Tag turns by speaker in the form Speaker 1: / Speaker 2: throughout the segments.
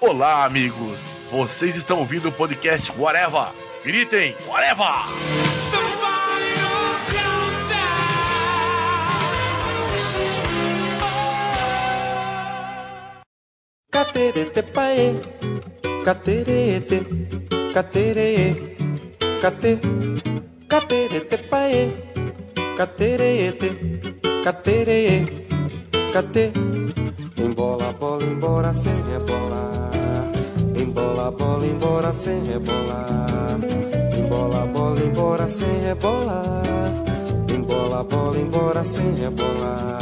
Speaker 1: Olá, amigos. Vocês estão ouvindo o podcast Whatever. Gritem, Whatever!
Speaker 2: Caterete paê, caterete, catere, cate, caterete paê, caterete, catere, cate. Embola, bola, embora sem rebolar. Embola, bola, embora sem rebolar. Embola, bola, embora sem rebolar. Embola, bola, embora é sem rebolar.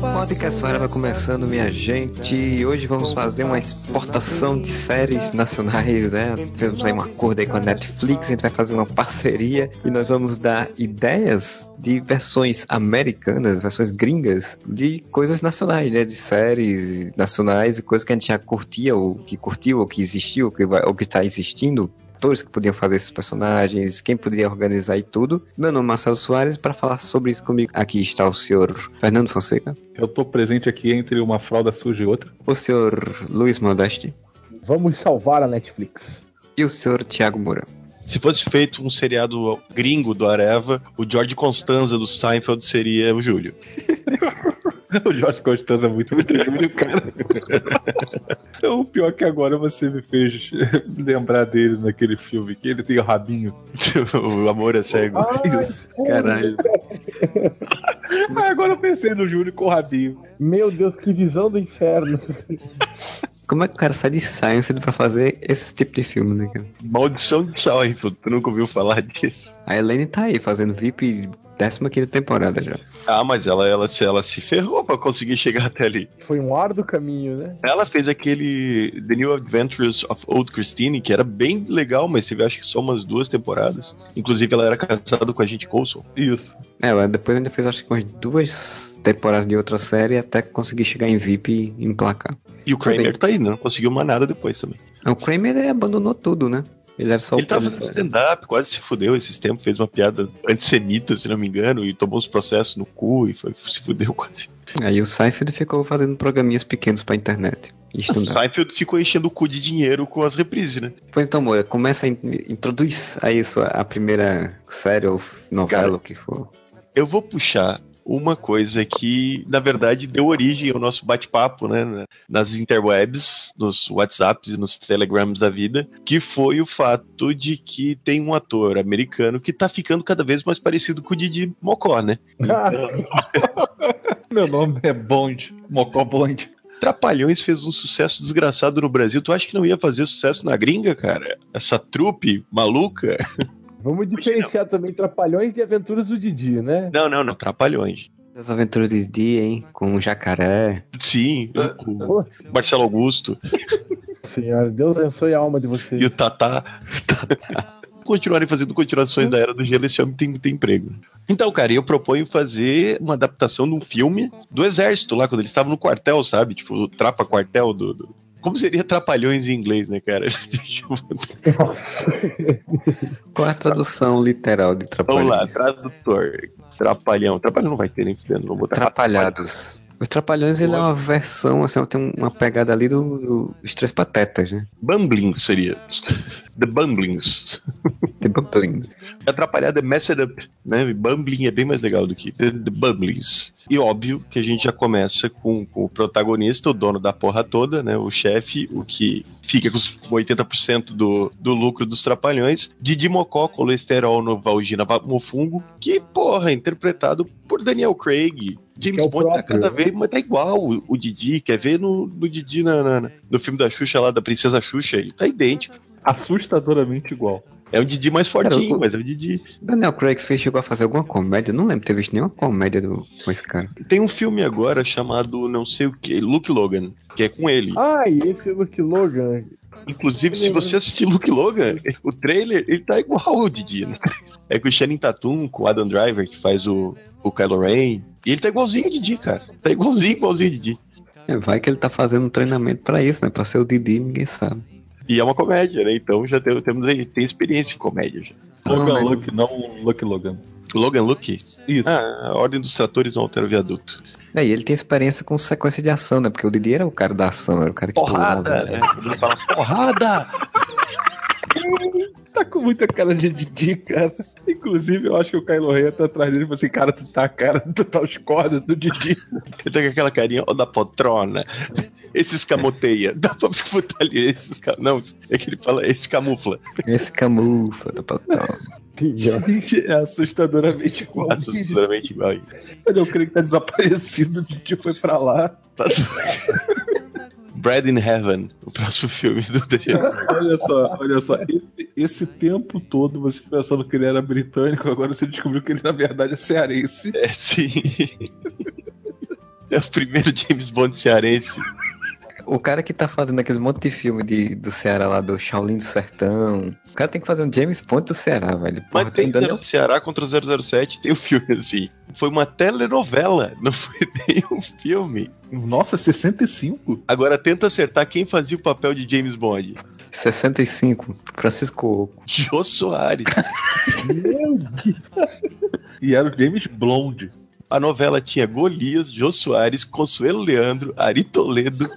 Speaker 3: Podcast Arava começando, minha gente. E hoje vamos fazer uma exportação de séries nacionais, né? Temos aí um acordo aí com a Netflix, a gente vai fazer uma parceria e nós vamos dar ideias de versões americanas, versões gringas de coisas nacionais, né? De séries nacionais e coisas que a gente já curtia, ou que curtiu, ou que existiu, ou que, vai, ou que está existindo atores que podiam fazer esses personagens, quem poderia organizar e tudo. Meu nome é Marcelo Soares, para falar sobre isso comigo, aqui está o senhor Fernando Fonseca,
Speaker 4: Eu tô presente aqui entre uma fralda suja e outra.
Speaker 3: o senhor Luiz Modeste
Speaker 5: Vamos salvar a Netflix.
Speaker 3: e o senhor Thiago Moura.
Speaker 6: Se fosse feito um seriado gringo do Areva, o George Constanza do Seinfeld seria o Júlio.
Speaker 4: O Jorge Costanza é muito incrível, cara. Então, o pior é que agora você me fez lembrar dele naquele filme, que ele tem o rabinho.
Speaker 6: o amor é cego.
Speaker 4: Isso.
Speaker 3: Caralho.
Speaker 4: Mas agora eu pensei no Júlio com o rabinho.
Speaker 5: Meu Deus, que visão do inferno.
Speaker 3: Como é que o cara sai de Seinfeld pra fazer esse tipo de filme, né? cara?
Speaker 6: Maldição de Seinfeld, tu nunca ouviu falar disso?
Speaker 3: A Helene tá aí fazendo VIP 15 temporada já.
Speaker 6: Ah, mas ela, ela, se- ela se ferrou pra conseguir chegar até ali.
Speaker 5: Foi um árduo caminho, né?
Speaker 6: Ela fez aquele The New Adventures of Old Christine, que era bem legal, mas teve acho que só umas duas temporadas. Inclusive, ela era casada com a gente Coulson.
Speaker 4: Isso.
Speaker 3: Ela É, depois ainda fez acho que umas duas temporadas de outra série até conseguir chegar em VIP e emplacar.
Speaker 6: E o Kramer tá aí, não conseguiu mais nada depois também.
Speaker 3: O Kramer ele abandonou tudo, né? Ele era só
Speaker 6: Ele
Speaker 3: o
Speaker 6: tava fazendo
Speaker 3: produtor.
Speaker 6: stand-up, quase se fudeu esses tempos, fez uma piada antissemita, se não me engano, e tomou os processos no cu e foi, se fudeu quase.
Speaker 3: Aí o Seinfeld ficou fazendo programinhas pequenos pra internet. e
Speaker 6: O
Speaker 5: É.
Speaker 3: Estudar.
Speaker 6: Seinfeld ficou enchendo o cu de dinheiro com as reprises, né?
Speaker 3: Pois então, Moura, começa a in- introduz a isso a primeira série ou novela,
Speaker 6: Cara.
Speaker 3: o que for.
Speaker 6: Eu vou puxar uma coisa que, na verdade, deu origem ao nosso bate-papo, né? na- Nas interwebs, nos WhatsApps e nos Telegrams da vida, que foi o fato de que tem um ator americano que tá ficando cada vez mais parecido com o Didi Mocó, né?
Speaker 4: Meu nome é Bond, Mocó Bond.
Speaker 6: Trapalhões fez um sucesso desgraçado no Brasil. Tu acha que não ia fazer sucesso na gringa, cara? Essa trupe maluca?
Speaker 5: Vamos diferenciar também Trapalhões e Aventuras do Didi, né?
Speaker 6: Não, não, não. Trapalhões.
Speaker 3: As aventuras de dia, hein? Com o jacaré.
Speaker 6: Sim, o
Speaker 5: Pô,
Speaker 6: Marcelo Augusto
Speaker 5: senhora, Deus abençoe a alma de
Speaker 6: e
Speaker 5: vocês.
Speaker 6: o Tatá. Continuarem fazendo continuações da Era do Gelo, esse homem tem, tem emprego. Então, cara, eu proponho fazer uma adaptação de um filme do Exército, lá quando eles estavam no quartel, sabe? Tipo, o Trapa Quartel do... do- Como seria Trapalhões em inglês, né, cara? Tipo,
Speaker 3: Qual é a tradução literal de
Speaker 6: Vamos lá,
Speaker 3: Trapalhões?
Speaker 6: tradutor. Trapalhão. Trapalhão não vai ter nem fudendo, não vou botar.
Speaker 3: Atrapalhados. Os Trapalhões, ele é uma versão, assim, tem uma pegada ali do, do- dos Três Patetas, né?
Speaker 6: Bumblings seria. The Bumblings.
Speaker 3: The Bumbling.
Speaker 6: Atrapalhado é Messed Up, né? Bumbling é bem mais legal do que The, the Bumblings. E óbvio que a gente já começa com, com o protagonista, o dono da porra toda, né? O chefe, o que fica com os 80% do, do lucro dos trapalhões. Didi Mocó, colesterol no Valgina Mofungo, que, porra, é interpretado por Daniel Craig. James
Speaker 5: Que é o
Speaker 6: Bond tá
Speaker 5: próprio,
Speaker 6: cada vez, mas tá igual o, o Didi, quer ver no, no Didi na- na- na- no filme da Xuxa lá, da Princesa Xuxa, ele tá idêntico.
Speaker 4: Assustadoramente igual.
Speaker 6: É um Didi mais fortinho,
Speaker 3: Cara, o-
Speaker 6: mas é o Didi.
Speaker 3: Daniel Craig fez, chegou a fazer alguma comédia. Não lembro de ter visto nenhuma comédia do, com esse cara.
Speaker 6: Tem um filme agora chamado não sei o que, Luke Logan, que é com ele.
Speaker 1: Ah,
Speaker 5: Ai, esse é Luke Logan.
Speaker 6: Inclusive, se você assistir Luke Logan, o trailer, ele tá igual ao Didi, né? É com o Shannon Tatum, com o Adam Driver, que faz o, o Kylo Ren. E ele tá igualzinho o Didi, cara. Tá igualzinho, igualzinho o Didi.
Speaker 3: É, vai que ele tá fazendo um treinamento pra isso, né? Pra ser o Didi, ninguém sabe.
Speaker 6: E é uma comédia, né? Então já tem- temos aí, tem experiência em comédia já.
Speaker 3: Não,
Speaker 6: é
Speaker 4: Logan
Speaker 3: né?
Speaker 4: Luke, não Luke Logan.
Speaker 6: Logan Luke?
Speaker 4: Isso.
Speaker 6: é um Ah, a ordem dos tratores não altera o viaduto.
Speaker 3: É, e ele tem experiência com sequência de ação, né? Porque o Didi era o cara da ação, era o cara que
Speaker 6: Porrada!
Speaker 3: pulava,
Speaker 6: Né?
Speaker 3: né?
Speaker 6: Ele fala, porrada!
Speaker 4: Tá com muita cara de Didi, cara. Inclusive, eu acho que o Kylo Ren tá atrás dele e falou assim, cara, tu tá a cara, tu tá os cordas do Didi.
Speaker 6: Ele tá com aquela carinha, ó, da poltrona. Esse escamoteia. Dá pra botar ali esse esca... Não, é que ele fala, esse camufla.
Speaker 3: Esse camufla tá do patrão.
Speaker 5: Pior.
Speaker 4: É assustadoramente igual.
Speaker 6: Tá Assustadoramente igual.
Speaker 4: Olha, eu creio que tá desaparecido, o Didi foi pra lá.
Speaker 6: Tá... Bread in Heaven, o próximo filme do DG.
Speaker 4: Olha só, olha só. Esse, esse tempo todo você pensando que ele era britânico, agora você descobriu que ele na verdade é cearense.
Speaker 6: É sim. É o primeiro James Bond cearense.
Speaker 3: O cara que tá fazendo aquele monte de filme de, do Ceará lá, do Shaolin do Sertão. O cara tem que fazer um James Bond do Ceará, velho. Porra, tá
Speaker 6: Mas tem
Speaker 3: me dando-
Speaker 6: Zero Ceará contra o 007, tem um filme assim. Foi uma telenovela, não foi nem um filme.
Speaker 4: Nossa, 65?
Speaker 6: Agora tenta acertar quem fazia o papel de James Bond.
Speaker 3: 65, Francisco Oco.
Speaker 6: Jô Soares.
Speaker 4: E era o James Blonde.
Speaker 6: A novela tinha Golias, Jô Soares, Consuelo Leandro, Ari Toledo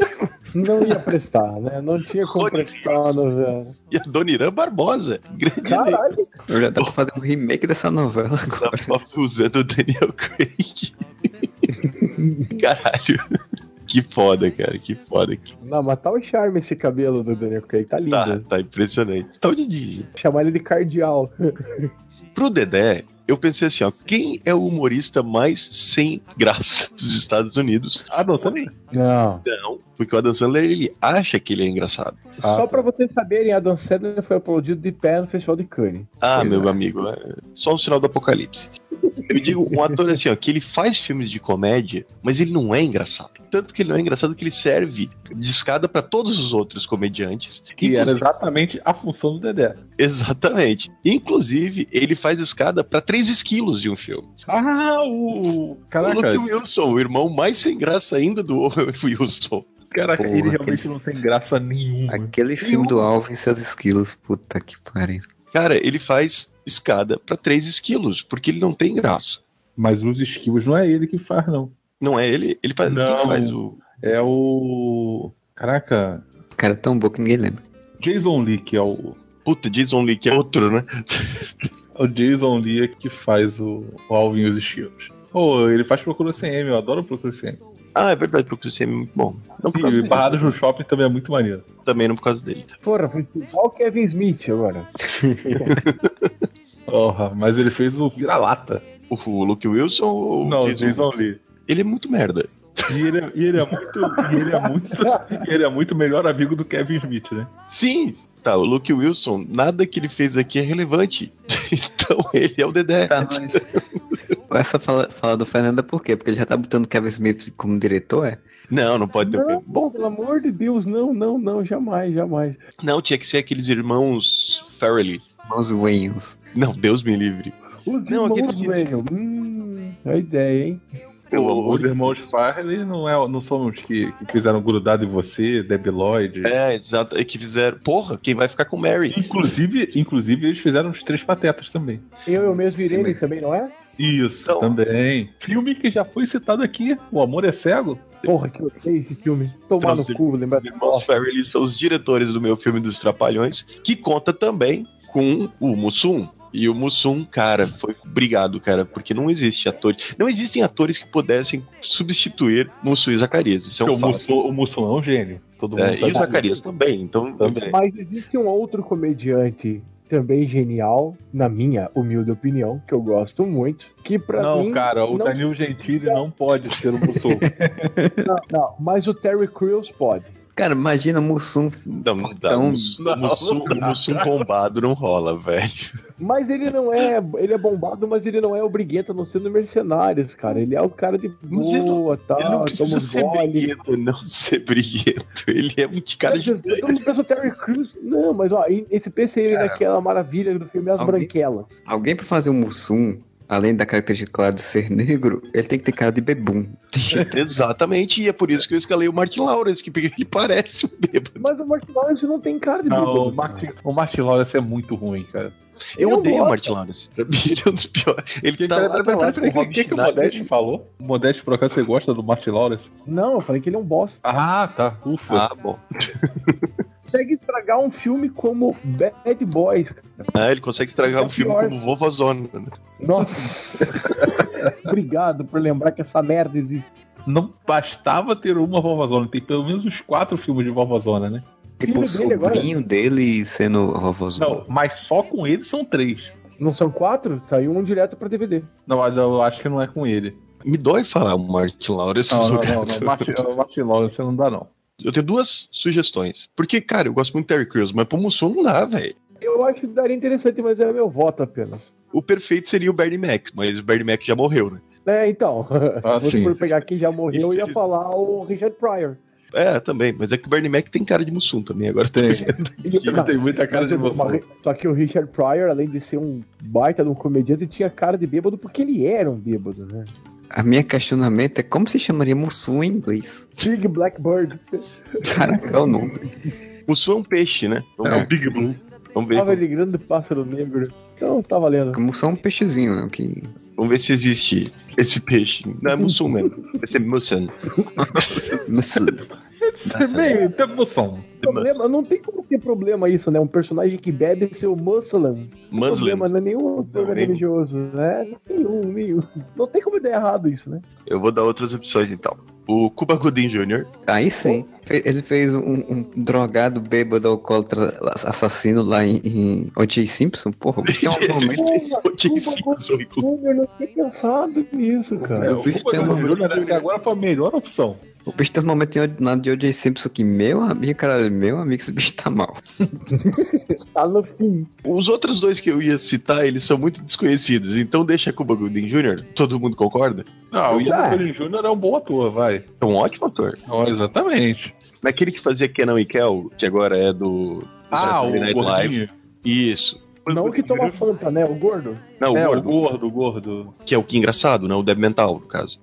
Speaker 5: Não ia prestar, né? Não tinha como
Speaker 6: Rony
Speaker 5: prestar uma novela.
Speaker 6: e a Donirã Barbosa. Grande elenco.
Speaker 5: Caralho,
Speaker 3: Eu já dá pra fazer um remake dessa novela
Speaker 6: Tá
Speaker 3: agora.
Speaker 6: usando o Daniel Craig. Caralho. Que foda, cara. Que foda. Que...
Speaker 5: não, mas tá o charme esse cabelo do Daniel Craig, tá lindo.
Speaker 6: Tá, tá impressionante. Tá o Didi.
Speaker 5: Chamar ele de cardeal.
Speaker 6: Pro Dedé, eu pensei assim, ó. Quem é o humorista mais sem graça dos Estados Unidos?
Speaker 4: Ah, não, sabe?
Speaker 5: Não.
Speaker 6: Não. Porque o Adam Sandler, ele acha que ele é engraçado.
Speaker 5: Só pra vocês saberem, Adam Sandler foi aplaudido de pé no Festival de Cannes.
Speaker 6: Ah,
Speaker 3: Sei
Speaker 6: meu
Speaker 3: lá.
Speaker 6: amigo, é só um sinal do apocalipse. Eu digo um ator assim, ó, que ele faz filmes de comédia, mas ele não é engraçado. Tanto que ele não é engraçado que ele serve de escada pra todos os outros comediantes.
Speaker 4: Que era
Speaker 6: Inclusive-
Speaker 4: exatamente a função do Dedé.
Speaker 6: Exatamente. Inclusive, ele faz escada pra 3 esquilos de um filme.
Speaker 4: Ah, o. Caraca,
Speaker 6: o Luke Wilson, o irmão mais sem graça ainda do Owen Wilson.
Speaker 4: caraca
Speaker 3: Porra,
Speaker 4: ele realmente
Speaker 3: aquele-
Speaker 4: não tem graça nenhuma.
Speaker 3: Aquele filme do Alvin e seus esquilos, puta que pariu.
Speaker 6: Cara, ele faz escada pra 3 esquilos, porque ele não tem graça.
Speaker 4: Mas os esquilos não é ele que faz, não.
Speaker 6: Não é ele, ele faz,
Speaker 4: Não.
Speaker 6: quem faz o
Speaker 4: É o. Caraca.
Speaker 3: O cara é tão bom que ninguém lembra.
Speaker 4: Jason Lee, que é o.
Speaker 6: Puta, Jason Lee, que é outro, né?
Speaker 4: é o Jason Lee que faz o, o Alvin e os esquilos. Pô, ele faz Procura CM, eu adoro Procura CM.
Speaker 6: Ah, é verdade, Procura CM é muito bom. Não por causa
Speaker 4: E
Speaker 6: dele,
Speaker 4: Barrados no Shopping também é muito maneiro.
Speaker 6: também não por causa dele.
Speaker 5: Porra, foi igual o Kevin Smith agora.
Speaker 4: Porra, mas ele fez o Vira-Lata.
Speaker 6: O, o Luke Wilson ou o
Speaker 4: Não, o
Speaker 6: Jason-
Speaker 4: Jason Lee.
Speaker 6: Ele é muito merda.
Speaker 4: E ele, é- e ele é muito. E ele é muito. e ele é muito melhor amigo do Kevin Smith, né?
Speaker 6: Sim, tá, o Luke Wilson, nada que ele fez aqui é relevante. Então ele é o Dedé.
Speaker 3: mas... Essa fala, fala do Fernando é por quê? Porque ele já tá botando Kevin Smith como diretor, é?
Speaker 6: Não, não pode ter o
Speaker 5: Não,
Speaker 6: quê? Bom,
Speaker 5: pelo amor de Deus, não, não, não, jamais, jamais.
Speaker 6: não, tinha que ser aqueles irmãos Farrelly.
Speaker 3: Mãos Wayans.
Speaker 6: Não, Deus me livre.
Speaker 5: Os
Speaker 6: Não, aquele
Speaker 5: irmãos,
Speaker 6: que-
Speaker 5: velho. Hum, a ideia, hein?
Speaker 4: O- os irmãos Farley não, é, não são os que, que fizeram grudado em você, Debbie Lloyd.
Speaker 6: É, exato, é que fizeram. Porra, quem vai ficar com Mary?
Speaker 4: Inclusive, inclusive, eles fizeram os três patetas também.
Speaker 5: Eu, eu mesmo virei
Speaker 3: Sim,
Speaker 5: ele também, não é?
Speaker 4: Isso,
Speaker 6: Então-
Speaker 4: também. Filme que já foi citado aqui, O Amor é Cego.
Speaker 5: Porra, que eu sei esse filme. Tomar no
Speaker 6: Trouxe-
Speaker 5: cu, lembrar
Speaker 6: Os
Speaker 5: de
Speaker 6: irmãos Farrelly são os diretores do meu filme dos Trapalhões, que conta também com o Mussum. E o Mussum, cara, foi obrigado, cara, porque não existe atores. Não existem atores que pudessem substituir Mussum e Zacarias. Isso é
Speaker 4: Porque
Speaker 6: um
Speaker 4: o,
Speaker 6: fato.
Speaker 4: Mussum, o Mussum é um gênio. Todo mundo
Speaker 6: É,
Speaker 4: sabe.
Speaker 6: e o Zacarias também, então.
Speaker 4: Também.
Speaker 5: Mas existe um outro comediante também genial, na minha humilde opinião, que eu gosto muito, que pra
Speaker 4: Não,
Speaker 5: mim...
Speaker 4: cara, o
Speaker 5: não,
Speaker 4: Danilo Gentili não pode ser o Mussum.
Speaker 5: não, não, mas o Terry Crews pode.
Speaker 3: Cara, imagina o Mussum
Speaker 6: Não, não dá. um-
Speaker 3: fortão.
Speaker 6: O Mussum,
Speaker 4: Então, Não,
Speaker 6: o Mussum,
Speaker 4: não dá.
Speaker 6: o Mussum bombado não rola, velho.
Speaker 5: Mas ele não é... Ele é bombado, mas ele não é o briguento no sendo mercenários, cara. Ele é o cara de
Speaker 6: Mas ele não-
Speaker 5: boa, tal,
Speaker 6: Ele
Speaker 4: Ah,
Speaker 6: não precisa
Speaker 5: toma
Speaker 4: um
Speaker 5: um
Speaker 6: ser
Speaker 5: gole...
Speaker 6: briguento, não ser briguento. Ele é um de cara
Speaker 5: Mas,
Speaker 6: de.
Speaker 5: Todo mundo pensa o Terry Crews. Não, mas ó, esse pensa ele naquela maravilha do filme As
Speaker 3: alguém-
Speaker 5: Branquelas.
Speaker 3: Alguém pra fazer o Mussum além da característica, claro, de ser negro, ele tem que ter cara de bebum.
Speaker 6: Exatamente, e é por isso que eu escalei o Martin Lawrence, que porque ele parece um bêbado.
Speaker 5: Mas o Martin Lawrence não tem cara de
Speaker 4: Não, o
Speaker 5: bêbado.
Speaker 4: Martin, o Martin Lawrence é muito ruim, cara.
Speaker 6: Eu,
Speaker 5: Eu
Speaker 6: odeio o
Speaker 5: gosto.
Speaker 6: Martin Lawrence. Pra mim, ele é um dos piores. Ele tá
Speaker 4: Peraí,
Speaker 6: lá,
Speaker 4: peraí,
Speaker 6: tá
Speaker 4: peraí,
Speaker 6: lá com o
Speaker 4: peraí, O né?
Speaker 6: Rob
Speaker 4: que, que o
Speaker 6: Schneider.
Speaker 4: Modeste falou? O Modeste, por acaso, você gosta do Martin Lawrence?
Speaker 5: Não, eu falei que ele é um bosta.
Speaker 4: Ah, tá. Ufa.
Speaker 6: Ah, bom.
Speaker 5: Consegue estragar um filme como Bad Boys. cara.
Speaker 6: Ah, ele consegue
Speaker 4: É
Speaker 6: estragar um filme
Speaker 5: Pior.
Speaker 6: como Vovó Zona. né?
Speaker 5: Nossa. Obrigado por lembrar que essa merda existe.
Speaker 4: Não bastava ter uma Vovozona. Tem pelo menos uns quatro filmes de Vovozona, né?
Speaker 3: Tipo, o
Speaker 5: filho dele agora?
Speaker 3: sobrinho dele sendo
Speaker 4: Não,
Speaker 3: vovôzão.
Speaker 4: mas só com ele são três.
Speaker 5: Não são quatro? Saiu um direto pra DVD.
Speaker 4: Não, mas eu acho que não é com ele.
Speaker 6: Me dói falar o Martin Lawrence
Speaker 4: Não,
Speaker 6: no
Speaker 4: não,
Speaker 6: lugar
Speaker 4: não.
Speaker 6: do-
Speaker 4: não. Martin, Martin Lawrence não dá, não.
Speaker 6: Eu tenho duas sugestões. Porque, cara, eu gosto muito do Terry Crews, mas pro Mussum não dá, velho.
Speaker 5: Eu acho que daria interessante, mas era meu voto apenas.
Speaker 6: O perfeito seria o Bernie Mac, mas o Bernie Mac já morreu, né?
Speaker 5: É, então.
Speaker 4: Ah,
Speaker 5: se
Speaker 4: sim.
Speaker 5: for pegar quem já morreu, eu ia
Speaker 6: Infeliz-
Speaker 5: falar o Richard Pryor.
Speaker 6: É, também. Mas é que o Bernie Mac tem cara de Mussum também. Agora eu tô
Speaker 4: Tem.
Speaker 6: vendo.
Speaker 4: Ele tem muita cara de emoção.
Speaker 5: Só que o Richard Pryor, além de ser um baita de um comediante, tinha cara de bêbado porque ele era um bêbado, né?
Speaker 3: A minha questionamento é como se chamaria Mussum em inglês?
Speaker 5: Big Blackbird.
Speaker 3: Caraca, é o nome.
Speaker 6: Mussum é um peixe, né?
Speaker 4: É Ah, o Big Blue.
Speaker 6: Vamos ver,
Speaker 5: Tava ele grande pássaro negro. Então tá valendo.
Speaker 3: Mussum é um peixezinho, né? Que...
Speaker 6: vamos ver se existe esse peixe. Não, é Mussum mesmo. Vai ser Mussum.
Speaker 3: Mussum.
Speaker 4: Você vem, tem emoção.
Speaker 5: Problema, não tem como ter problema isso, né? Um personagem que bebe seu Muslim.
Speaker 6: Muslim.
Speaker 5: Problema, não é nenhum problema
Speaker 6: nenhum.
Speaker 5: religioso, né? Nenhum, nenhum. Não tem como dar errado isso, né?
Speaker 6: Eu vou dar outras opções, então. O Cuba Gooding Jr.
Speaker 3: Aí sim. Fe- Ele fez um, um drogado bêbado alcoólatra assassino lá em, em O.J. Simpson. Porra, o bicho tem um momento.
Speaker 6: O Jake Simmons, o Rico.
Speaker 5: Eu não tinha pensado nisso, cara.
Speaker 4: É, o
Speaker 3: bicho tem uma-
Speaker 4: Júnior era até agora foi a melhor opção.
Speaker 3: O bicho tem um momento de- na de O.J. Simpson que, meu amigo, cara, meu amigo, esse bicho tá mal.
Speaker 5: Tá no fim.
Speaker 6: Os outros dois que eu ia citar, eles são muito desconhecidos. Então deixa Cuba Gooding Jr. Todo mundo concorda?
Speaker 4: Não, Ah, o
Speaker 5: Ian
Speaker 4: Ian Júnior é um bom ator, vai.
Speaker 6: É um ótimo ator.
Speaker 4: exatamente.
Speaker 6: Naquele que fazia Kenan e Kel, que agora é do do
Speaker 4: Ah, o
Speaker 6: Saturday Night Live.
Speaker 4: gordinho.
Speaker 6: Isso.
Speaker 5: Não o que toma Fanta, né? O gordo.
Speaker 6: Não,
Speaker 4: É,
Speaker 6: o
Speaker 4: o
Speaker 6: gordo,
Speaker 4: gordo, o gordo.
Speaker 6: que é o que engraçado, né? O Deb Mental, no caso.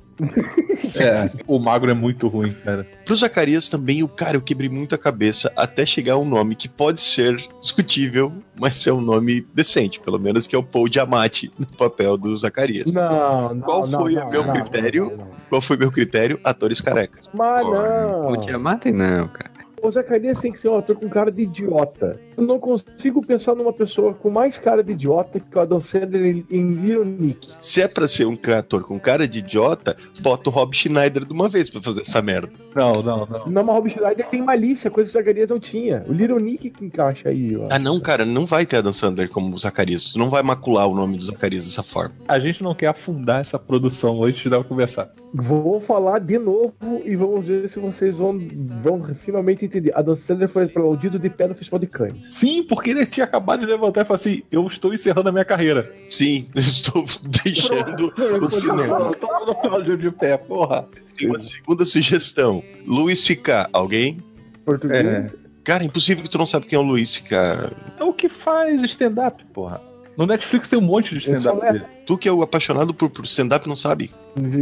Speaker 4: É, o magro é muito ruim, cara.
Speaker 6: Pro Zacarias também, o cara, eu quebrei muito a cabeça até chegar a um nome que pode ser discutível, mas é um nome decente, pelo menos, que é o Paul Giamatti no papel do Zacarias.
Speaker 5: Não, não.
Speaker 6: Qual
Speaker 5: não,
Speaker 6: foi
Speaker 5: não,
Speaker 6: o meu
Speaker 5: não,
Speaker 6: critério?
Speaker 5: não, não.
Speaker 6: Qual foi meu critério? Atores carecas.
Speaker 5: Mas
Speaker 3: O
Speaker 6: é.
Speaker 5: não.
Speaker 3: Diamante não, cara.
Speaker 5: O Zacarias tem que ser um ator com cara de idiota. Eu não consigo pensar numa pessoa com mais cara de idiota que o Adam Sandler em- em Little Nick.
Speaker 6: Se é pra ser um ator com cara de idiota, bota o Rob Schneider de uma vez pra fazer essa merda.
Speaker 4: Não, não, não.
Speaker 5: Não, mas o Rob Schneider tem malícia, coisa que o Zacarias não tinha. O Little Nick que encaixa aí, ó.
Speaker 6: Ah, não, cara, não vai ter Adam Sandler como o Zacarias. Tu não vai macular o nome do Zacarias dessa forma.
Speaker 4: A gente não quer afundar essa produção antes de ela começar.
Speaker 5: Vou falar de novo e vamos ver se vocês vão, vão finalmente entender. Adam Sandler foi aplaudido de pé no Festival de Cannes.
Speaker 4: Sim, porque ele tinha acabado de levantar e falou assim: Eu estou encerrando a minha carreira.
Speaker 6: Sim, eu estou deixando o cinema.
Speaker 4: Eu tava no aplaudindo de pé, porra.
Speaker 6: Tem uma segunda sugestão. Luiz C.K., alguém?
Speaker 5: Português.
Speaker 4: É.
Speaker 6: Cara, é impossível que tu não saiba quem é o Luiz C.K.
Speaker 4: É o que faz stand-up, porra. No Netflix tem um monte de stand-up
Speaker 5: Eu sou
Speaker 4: dele.
Speaker 6: Tu que é o apaixonado por, por stand-up não sabe.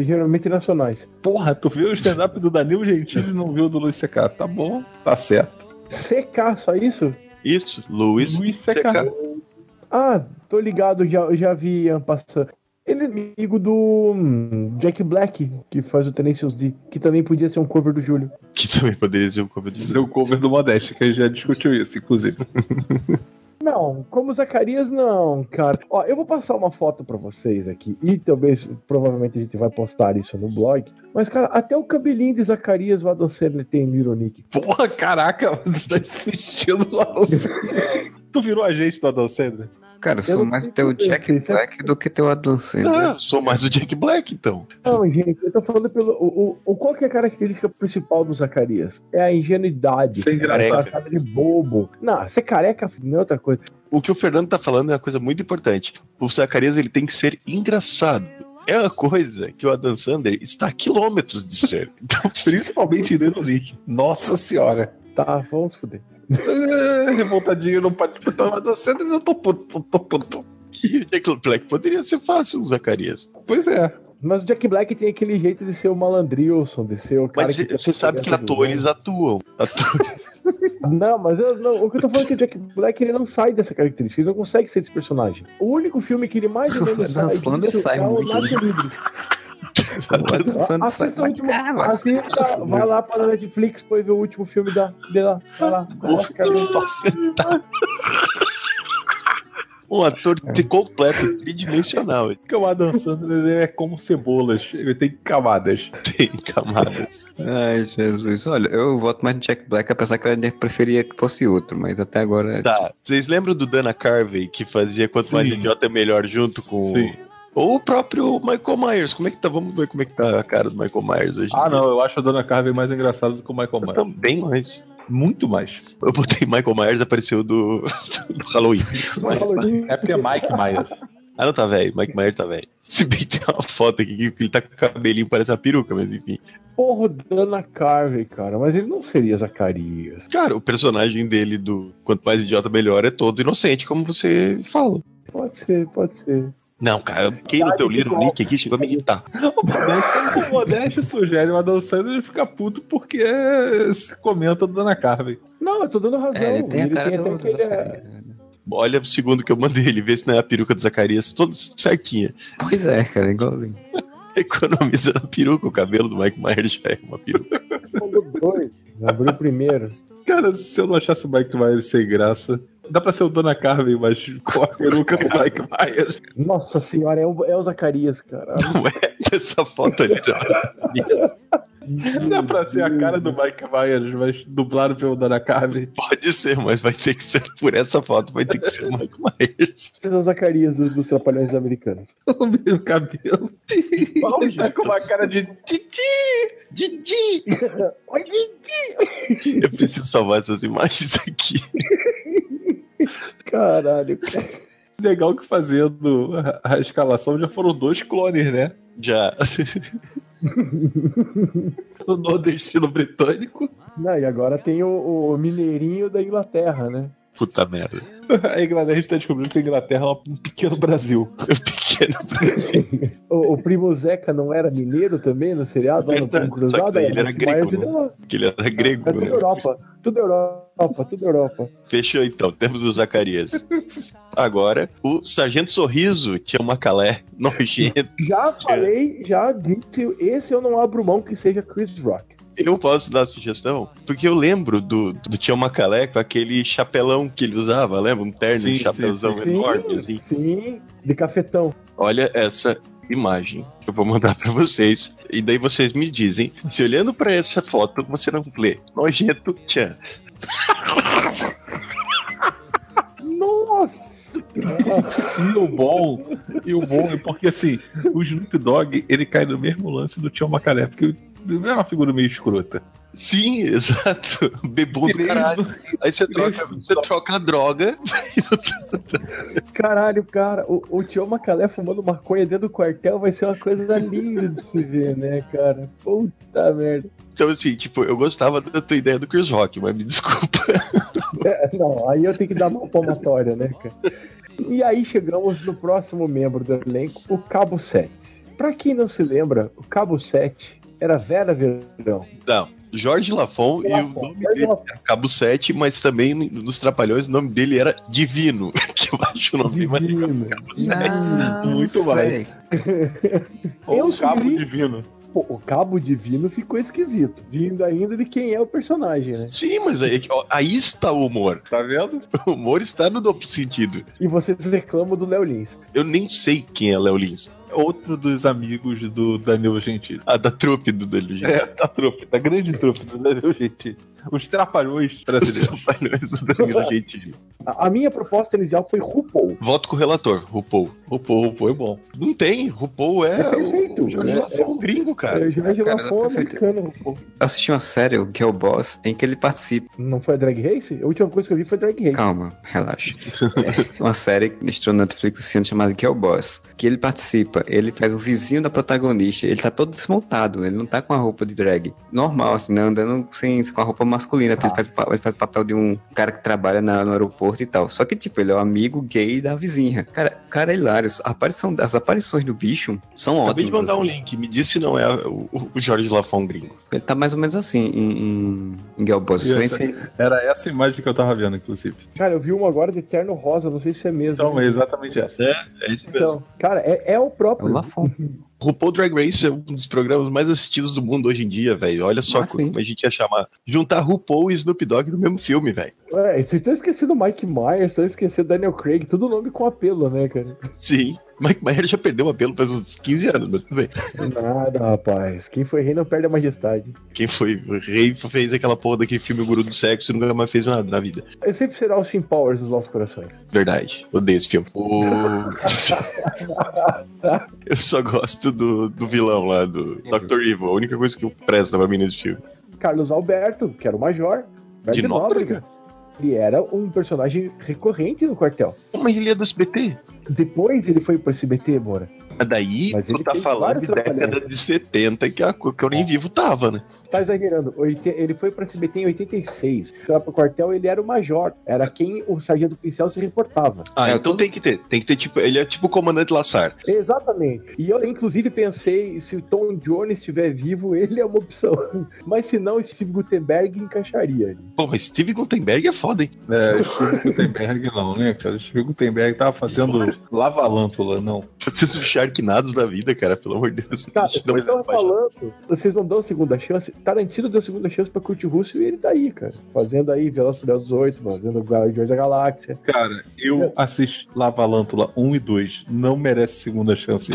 Speaker 5: Geralmente nacionais.
Speaker 4: Porra, tu viu o stand-up do Danilo Gentili e não viu o do Luiz CK. Tá bom, tá certo.
Speaker 5: CK, só isso?
Speaker 6: Isso, Luiz,
Speaker 4: Luiz
Speaker 6: C.K.
Speaker 4: CK.
Speaker 5: Ah, tô ligado, já, já vi ano passando. Ele é amigo do hum, Jack Black, que faz o Tenacious D, que também podia ser um cover do Júlio.
Speaker 6: Que também poderia ser um o cover do
Speaker 4: Seu cover do Modeste, que a gente já discutiu isso, inclusive.
Speaker 5: Não, como Zacarias, não, cara. Ó, eu vou passar uma foto pra vocês aqui, e talvez, provavelmente a gente vai postar isso no blog. Mas, cara, até o cabelinho de Zacarias o Adam Sandler tem no Ironic.
Speaker 4: Porra, caraca, você tá assistindo do Adam Sandler. Tu virou a gente do Adam Sandler?
Speaker 3: Cara, eu sou
Speaker 5: não
Speaker 3: mais
Speaker 5: sei
Speaker 3: teu
Speaker 5: como eu
Speaker 3: Jack
Speaker 5: sei, é sabe?
Speaker 3: Black do que teu Adam Sandler.
Speaker 6: Ah, sou mais o Jack Black, então.
Speaker 5: Não, gente, eu tô falando pelo. O, o- o- qual que é a característica principal do Zacarias? É a ingenuidade.
Speaker 4: Ser engraçado.
Speaker 5: Essa cara de bobo. Não, ser careca não é outra coisa.
Speaker 6: O que o Fernando tá falando é uma coisa muito importante. O Zacarias ele tem que ser engraçado. É uma coisa que o Adam Sandler está a quilômetros de ser. Então,
Speaker 4: Principalmente lendo o Nick. Nossa senhora. Ah,
Speaker 5: Tá, vamos foder.
Speaker 4: É, Revoltadinho não pode. Então, Adam Sandler, eu tô puto, tô puto.
Speaker 6: E o Jack Black poderia ser fácil, o Zacarias.
Speaker 4: Pois é.
Speaker 5: Mas o Jack Black tem aquele jeito de ser o malandrilson, de ser o cara
Speaker 6: Mas
Speaker 5: que... tá
Speaker 6: você sabe que atores atuam.
Speaker 5: né?
Speaker 6: Atores.
Speaker 5: Não, mas eu, não, o que eu tô falando é que o Jack Black ele não sai dessa característica, ele não consegue ser desse personagem. O único filme que ele mais ou menos sai,
Speaker 3: Adam
Speaker 5: disso
Speaker 3: Sandler sai
Speaker 5: é o
Speaker 3: muito,
Speaker 5: Laço
Speaker 3: né?
Speaker 5: Livre.
Speaker 3: Dançando,
Speaker 5: Assista o
Speaker 3: vai-
Speaker 5: último.
Speaker 3: Ah, mas-
Speaker 5: Assista, vai lá pra Netflix pra ver o último filme da, dela. Vai lá. Vai lá, cara.
Speaker 6: um ator
Speaker 5: É.
Speaker 6: de- completo, tridimensional. Ele
Speaker 4: Porque o Adam Sandler ele é como cebolas, ele tem camadas.
Speaker 6: tem camadas.
Speaker 3: Ai, Jesus. Olha, eu voto mais no Jack Black, apesar que eu ainda preferia que fosse outro, mas até agora.
Speaker 6: Tá, vocês lembram do Dana Carvey que fazia Quanto Mais
Speaker 4: Sim.
Speaker 6: Idiota Melhor junto com...
Speaker 4: Sim.
Speaker 6: Ou o próprio Michael Myers. Como é que tá? Vamos ver como é que tá a cara do Michael Myers hoje. em
Speaker 4: Ah,
Speaker 6: dia.
Speaker 4: não, eu acho a Dona Carvey mais engraçada do que o Michael
Speaker 6: Eu
Speaker 4: Myers.
Speaker 6: Também mais.
Speaker 4: Muito mais.
Speaker 6: Eu botei Michael Myers, apareceu do, do Halloween.
Speaker 5: Vai lá.
Speaker 4: É porque é Mike Myers.
Speaker 6: Ah, não, tá velho. Mike Myers tá velho. Se bem que tem uma foto aqui que ele tá com o cabelinho, parece uma peruca, mas enfim.
Speaker 5: Porra, o Dana Carvey, cara. Mas ele não seria Zacarias.
Speaker 6: Cara, o personagem dele do Quanto Mais Idiota Melhor é todo inocente, como você fala.
Speaker 5: Pode ser, pode ser.
Speaker 6: Não, cara, quem no teu ler o nick aqui chegou a me irritar.
Speaker 4: O Modesto, o Modesto sugere o Adam Sandler ele fica puto porque se comenta do Dona Carvey.
Speaker 5: Não, eu tô dando razão.
Speaker 3: É, ele tem a cara
Speaker 5: até
Speaker 3: do, do
Speaker 5: aquele- é,
Speaker 3: Zacarias. né?
Speaker 6: Olha o segundo que eu mandei ele, vê se não é a peruca do Zacarias, toda certinha.
Speaker 3: Pois é, cara, igualzinho.
Speaker 6: Economiza na peruca, o cabelo do Mike Myers já é uma peruca.
Speaker 5: Mandou dois. Abriu o primeiro.
Speaker 4: Cara, se eu não achasse o Mike Myers sem graça, dá pra ser o Dona Carvey, mas com a peruca do Mike Myers.
Speaker 5: Nossa senhora, é o, é o Zacarias, cara.
Speaker 6: Não é essa foto ali, não.
Speaker 4: Dá pra ser a cara do Mike Myers, mas dublado pelo Dona tá Carvey.
Speaker 6: Pode ser, mas vai ter que ser por essa foto, vai ter que ser o Mike Myers.
Speaker 5: Esse é o Zacarias dos, dos Trapalhões Americanos.
Speaker 4: O mesmo cabelo.
Speaker 6: Qual
Speaker 4: Ele tá
Speaker 6: jeito?
Speaker 4: com uma cara de titi.
Speaker 6: Didi!
Speaker 5: Oi,
Speaker 6: Eu preciso salvar essas imagens aqui.
Speaker 5: Caralho, cara.
Speaker 4: Legal que fazendo a- a escalação já foram dois clones, né?
Speaker 6: Já.
Speaker 4: O nordestino britânico.
Speaker 5: Não, e agora tem o, o Mineirinho da Inglaterra, né?
Speaker 6: Puta merda.
Speaker 4: A Inglaterra a gente tá descobrindo que a Inglaterra é um pequeno Brasil.
Speaker 6: Pequeno Brasil.
Speaker 5: O, o primo Zeca não era mineiro também no seriado? lá no
Speaker 6: Verdade,
Speaker 5: Primo Cruzado?
Speaker 6: só que ele era né?
Speaker 5: Mike Myers,
Speaker 6: grego,
Speaker 5: ele era-
Speaker 6: Que ele era grego.
Speaker 5: É tudo
Speaker 6: né?
Speaker 5: Europa, tudo Europa, tudo Europa.
Speaker 6: Fechou então, temos o Zacarias. Agora, o Sargento Sorriso, que é uma calé nojento.
Speaker 5: Já falei, já disse, esse eu não abro mão que seja Chris Rock.
Speaker 6: Eu posso dar sugestão? Porque eu lembro do, do Tião Macalé com aquele chapelão que ele usava, lembra? Um terno,
Speaker 4: Sim,
Speaker 6: um
Speaker 4: sim,
Speaker 6: chapelzão
Speaker 5: sim.
Speaker 6: enorme, assim.
Speaker 5: Sim, de cafetão.
Speaker 6: Olha essa imagem que eu vou mandar pra vocês. E daí vocês me dizem se olhando pra essa foto você não lê nojento tchan.
Speaker 5: Nossa!
Speaker 4: E o bom, e o bom é porque assim, o Snoop Dogg, ele cai no mesmo lance do Tião Macaré, porque ele é uma figura meio escrota.
Speaker 6: Sim, exato. Bebum do
Speaker 4: Ele-
Speaker 6: caralho. Aí você troca, você troca a droga.
Speaker 5: Caralho, cara, o, o Tio Macalé fumando maconha dentro do quartel vai ser uma coisa linda de se ver, né, cara? Puta merda.
Speaker 6: Então, assim, tipo, eu gostava da tua ideia do Chris Rock, mas me desculpa.
Speaker 5: É, Não, aí eu tenho que dar uma palmatória, né, cara? E aí chegamos no próximo membro do elenco, o Cabo 7. Pra quem não se lembra, o Cabo 7 era Vera Verão.
Speaker 6: Não. Jorge Lafon e o nome
Speaker 5: Mas
Speaker 6: dele
Speaker 5: ela-
Speaker 6: era Cabo 7, mas também nos Trapalhões o nome dele era Divino, que eu acho o é um nome mais legal.
Speaker 5: Divino.
Speaker 3: Não,
Speaker 4: muito
Speaker 3: sei.
Speaker 5: Eu
Speaker 4: Ou o cabo
Speaker 5: sugeri-
Speaker 4: divino.
Speaker 5: Pô, o Cabo Divino ficou esquisito, vindo ainda de quem é o personagem, né?
Speaker 6: Sim, mas aí, é ó, aí está o humor.
Speaker 4: Tá vendo?
Speaker 6: O humor está no duplo sentido.
Speaker 5: E vocês reclamam do Léo Lins.
Speaker 6: Eu nem sei quem é Léo Lins.
Speaker 4: Outro dos amigos do Danilo Gentili.
Speaker 6: A da trupe do Danilo Gentili.
Speaker 4: É, da trupe, da grande trupe do Danilo Gentili. Os trapalhões
Speaker 6: Os
Speaker 4: brasileiros.
Speaker 6: Trapalhões do Danilo Gentili.
Speaker 5: A, a minha proposta inicial foi RuPaul.
Speaker 6: Voto com o relator, RuPaul. RuPaul, RuPaul é bom. Não tem, RuPaul é,
Speaker 5: É perfeito,
Speaker 6: o, o Jorge
Speaker 5: né?
Speaker 6: Lafon gringo, cara.
Speaker 5: É, Jorge
Speaker 3: cara,
Speaker 5: Lafon
Speaker 3: ela foi feita-
Speaker 5: americano. pô.
Speaker 3: Eu assisti uma série, o Girl Boss, em que ele participa.
Speaker 5: Não foi a Drag Race? A última coisa que eu vi foi Drag Race.
Speaker 3: Calma, relaxa. É uma série que estreou na Netflix esse ano chamada Girl Boss, que ele participa. Ele faz o vizinho da protagonista. Ele tá todo desmontado, ele não tá com a roupa de drag. Normal, assim, né? Andando sem, com a roupa masculina, porque ele faz, o
Speaker 6: Ah.
Speaker 3: pa- ele faz o papel de um cara que trabalha na- no aeroporto e tal. Só que, tipo, ele é o amigo gay da vizinha. Cara, cara é hilário. A aparição, as aparições do bicho são
Speaker 5: é
Speaker 3: ótimas.
Speaker 6: Acabei de mandar um
Speaker 3: assim.
Speaker 6: link, me disse se não é o, o Jorge Lafon gringo.
Speaker 3: Ele tá mais ou menos assim em, em, em Girl Boss.
Speaker 4: E essa-
Speaker 3: Só em-
Speaker 4: Era essa imagem que eu tava vendo, inclusive.
Speaker 5: Cara, eu vi uma agora de Eterno Rosa, não sei se é mesmo.
Speaker 4: Então, é exatamente essa.
Speaker 6: É isso mesmo.
Speaker 5: Então, cara, é, é o
Speaker 3: É o
Speaker 5: próprio.
Speaker 3: Lafon.
Speaker 6: RuPaul Drag Race é um dos programas mais assistidos do mundo hoje em dia, velho. Olha só
Speaker 3: Ah, sim.
Speaker 6: como a gente ia chamar. Juntar RuPaul e Snoop Dogg no mesmo filme, velho.
Speaker 5: É, vocês estão esquecendo Mike Myers, estão esquecendo Daniel Craig, tudo nome com apelo, né, cara?
Speaker 6: Sim. Mike Myers já perdeu o apelo faz uns 15 anos, mas tudo bem.
Speaker 5: Nada, rapaz. Quem foi rei não perde a majestade.
Speaker 6: Quem foi rei fez aquela porra daquele filme Guru do Sexo e nunca mais fez nada na vida.
Speaker 5: Eu É sempre será o Sim Powers dos nossos corações.
Speaker 6: Verdade. Odeio esse filme. O- eu só gosto do, do vilão lá, do Dr. Evil. A única coisa que eu presto pra mim nesse filme.
Speaker 5: Carlos Alberto, que era o Major, era
Speaker 6: De
Speaker 5: de Nóbrega. Ele era um personagem recorrente no quartel.
Speaker 6: Mas ele é do SBT.
Speaker 5: Depois ele foi pro SBT, Bora.
Speaker 6: Mas daí,
Speaker 5: Mas
Speaker 6: tu
Speaker 5: ele
Speaker 6: tá
Speaker 5: fez
Speaker 6: falando
Speaker 5: vários Ah.
Speaker 6: de década
Speaker 5: trapalhadas.
Speaker 6: de 70, que, é a, co- que eu nem vivo tava, né?
Speaker 5: Tá exagerando. oite- Ele foi pro SBT em 86. Lá pro quartel ele era o Major. Era quem o sargento pincel se reportava.
Speaker 6: Ah,
Speaker 3: É,
Speaker 6: então
Speaker 3: tudo-
Speaker 6: tem que ter. Tem que ter, tipo, ele é tipo o comandante Lassar.
Speaker 5: Exatamente. E eu, inclusive, pensei, se o Tom Jones estiver vivo, ele é uma opção. Mas se não, Steve Gutenberg encaixaria. ali.
Speaker 6: Pô, mas Steve Gutenberg é foda, hein?
Speaker 4: É, Steve Gutenberg não, né, cara? Steve Gutenberg tava fazendo lavalântula, não.
Speaker 6: Vocês os Sharknados da vida, cara, pelo amor de Deus.
Speaker 5: Cara,
Speaker 6: Não
Speaker 5: eu tava
Speaker 6: me apaixona.
Speaker 5: falando, vocês não dão segunda chance. Tarantino deu segunda chance pra Kurt Russell e ele tá aí, cara. Fazendo aí Velociraptor 8, fazendo Guardiões da Galáxia.
Speaker 4: Cara, eu assisti Lavalântula 1 e 2. Não merece segunda chance.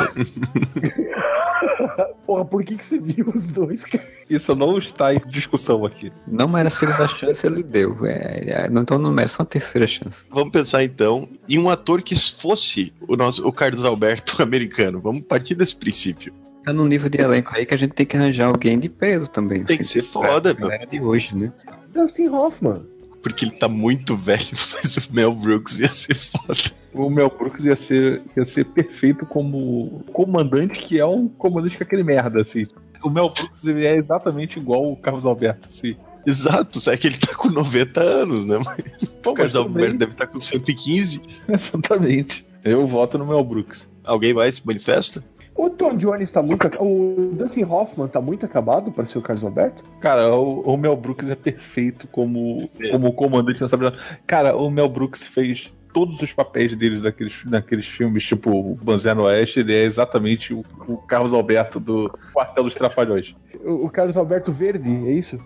Speaker 5: Porra, por que, que você viu os dois, cara?
Speaker 4: Isso não está em discussão aqui.
Speaker 3: Não merece a segunda chance, ele deu. É, é, não- então não merece uma terceira chance.
Speaker 6: Vamos pensar então em um ator que fosse o nosso o Carlos Alberto americano. Vamos partir desse princípio.
Speaker 3: Tá num nível de elenco aí que a gente tem que arranjar alguém de peso também.
Speaker 6: Tem que ser foda, meu.
Speaker 3: Galera de hoje, né?
Speaker 5: Dustin Hoffman.
Speaker 6: Porque ele tá muito velho, mas o Mel Brooks ia ser foda.
Speaker 4: O Mel Brooks ia ser, ia ser perfeito como comandante, que é um comandante com aquele merda, assim. O Mel Brooks ele é exatamente igual o Carlos Alberto, assim.
Speaker 6: Exato, só que ele tá com 90 anos, né? Mas, Pô, o
Speaker 4: mas
Speaker 6: Carlos
Speaker 4: tudo
Speaker 6: Alberto
Speaker 4: bem.
Speaker 6: deve estar com 115.
Speaker 4: Exatamente. Eu voto no Mel Brooks.
Speaker 6: Alguém vai se manifesta?
Speaker 5: O Tom Jones tá muito. ac- O Dustin Hoffman tá muito acabado pra ser o Carlos Alberto?
Speaker 4: Cara, o, o Mel Brooks é perfeito como, como comandante nessa briga. Cara, o Mel Brooks fez todos os papéis dele naqueles, naqueles filmes, tipo o Banzé no Oeste, ele é exatamente o, o Carlos Alberto do Quartel dos Trapalhões.
Speaker 5: O, o Carlos Alberto Verde, é isso?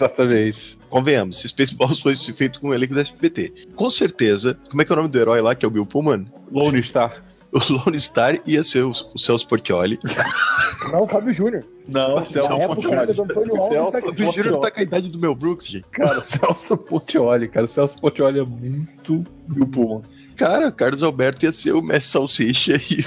Speaker 4: Exatamente.
Speaker 6: Convenhamos, se Space Balls fosse feito com o elenco da SBT. Com certeza, como é que é o nome do herói lá, que é o Bill Pullman?
Speaker 4: Lone Star.
Speaker 6: O Lone Star ia ser o, o Celso Portioli.
Speaker 5: Não, o Fábio Júnior.
Speaker 4: Não,
Speaker 5: Na
Speaker 4: Celso
Speaker 5: época era
Speaker 4: Portioli.
Speaker 5: do Antônio Alves.
Speaker 4: Celso
Speaker 5: tá-
Speaker 6: O Júnior tá com a idade do Mel Brooks, gente.
Speaker 4: Cara, Celso Portioli, cara. Celso Portioli é muito um. Bill Pullman.
Speaker 6: Cara, Carlos Alberto ia ser o Mestre Salsicha e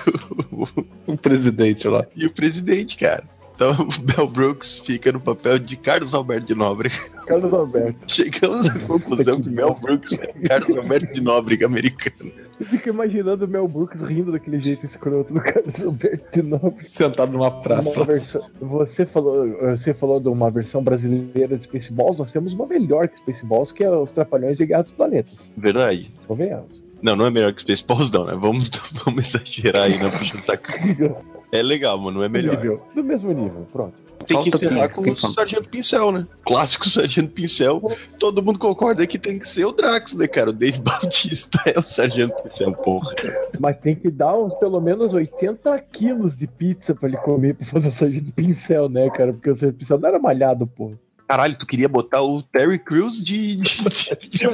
Speaker 6: o,
Speaker 4: O Um presidente lá.
Speaker 6: e o presidente, cara. Então o Mel Brooks fica no papel de Carlos Alberto de Nóbrega.
Speaker 5: Carlos Alberto.
Speaker 6: Chegamos à conclusão que Mel Brooks é Carlos Alberto de Nóbrega americano.
Speaker 5: Eu fico imaginando o Mel Brooks rindo daquele jeito escroto do Carlos Alberto de novo.
Speaker 4: Sentado numa praça.
Speaker 5: Uma versão- Você falou, você falou de uma versão brasileira de Spaceballs, nós temos uma melhor que Spaceballs, que é os Trapalhões de Guerra dos Planetas.
Speaker 6: Verdade.
Speaker 5: Convenhamos.
Speaker 6: Não, não é melhor que Spaceballs, não, né? Vamos, vamos exagerar aí na puxa do saco. É legal, mano, é melhor.
Speaker 5: Nível. Do mesmo nível, pronto.
Speaker 6: Tem que
Speaker 3: Falta
Speaker 6: encerrar
Speaker 3: quem?
Speaker 6: com
Speaker 3: Quem
Speaker 6: o
Speaker 3: falta?
Speaker 6: Sargento Pincel, né? Clássico Sargento Pincel. Todo mundo concorda que tem que ser o Drax, né, cara? O Dave Bautista é o Sargento Pincel, porra.
Speaker 5: Mas tem que dar uns, pelo menos 80 quilos de pizza pra ele comer pra fazer o sargento de pincel, né, cara? Porque o sargento de pincel não era malhado, pô.
Speaker 6: Caralho, tu queria botar o Terry Crews de. de- de- de-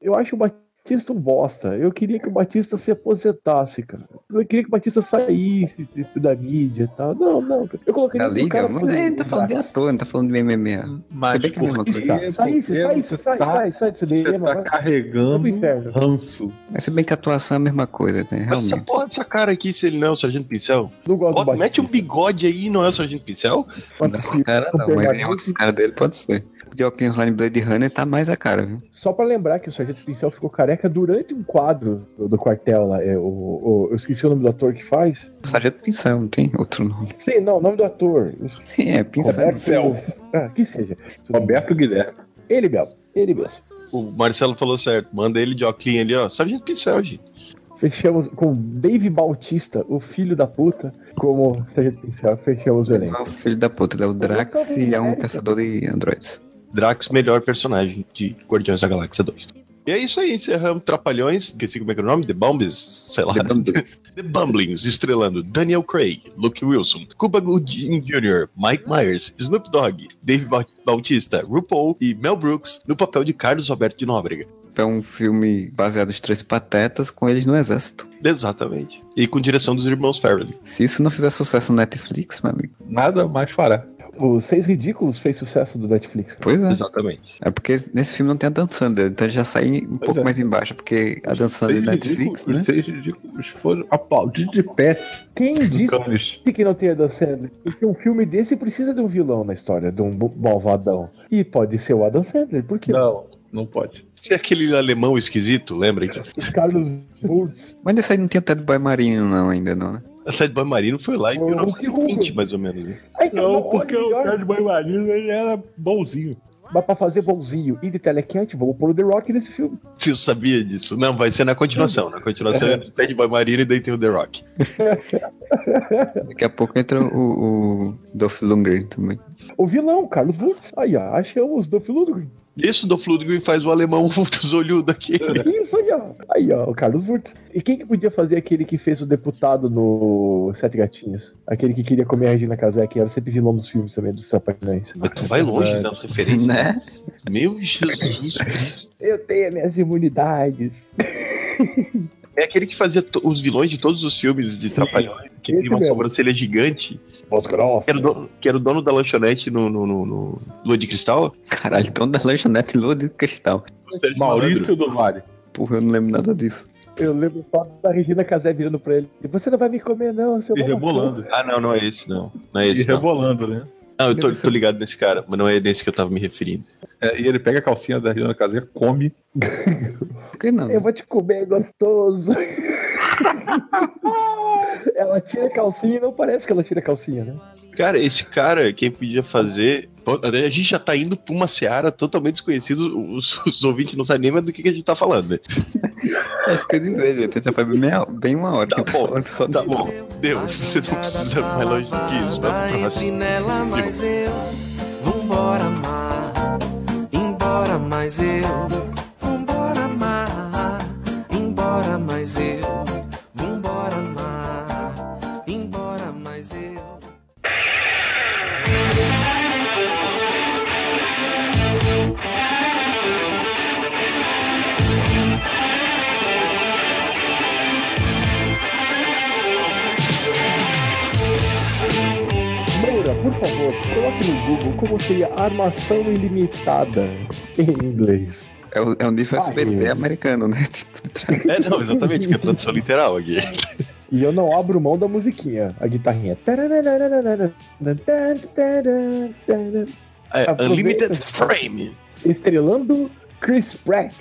Speaker 5: Eu acho uma Batista um bosta. Eu queria que o Batista se aposentasse, cara. Eu queria que o Batista saísse da mídia e tal. Não, não. cara. Eu coloquei
Speaker 3: Da liga? Mas ele tá falando de ator, não tá falando de MMA.
Speaker 4: Mas
Speaker 3: Se bem que é a mesma
Speaker 4: por quê?
Speaker 3: coisa.
Speaker 5: Sai,
Speaker 4: Porque
Speaker 5: sai,
Speaker 4: tá você
Speaker 5: sai,
Speaker 4: tá-
Speaker 5: sai, sai do
Speaker 4: Você
Speaker 5: cinema.
Speaker 4: tá
Speaker 5: vai-
Speaker 4: carregando
Speaker 5: pro inferno.
Speaker 4: ranço.
Speaker 3: Mas se bem que a atuação é a mesma coisa, né?
Speaker 6: Mas essa
Speaker 3: Realmente.
Speaker 6: porra dessa cara aqui, se ele não é o Sargento Pincel,
Speaker 5: Não gosto do
Speaker 6: bota,
Speaker 5: Batista.
Speaker 6: mete um bigode aí e não é o Sargento Pincel?
Speaker 3: Essa cara não, mas em outros caras dele pode ser. O de óculos lá em Blade Runner tá mais a cara, viu?
Speaker 5: Só pra lembrar que o Sargento Pincel ficou careca durante um quadro do, do quartel lá. É, o, o- eu esqueci o nome do ator que faz.
Speaker 3: Sargento Pincel, não tem outro nome.
Speaker 5: Sim, não, o nome do ator.
Speaker 3: Sim, é Pincel.
Speaker 5: Roberto-
Speaker 4: Pincel.
Speaker 5: Ah, que seja.
Speaker 4: Roberto Guilherme.
Speaker 5: Ele mesmo. Ele mesmo.
Speaker 6: O Marcelo falou certo, manda ele de óculos ali, ó. Sargento Pincel, gente.
Speaker 5: Fechamos com Dave Bautista, o filho da puta, como Sargento Pincel. Fechamos o
Speaker 3: Ele
Speaker 5: elenco.
Speaker 3: não é o filho da puta, ele é o Drax e é um caçador de androides.
Speaker 6: Drax, melhor personagem de Guardiões da Galáxia 2. E é isso aí, encerramos Trapalhões, esqueci como é que é o nome, The Bombs, sei lá.
Speaker 3: The Bumblings.
Speaker 6: The Bumblings, estrelando Daniel Craig, Luke Wilson, Cuba Gooding Jr., Mike Myers, Snoop Dogg, Dave Ba- Bautista, RuPaul e Mel Brooks no papel de Carlos Alberto de Nóbrega.
Speaker 3: É um filme baseado nos Três Patetas com eles no exército.
Speaker 6: Exatamente. E com direção dos irmãos Farrelly.
Speaker 3: Se isso não fizer sucesso no Netflix, meu amigo,
Speaker 4: Nada mais fará.
Speaker 5: O Seis Ridículos fez sucesso do Netflix.
Speaker 3: pois é.
Speaker 6: Exatamente.
Speaker 3: É porque nesse filme não tem a Dan Sandler, então ele já sai um pouco
Speaker 4: é.
Speaker 3: mais embaixo, porque a Dan
Speaker 4: Os
Speaker 3: Sandler
Speaker 4: seis
Speaker 3: do Netflix,
Speaker 4: ridículos-
Speaker 3: né?
Speaker 4: Os seis ridículos foram aplaudidos de pé.
Speaker 5: Quem disse
Speaker 4: Canes.
Speaker 5: que não tem a Dan Sandler? Porque um filme desse precisa de um vilão na história, de um bo- malvadão. E pode ser o Adam Sandler, por que não?
Speaker 4: Não, não pode.
Speaker 6: Se é aquele alemão esquisito, lembra?
Speaker 3: É.
Speaker 6: Que
Speaker 5: O Carlos Burtz.
Speaker 3: Mas nesse aí não tinha Ted Boy Marinho, não, ainda não, né?
Speaker 6: a Ted Boy Marino foi lá em
Speaker 5: O- o
Speaker 3: É,
Speaker 5: que
Speaker 6: 1920,
Speaker 5: rolou?
Speaker 6: mais ou menos. né?
Speaker 5: Ai, cara, olha, melhor.
Speaker 4: banho-marinho ele era bonzinho.
Speaker 5: Mas pra fazer bonzinho e de telecat, vamos pôr o The Rock nesse filme.
Speaker 6: Você sabia disso? Não, vai ser na continuação. Na continuação é do Ted Boy Marino e daí tem o The Rock.
Speaker 3: Daqui a pouco entra o, o Dolph Lundgren também.
Speaker 5: O vilão, Carlos Burtz. Aí, ó, achamos do Filudgren.
Speaker 6: Isso do Fludgren faz o alemão dos olhudos aquele.
Speaker 5: Isso aí, ó. Aí, ó, o Carlos Burtz. E quem que podia fazer aquele que fez o deputado no Sete Gatinhos? Aquele que queria comer a Regina Casé, que era sempre vilão dos filmes também, dos Trapalhões.
Speaker 6: Mas tu vai longe das referências.
Speaker 3: Né?
Speaker 6: Meu Jesus Cristo.
Speaker 5: Eu tenho minhas imunidades.
Speaker 6: É aquele que fazia to- os vilões de todos os filmes de Trapalhões, que
Speaker 5: esse
Speaker 6: tinha uma
Speaker 5: mesmo.
Speaker 6: sobrancelha gigante, que era, o dono, que era o dono da lanchonete no, no, no, no Lua de Cristal.
Speaker 3: Caralho, dono da lanchonete Lua de Cristal.
Speaker 6: O Sérgio Malandro.
Speaker 4: Maurício do Vale.
Speaker 3: Porra, eu não lembro nada disso.
Speaker 5: Eu lembro só da Regina Casé virando pra ele. Você não vai me comer, não, seu
Speaker 4: E
Speaker 5: babacão."
Speaker 4: rebolando.
Speaker 6: Ah, não, não é esse, não. Não é
Speaker 4: E
Speaker 6: esse, não.
Speaker 4: rebolando, né?
Speaker 6: Não, eu tô, tô ligado nesse cara, mas não é nesse que eu tava me referindo.
Speaker 4: É, e ele pega a calcinha da Regina Casé, come.
Speaker 3: Por que não?
Speaker 5: Eu vou te comer, gostoso. ela tira a calcinha e não parece que ela tira a calcinha, né?
Speaker 6: Cara, esse cara, quem podia fazer. A gente já tá indo pra uma seara totalmente desconhecida, os, os ouvintes não sabem nem mais do que, que a gente tá falando, né?
Speaker 3: É isso que eu ia dizer, gente. Já faz meia- bem uma hora que
Speaker 6: Tá
Speaker 3: eu tô
Speaker 6: bom,
Speaker 3: falando só
Speaker 6: Tá
Speaker 3: disso.
Speaker 6: bom, deu, você não precisa mais longe do que isso, vamos né? pra
Speaker 2: Entre
Speaker 6: próxima.
Speaker 2: nela, mas eu Vambora amar Embora, mas eu Vambora amar Embora, mas eu Vambora amar Embora, mas eu
Speaker 5: Moura, por favor, coloque no Google como seria armação ilimitada em inglês.
Speaker 3: É, o- é um nível
Speaker 5: Ah,
Speaker 3: SBT
Speaker 5: é.
Speaker 3: americano, né? Tipo,
Speaker 6: É, não, exatamente, porque é tradução literal aqui.
Speaker 5: E eu não abro mão da musiquinha, a guitarrinha.
Speaker 6: É,
Speaker 5: Aproveita.
Speaker 6: Unlimited Frame.
Speaker 5: Estrelando Chris Pratt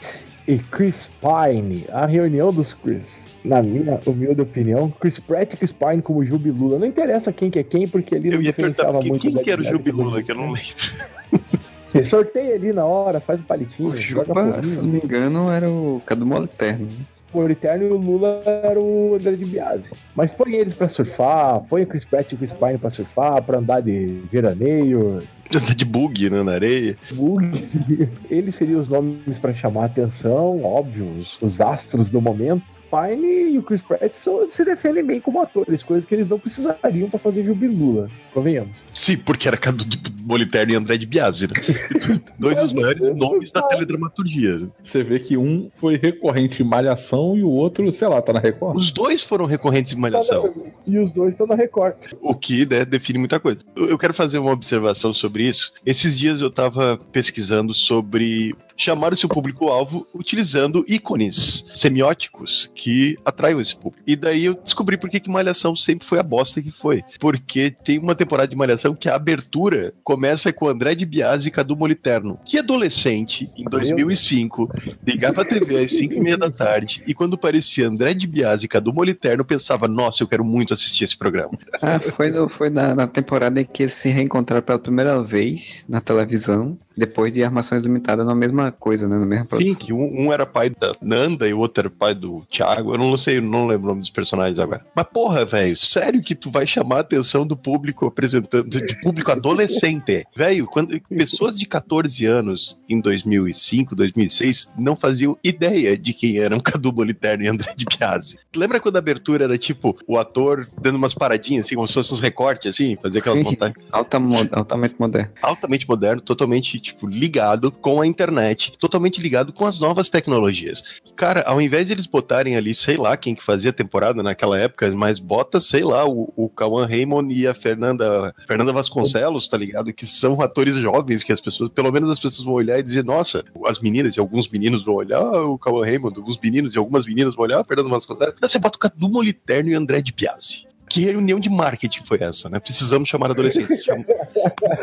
Speaker 5: e Chris Pine. A reunião dos Chris. Na minha humilde opinião, Chris Pratt e Chris Pine como Jubilula. Não interessa quem que é quem, porque ele
Speaker 6: Eu
Speaker 5: não
Speaker 6: ia perguntar
Speaker 5: diferenciava
Speaker 6: porque
Speaker 5: muito.
Speaker 6: quem
Speaker 5: da
Speaker 6: que era o
Speaker 5: atividade
Speaker 6: Jubilula,
Speaker 5: do-
Speaker 6: que eu não lembro.
Speaker 5: Você sorteia ali na hora, faz o palitinho,
Speaker 3: o
Speaker 5: joga né?
Speaker 3: Juba, se eu não
Speaker 5: porrinho.
Speaker 3: me engano, era o cara do Molo Terno.
Speaker 5: Foi o Eterno e o Lula era o André de Biase. Mas põe eles pra surfar, põe o Chris Pratt e o Chris Pine pra surfar, pra andar de veraneio,
Speaker 6: Tá de bug, né, na areia.
Speaker 5: bug. Eles seriam os nomes pra chamar a atenção, óbvio, os, os astros do momento. Pine e o Chris Pratt são- se defendem bem como atores, coisas que eles não precisariam pra fazer Jubilula, convenhamos.
Speaker 6: Sim, porque era Cadu de Moliterno e André de Biasi, né? Dois dos maiores nomes da teledramaturgia. né?
Speaker 4: Você vê que um foi recorrente em Malhação e o outro, sei lá, tá na Record.
Speaker 6: Os dois foram recorrentes em Malhação.
Speaker 5: E os dois estão na Record.
Speaker 6: O que né, define muita coisa. Eu eu quero fazer uma observação sobre isso. Esses dias eu estava pesquisando sobre chamar o seu público-alvo utilizando ícones semióticos que atraiam esse público. E daí eu descobri por que que Malhação sempre foi a bosta que foi. Porque tem uma temporada de Malhação que a abertura começa com André de Biasi e Cadu Moliterno, que adolescente, em 2005, ligava a TV às 5 e meia da tarde e quando parecia André de Biasi e Cadu Moliterno, pensava, nossa, eu quero muito assistir esse programa.
Speaker 3: Ah, foi, no- foi na, na temporada em que eles se reencontraram pela primeira vez na televisão, depois de Armações Limitadas, na mesma coisa, né? Na mesma
Speaker 6: Sim,
Speaker 3: produção.
Speaker 6: que um, um era pai da Nanda e o outro era pai do Thiago. Eu não sei, eu não lembro o nome dos personagens agora. Mas porra, velho, sério que tu vai chamar a atenção do público apresentando, de público adolescente? velho, quando pessoas de 14 anos em 2005, 2006 não faziam ideia de quem eram Cadu Boliterno e André de Biasi. Lembra quando a abertura era tipo o ator dando umas paradinhas assim, como se fosse uns recortes assim, fazer aquelas
Speaker 3: Sim.
Speaker 6: montagens?
Speaker 3: Alta mo- altamente moderno.
Speaker 6: altamente moderno, totalmente tipo ligado com a internet, totalmente ligado com as novas tecnologias. Cara, ao invés de eles botarem ali, sei lá, quem que fazia a temporada naquela época, mas bota, sei lá, o, o Cauã Raymond e a Fernanda, Fernanda Vasconcelos, tá ligado? Que são atores jovens que as pessoas, pelo menos as pessoas vão olhar e dizer, nossa, as meninas e alguns meninos vão olhar, "Ah, o Cauã Raymond, alguns meninos e algumas meninas vão olhar, a Fernanda Vasconcelos. Aí Você bota o Cadu Moliterno e André de Biasi. Que reunião de marketing foi essa, né? Precisamos chamar adolescentes. Cham-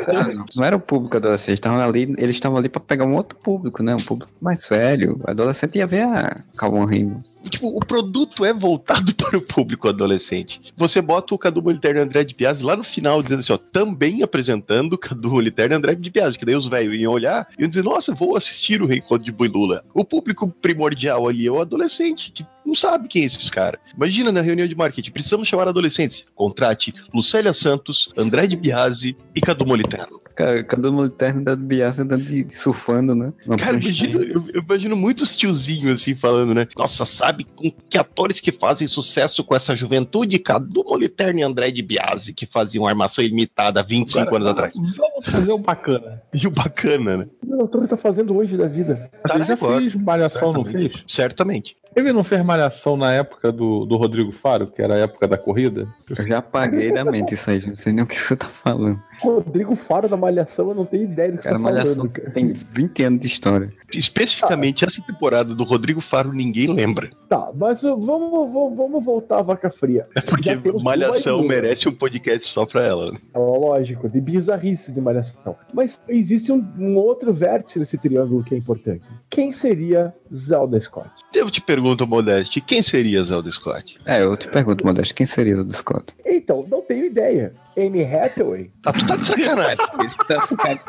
Speaker 3: Ah, não. não era o público adolescente, estavam ali, eles estavam ali pra pegar um outro público, né? Um público mais velho. O adolescente ia ver a Calvão Rimo.
Speaker 6: Tipo, o produto é voltado para o público adolescente. Você bota o Cadu Moliterno e André de Biasi lá no final, dizendo assim, ó, também apresentando Cadu Moliterno e André de Biasi, que daí os velhos iam olhar e iam dizer, nossa, vou assistir o Reencontro de Builula. O público primordial ali é o adolescente, que não sabe quem é esses caras. Imagina na reunião de marketing, precisamos chamar adolescentes. Contrate Lucélia Santos, André de Biasi e Cadu Moliterno.
Speaker 3: Cara, Cadu Moliterno da Biasa andando de surfando, né? Uma
Speaker 6: Cara,
Speaker 3: pranchinha.
Speaker 6: imagina, eu, eu imagino muitos tiozinhos assim falando, né? Nossa, sabe com que atores que fazem sucesso com essa juventude? Cadu Moliterno e André de Biasi, que faziam armação ilimitada há 25 anos atrás.
Speaker 4: Vamos fazer um bacana.
Speaker 6: E o bacana, né?
Speaker 5: Não, o que tá fazendo hoje da vida.
Speaker 4: Você
Speaker 6: Tá
Speaker 4: Assim, já
Speaker 6: agora.
Speaker 4: fez Malhação, não
Speaker 6: Certamente.
Speaker 4: fez?
Speaker 6: Certamente.
Speaker 4: Ele não fez Malhação na época do, do Rodrigo Faro, que era a época da corrida?
Speaker 3: Eu já apaguei da mente isso aí, gente. não sei nem o que você tá falando.
Speaker 5: Rodrigo Faro da Malhação, eu não tenho ideia do que
Speaker 3: Cara,
Speaker 5: tá
Speaker 3: Malhação
Speaker 5: falando, cara.
Speaker 3: tem 20 anos de história.
Speaker 6: Especificamente essa temporada do Rodrigo Faro, ninguém lembra.
Speaker 5: Tá, mas uh, vamos, vamos, vamos voltar à vaca fria.
Speaker 6: É porque
Speaker 5: Já temos
Speaker 6: Malhação
Speaker 5: mais uma.
Speaker 6: merece um podcast só pra ela. né?
Speaker 5: É Lógico, de bizarrice de Malhação. Mas existe um, um outro vértice nesse triângulo que é importante. Quem seria Zelda Scott?
Speaker 6: Eu te pergunto, Modeste, quem seria Zelda Scott?
Speaker 3: É, eu te pergunto, Modesto, quem seria o do Scott?
Speaker 5: Então, não tenho ideia. Anne Hathaway?
Speaker 6: Tá, tu tá de sacanagem.
Speaker 3: tá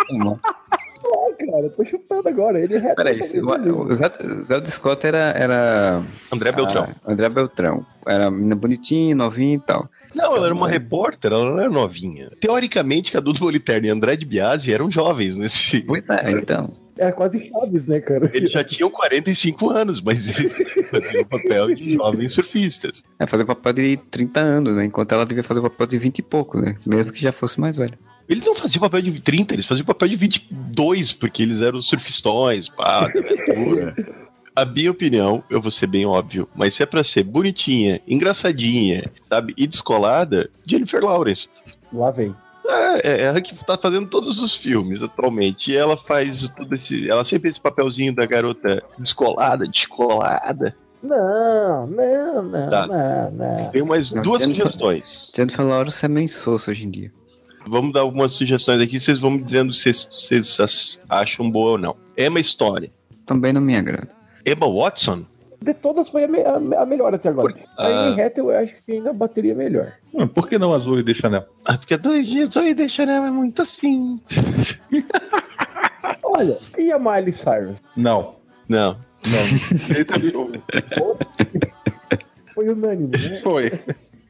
Speaker 5: Ah, cara, eu tô chutando agora. Anne Hathaway. tá
Speaker 3: Peraí,
Speaker 5: talvez
Speaker 3: o,
Speaker 5: não.
Speaker 3: o Zé, o Zé do Scott era, era
Speaker 6: André Beltrão.
Speaker 3: Ah, André Beltrão. Era menina bonitinha, novinha e tal.
Speaker 6: Não, ela era uma repórter, ela não era novinha. Teoricamente, Cadu do Moliterno e André de Biasi eram jovens nesse.
Speaker 3: Pois é, então.
Speaker 5: É quase Chaves, né, cara?
Speaker 6: Eles já tinham 45 anos, mas eles faziam o papel de jovens surfistas.
Speaker 3: É fazer o papel de 30 anos, né? Enquanto ela devia fazer o papel de 20 e pouco, né? Mesmo que já fosse mais velha.
Speaker 6: Eles não faziam papel de 30, eles faziam papel de 22, porque eles eram surfistões, pá, da aventura. A minha opinião, eu vou ser bem óbvio, mas se é pra ser bonitinha, engraçadinha, sabe, e descolada, Jennifer Lawrence.
Speaker 5: Lá vem.
Speaker 6: É, é ela que tá fazendo todos os filmes atualmente. E ela faz tudo esse. Ela sempre tem esse papelzinho da garota descolada, descolada.
Speaker 5: Não, não, não,
Speaker 6: Tá.
Speaker 5: não, não.
Speaker 6: Tem umas
Speaker 3: Não,
Speaker 6: duas
Speaker 3: eu não-
Speaker 6: sugestões.
Speaker 3: Jennifer Lawrence é meio insosso hoje em dia.
Speaker 6: Vamos dar algumas sugestões aqui, vocês vão me dizendo se vocês- vocês as- acham boa ou não. Emma Stone.
Speaker 3: Também não me agrada.
Speaker 6: Emma Watson?
Speaker 5: De todas foi a, me- a- a melhor até agora. A
Speaker 6: Ah.
Speaker 5: Anne Hathaway eu acho que ainda bateria melhor.
Speaker 4: Hum, por que não Azul e deixa nela?
Speaker 6: Ah, porque dois dias só ia deixar ela muito assim.
Speaker 5: Olha, e a Miley Cyrus?
Speaker 4: Não.
Speaker 6: Não.
Speaker 4: Não.
Speaker 5: Foi unânime, né?
Speaker 4: Foi.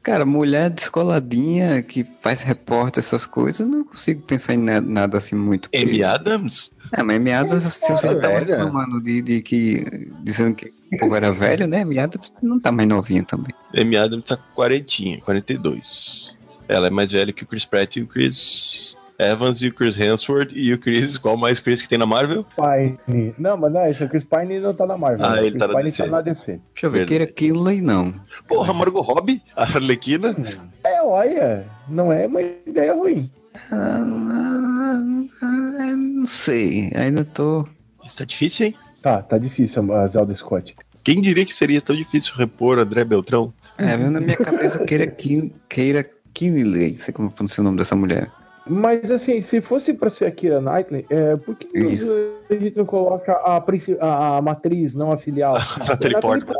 Speaker 3: Cara, mulher descoladinha que faz repórter, essas coisas, eu não consigo pensar em na- nada assim muito.
Speaker 6: Amy Adams?
Speaker 3: É, mas Amy Adams, se você
Speaker 4: Cara,
Speaker 3: tava
Speaker 4: velho.
Speaker 3: reclamando de, de que. dizendo que O povo era velho, né? Miada não tá mais novinho também.
Speaker 6: Amy Adams tá com 40, 42. Ela é mais velha que o Chris Pratt e o Chris Evans e o Chris Hemsworth e o Chris, qual mais Chris que tem na Marvel?
Speaker 5: Pine. Não, mas não é isso. O Chris Pine não tá na Marvel.
Speaker 6: Ah,
Speaker 5: né? O
Speaker 6: ele
Speaker 5: Chris
Speaker 6: tá na
Speaker 5: Pine
Speaker 6: DC.
Speaker 5: tá na DC.
Speaker 3: Deixa eu ver,
Speaker 6: Verdade.
Speaker 3: Keira Kinley não.
Speaker 6: Porra, Margot Robbie, a Arlequina.
Speaker 5: É, olha. Não é uma ideia ruim.
Speaker 3: Ah, ah, ah, não sei, ainda tô.
Speaker 6: Isso tá difícil, hein?
Speaker 5: Tá, tá difícil a Zelda Scott.
Speaker 6: Quem diria que seria tão difícil repor André Beltrão?
Speaker 3: É, veio na minha cabeça Keira Kin- Keira Kinley, não sei como pronuncia o nome dessa mulher.
Speaker 5: Mas assim, se fosse pra ser a Kira Knightley, é, por que
Speaker 3: Isso.
Speaker 5: a gente não coloca a, princi- a, a matriz, não a filial?
Speaker 6: Natalie Portman.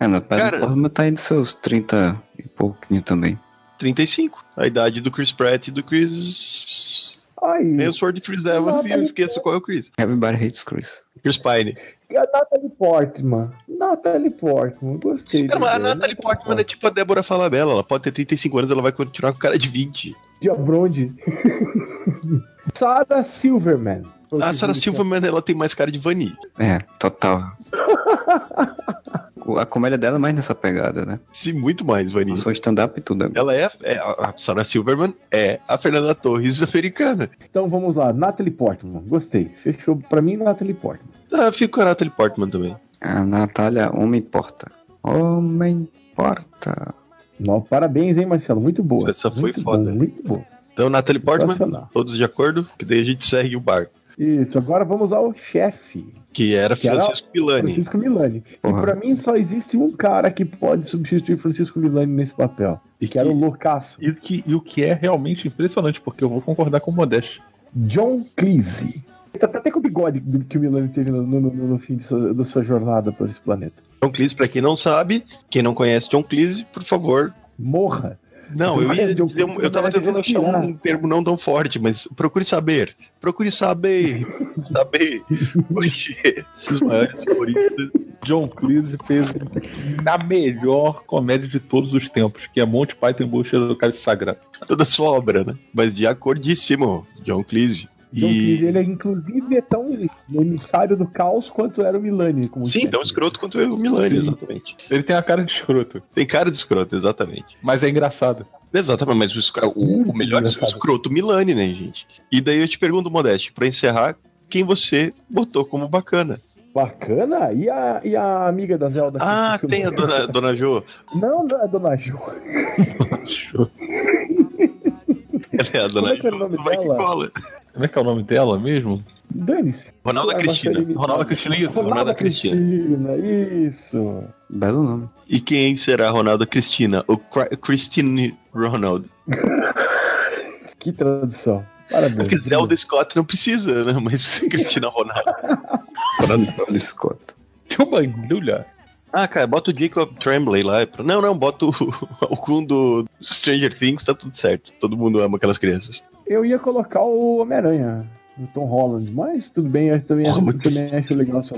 Speaker 3: É, na Pedra
Speaker 6: Cara-
Speaker 3: Porma tá aí nos seus 30 e pouquinho também.
Speaker 6: 35. A idade do Chris Pratt e do Chris.
Speaker 5: Aí,
Speaker 6: Hemsworth e Chris Evans. E eu
Speaker 5: Natalie
Speaker 6: esqueço qual é o Chris.
Speaker 3: Everybody hates Chris.
Speaker 6: Chris Pine.
Speaker 5: e a Natalie Portman. Natalie Portman, gostei. né?
Speaker 6: Cara, mas a
Speaker 5: da ideia.
Speaker 6: Natalie Portman é tipo a Débora Falabella. Ela pode ter 35 anos, ela vai continuar com cara de 20.
Speaker 5: De Abronde. Sarah Silverman.
Speaker 6: A Ah, Sarah Silverman, ela tem mais cara de Vani.
Speaker 3: É, total. O- a comédia dela é mais nessa pegada, né?
Speaker 6: Sim, muito mais Vani.
Speaker 3: Sou stand-up e tudo.
Speaker 6: Ela é, é- A Sarah Silverman é a Fernanda Torres americana.
Speaker 5: Então vamos lá, Natalie Portman. Gostei. Fechou pra mim, Natalie Portman.
Speaker 6: Ah, fico com a Natalie Portman também.
Speaker 3: A Natália, homem porta. Homem porta.
Speaker 5: Nó, parabéns, hein, Marcelo? Muito boa.
Speaker 6: Essa foi
Speaker 5: muito
Speaker 6: foda.
Speaker 5: bom, muito boa.
Speaker 6: Então, Natalie Portman,
Speaker 5: Sensacional.
Speaker 6: todos de acordo? Que daí a gente segue o barco.
Speaker 5: Isso, agora vamos ao chefe.
Speaker 6: Que era
Speaker 5: Que era-
Speaker 6: Francisco Pilani.
Speaker 5: Francisco Milani. E
Speaker 3: Porra.
Speaker 5: pra mim só existe um cara que pode substituir Francisco Milani nesse papel. E que era o loucaço.
Speaker 4: E o, que, e o que é realmente impressionante, porque eu vou concordar com o Modeste.
Speaker 5: John Cleese. Tá tá até com o bigode do- que o Milani teve no, no- no- no fim de sua, da sua jornada por esse planeta.
Speaker 6: John Cleese, pra quem não sabe, quem não conhece John Cleese, por favor.
Speaker 5: Morra.
Speaker 6: Não, eu ia
Speaker 5: Mas John
Speaker 6: dizer, um- eu,
Speaker 5: Cleese né?
Speaker 6: tava
Speaker 5: merece
Speaker 6: tentando achar
Speaker 5: respirar.
Speaker 6: um termo não tão forte, mas procure saber. Procure saber. saber. Porque os maiores humoristas.
Speaker 4: John Cleese fez a melhor comédia de todos os tempos, que é Monty Python e o Bucheiro do Cálice Sagrado.
Speaker 6: é Toda a sua obra, né? Mas de acordíssimo, John Cleese.
Speaker 5: John Cleese,
Speaker 6: E.
Speaker 5: ele é, inclusive é tão emissário do caos quanto era o Milani. Como
Speaker 6: Sim,
Speaker 5: chefe.
Speaker 6: tão escroto quanto o Milani,
Speaker 4: Sim.
Speaker 6: exatamente.
Speaker 4: Ele tem a cara de escroto,
Speaker 6: Tem cara de escroto, exatamente.
Speaker 4: mas é engraçado.
Speaker 6: Exatamente, mas o, escra- o- o melhor é o escroto Milani, né, gente? E daí eu te pergunto, Modeste, pra encerrar, quem você botou como bacana?
Speaker 5: Bacana. E a, e a amiga da Zelda?
Speaker 6: Ah,
Speaker 5: Francisco
Speaker 6: tem a
Speaker 5: Milani?
Speaker 6: dona, dona Jo.
Speaker 5: Não, não é a dona Jo.
Speaker 6: Ela é a dona
Speaker 5: é que é o nome
Speaker 6: Jo. Vai que
Speaker 5: dela?
Speaker 6: cola.
Speaker 4: Como é que é o nome dela mesmo?
Speaker 5: Dane-se.
Speaker 6: Ronalda
Speaker 5: Ah,
Speaker 6: Cristina.
Speaker 5: Marcelinho.
Speaker 4: Ronaldo Cristina isso.
Speaker 5: Ronalda
Speaker 6: Ronalda Cristina.
Speaker 5: Cristina. Isso.
Speaker 3: Belo nome.
Speaker 6: E quem será a Ronalda Cristina? O Cri- Christine Ronald.
Speaker 5: Que tradução. Parabéns.
Speaker 6: Porque Zelda Scott não precisa, né? Mas Cristina Ronaldo.
Speaker 3: Olha o Scott.
Speaker 4: Que bandulha.
Speaker 6: Ah, cara, bota o Jacob Tremblay lá. Não, não, bota o, o Kun do Stranger Things, tá tudo certo. Todo mundo ama aquelas crianças.
Speaker 5: Eu ia colocar o Homem-Aranha, o Tom Holland, mas tudo bem, eu também,
Speaker 6: Porra,
Speaker 5: acho,
Speaker 6: mas-
Speaker 5: também acho legal só.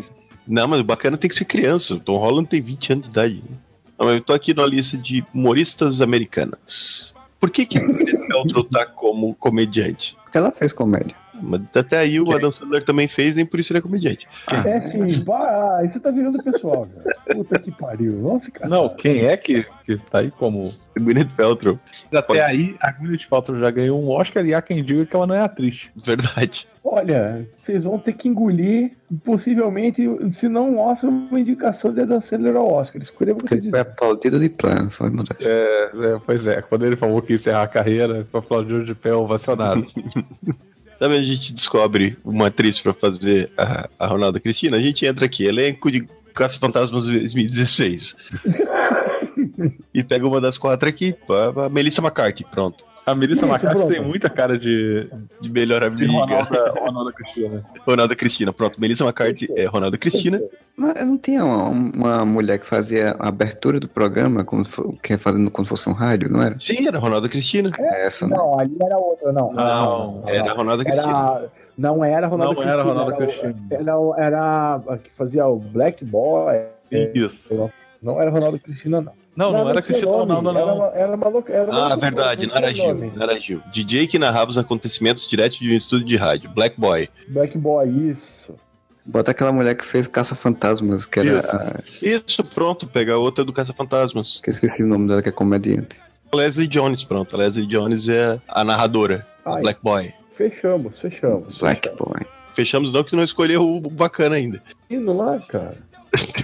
Speaker 6: Não, mas o bacana tem que ser criança. O Tom Holland tem 20 anos de idade. né? Não, eu tô aqui na lista de humoristas americanas. Por que que Gwyneth Paltrow tá como comediante?
Speaker 3: Porque ela fez comédia.
Speaker 6: Mas até aí o Adam Sandler também fez, nem por isso ele é comediante.
Speaker 5: É assim, pá, isso tá virando pessoal, cara. Puta que pariu. Nossa, cara.
Speaker 4: Não, quem é que, que tá aí como.
Speaker 6: Gwyneth Paltrow, Pode.
Speaker 4: Até aí, a Gwyneth Paltrow já ganhou um Oscar e há quem diga que ela não é atriz.
Speaker 6: verdade.
Speaker 5: Olha, vocês vão ter que engolir, possivelmente, se não um Oscar, uma indicação de Adam Sandler ao Oscar. Escolha o que
Speaker 3: Porque
Speaker 5: você
Speaker 3: ele foi
Speaker 5: diz.
Speaker 3: aplaudido de plano, foi modesto.
Speaker 4: É, pois é, quando ele falou que ia encerrar a carreira, foi aplaudido de pé ovacionado.
Speaker 6: Sabe, a gente descobre uma atriz pra fazer a, a Ronalda Cristina, a gente entra aqui, elenco de Caça Fantasmas 2016. e pega uma das quatro aqui, pá, a Melissa McCarthy, pronto.
Speaker 4: A Melissa
Speaker 5: Isso,
Speaker 4: McCarthy
Speaker 5: pronto.
Speaker 4: tem muita cara de,
Speaker 6: De melhor
Speaker 4: de
Speaker 6: amiga.
Speaker 4: Ronalda, Ronalda Cristina.
Speaker 6: Ronalda Cristina, pronto. Melissa McCarthy é Ronalda Cristina.
Speaker 3: Mas não tinha uma, uma mulher que fazia a abertura do programa, como fo- que é fazendo como se fosse um rádio, não era?
Speaker 6: Sim, era Ronalda Cristina.
Speaker 3: É essa, né?
Speaker 5: Não, ali era outra, não.
Speaker 4: Não,
Speaker 6: Era Ronalda Cristina.
Speaker 5: Era, não era Ronaldo
Speaker 4: Não era Ronaldo Cristina.
Speaker 5: Era, o- era a que fazia o Black Boy.
Speaker 4: Isso.
Speaker 5: Não era Ronaldo Cristina, não.
Speaker 4: Não, não, era
Speaker 5: tinha
Speaker 4: Cristina
Speaker 5: nome,
Speaker 4: Ronaldo,
Speaker 5: Era,
Speaker 4: não.
Speaker 5: uma- era maluco. Era
Speaker 6: Ah,
Speaker 5: maluco,
Speaker 6: verdade, não era
Speaker 5: tinha
Speaker 6: Gil.
Speaker 5: nome.
Speaker 4: né?
Speaker 6: Não era Gil. DJ que narrava os acontecimentos direto de um estúdio de rádio. Black Boy.
Speaker 5: Black Boy, isso.
Speaker 3: Bota aquela mulher que fez Caça-Fantasmas, que era.
Speaker 6: Isso.
Speaker 3: a-
Speaker 6: Isso, pronto, pega outra do Caça-Fantasmas.
Speaker 3: que eu esqueci o nome dela, que é comediante.
Speaker 6: Leslie Jones, pronto. A Leslie Jones é a narradora, a
Speaker 5: Ai.
Speaker 6: Black Boy.
Speaker 5: Fechamos, fechamos. Tá
Speaker 3: Black Boy.
Speaker 6: Fechamos não que não escolheu o bacana ainda.
Speaker 5: Indo lá, cara.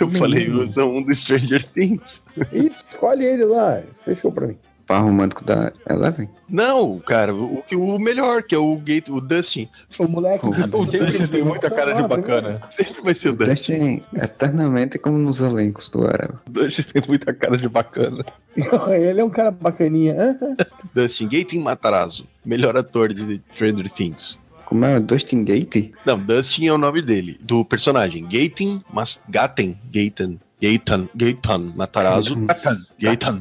Speaker 6: Eu falei, usa um do Stranger Things.
Speaker 5: Isso, escolhe ele lá. Fechou pra mim.
Speaker 3: Par romântico da Eleven?
Speaker 6: Não, cara, o, que- o melhor, que é o Gate, o Dustin.
Speaker 5: O moleque
Speaker 3: O
Speaker 4: O Dustin tem muita cara
Speaker 5: Tá
Speaker 4: de bacana.
Speaker 6: Sempre vai ser o Dustin.
Speaker 3: Dustin eternamente como nos elencos do Areva.
Speaker 4: O Dustin tem muita cara de bacana.
Speaker 5: Ele é um cara bacaninha. Aham.
Speaker 6: Dustin Gate em Matarazzo. Melhor ator de Stranger Things.
Speaker 3: Como é? Dustin Gate?
Speaker 6: Não, Dustin é o nome dele, do personagem. Gaten, mas Gaten, Gaten, Gaten, Gaten Matarazzo. Gaten, Gaten,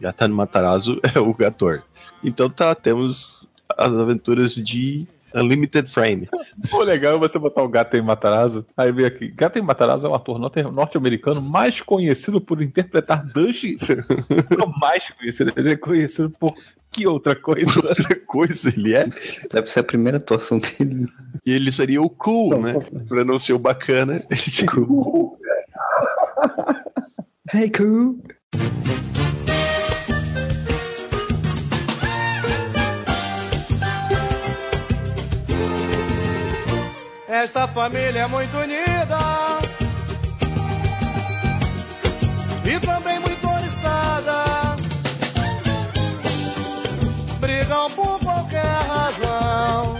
Speaker 6: Gaten Matarazzo é o Gator. Então tá, temos as aventuras de Unlimited Frame.
Speaker 4: Pô, legal é você botar o Gaten Matarazzo. Aí vem aqui. Gaten Matarazzo é um ator norte- norte-americano mais conhecido por interpretar Dustin. Não mais conhecido, ele é conhecido por que outra coisa?
Speaker 6: Outra coisa ele é.
Speaker 3: Deve ser a primeira atuação dele.
Speaker 6: E ele seria o cool,
Speaker 5: Não,
Speaker 6: né?
Speaker 5: não.
Speaker 6: Pra não ser o bacana. Ele seria o cool.
Speaker 3: Hey, cool!
Speaker 2: Esta família é muito unida e também muito oriçada. Brigam por qualquer razão,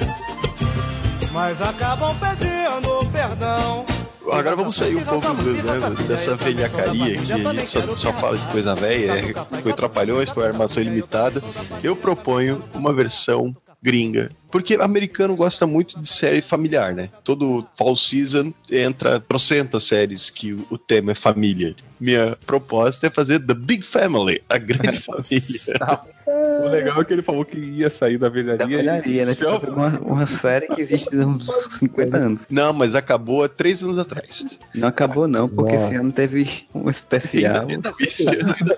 Speaker 2: mas acabam pedindo perdão.
Speaker 6: Agora vamos sair um pouco do- né, dessa velhacaria que a gente só, só fala de coisa velha. é, Foi Trapalhões, foi Armação Ilimitada. Eu proponho uma versão gringa. Porque americano gosta muito de série familiar, né? Todo fall season entra trocentas séries que o o tema é família. Minha proposta é fazer The Big Family, a grande família.
Speaker 4: o legal é que ele falou que ia sair da
Speaker 3: Da
Speaker 4: velharia.
Speaker 3: velharia, né? Tipo,
Speaker 4: Então-
Speaker 3: uma, uma série que existe há uns 50 anos.
Speaker 6: Não, mas acabou há três anos atrás.
Speaker 3: Não acabou, não, porque
Speaker 5: Nossa.
Speaker 3: esse ano teve um especial.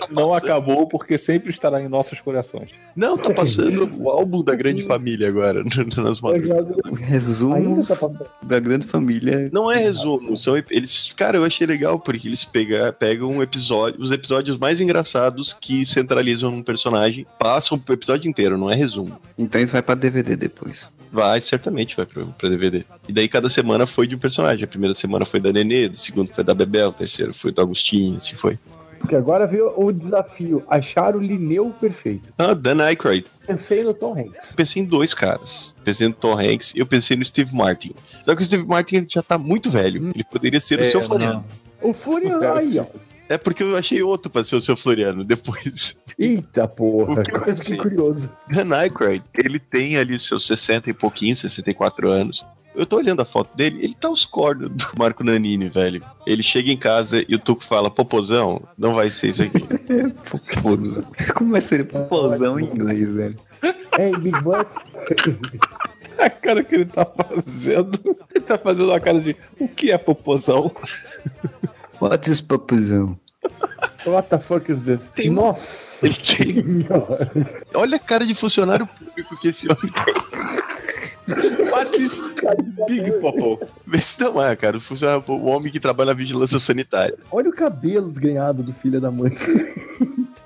Speaker 4: Não acabou porque sempre estará em nossos corações.
Speaker 6: Não, tá passando o álbum da Grande Família agora nas madrugadas.
Speaker 3: um
Speaker 5: Ainda
Speaker 3: resumo
Speaker 5: tá passando.
Speaker 3: da grande família.
Speaker 6: Não é resumo, são ep- eles, cara, eu achei legal porque eles pega, pegam um episódio, os episódios mais engraçados que centralizam um personagem, passam o episódio inteiro, não é resumo.
Speaker 3: Então isso vai pra DVD depois.
Speaker 6: Vai, certamente vai pra, pra DVD. E daí cada semana foi de um personagem. A primeira semana foi da Nenê, a segunda foi da Bebel, a terceira foi do Agostinho, assim foi.
Speaker 5: Porque agora veio o desafio: achar o Lineu perfeito.
Speaker 6: Ah, Dan Aykroyd.
Speaker 5: Pensei no Tom Hanks.
Speaker 6: pensei em dois caras. Pensei no Tom Hanks e eu pensei no Steve Martin. Só que o Steve Martin ele já tá muito velho. Ele poderia ser o seu Floriano.
Speaker 5: O Fúria aí, ó.
Speaker 6: É porque eu achei outro pra ser o seu Floriano depois.
Speaker 5: Eita porra,
Speaker 6: O que eu
Speaker 5: agora eu
Speaker 6: pensei?
Speaker 5: fiquei curioso.
Speaker 6: Dan Aykroyd, ele tem ali os seus 60 e pouquinho, 64 anos. Eu tô olhando a foto dele, ele tá os cornos do Marco Nanini, velho. Ele chega em casa e o Tuco fala, popozão, não vai ser isso aqui.
Speaker 3: Popozão. Como vai ser popozão em inglês, velho?
Speaker 5: Hey, É, Big Butt.
Speaker 4: A cara que ele tá fazendo. Ele tá fazendo uma cara de o que é popozão?
Speaker 3: What is popozão?
Speaker 5: What the fuck is this?
Speaker 6: Tem- um
Speaker 5: Nossa
Speaker 6: Ele tem...
Speaker 5: senhora.
Speaker 6: Olha a cara de funcionário público que esse homem
Speaker 4: What is Big Popo?
Speaker 6: Vê se não é, cara. O funcionário- o homem que trabalha na vigilância sanitária.
Speaker 5: Olha o cabelo desgrenhado do filho da mãe.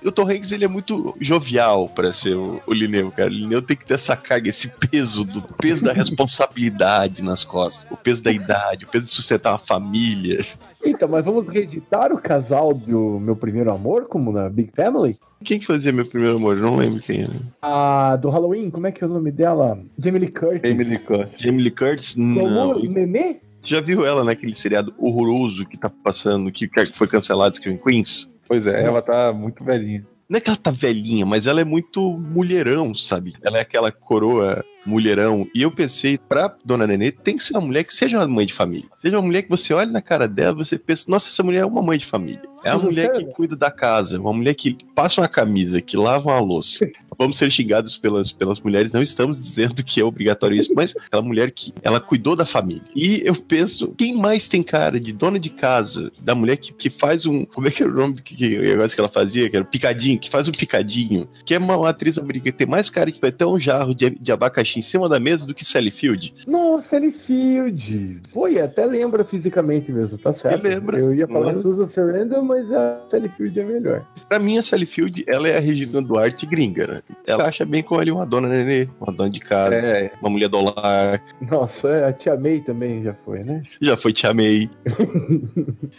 Speaker 6: o Tom Hanks ele é muito jovial pra ser o, o Lineu, cara. O Lineu tem que ter essa carga, esse peso, do peso da responsabilidade nas costas, o peso da idade, o peso de sustentar uma família.
Speaker 5: Então, mas vamos reeditar o casal do Meu Primeiro Amor, como na Big Family?
Speaker 6: Quem que fazia meu primeiro amor? Eu não lembro quem era.
Speaker 5: A do Halloween, como é que é o nome dela? Jamie Lee Curtis.
Speaker 4: Emily Curtis.
Speaker 6: Jamie Lee Curtis?
Speaker 5: Tomou
Speaker 6: Não.
Speaker 5: um nenê?
Speaker 6: Já viu ela naquele seriado horroroso que tá passando, que foi cancelado, Scream Queens?
Speaker 4: Pois é, ela tá muito velhinha.
Speaker 6: Não é que ela tá velhinha, mas ela é muito mulherão, sabe? Ela é aquela coroa mulherão. E eu pensei, pra Dona Nenê, tem que ser uma mulher que seja uma mãe de família. Seja uma mulher que você olha na cara dela e você pensa, nossa, essa mulher é uma mãe de família. É uma
Speaker 5: Mas
Speaker 6: mulher
Speaker 5: sério?
Speaker 6: que cuida da casa, uma mulher que passa uma camisa, que lava uma louça, vamos ser xingados pelas, pelas mulheres, não estamos dizendo que é obrigatório isso, mas aquela mulher que ela cuidou da família. E eu penso, quem mais tem cara de dona de casa, da mulher que, que faz um. Como é que era o nome que, que, negócio que ela fazia? Que era picadinho, que faz um picadinho, que é uma, uma atriz americana, tem mais cara que vai ter um jarro de, de abacaxi em cima da mesa do que Sally Field.
Speaker 5: Nossa, ele Field. Pô, e até lembra fisicamente mesmo, tá certo?
Speaker 6: lembra.
Speaker 5: Eu ia falar
Speaker 6: Lembra.
Speaker 5: Susan Sarandon, mas a Sally Field é melhor.
Speaker 6: Pra mim, a Sally Field, ela é a Regina Duarte gringa, né? Ela acha bem com ele uma dona né, nenê, uma dona de casa,
Speaker 4: É,
Speaker 6: uma mulher do lar,
Speaker 5: Nossa, é, a Tia May também já foi, né?
Speaker 6: já foi Tia May.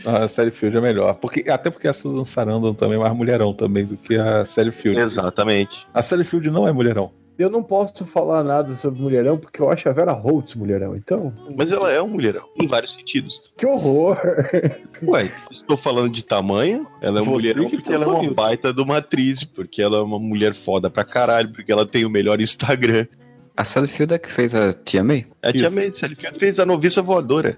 Speaker 4: a série Field é melhor. Porque, até porque a Susan Sarandon também é mais mulherão também do que a série Field.
Speaker 6: Exatamente.
Speaker 4: A série Field não é mulherão.
Speaker 5: Eu não posso falar nada sobre mulherão, porque eu acho a Vera Holtz mulherão, então.
Speaker 6: Mas ela é um mulherão, em vários sentidos.
Speaker 5: Que horror!
Speaker 6: Ué, estou falando de tamanho, ela é uma
Speaker 4: Você
Speaker 6: mulherão
Speaker 4: que
Speaker 6: porque ela é uma
Speaker 4: pensou nisso.
Speaker 6: baita de uma atriz, porque ela é uma mulher foda pra caralho, porque ela tem o melhor Instagram.
Speaker 3: A Sally Field é que fez a Tia May?
Speaker 6: A Tia
Speaker 4: Isso.
Speaker 6: May, Sally Field fez a noviça voadora.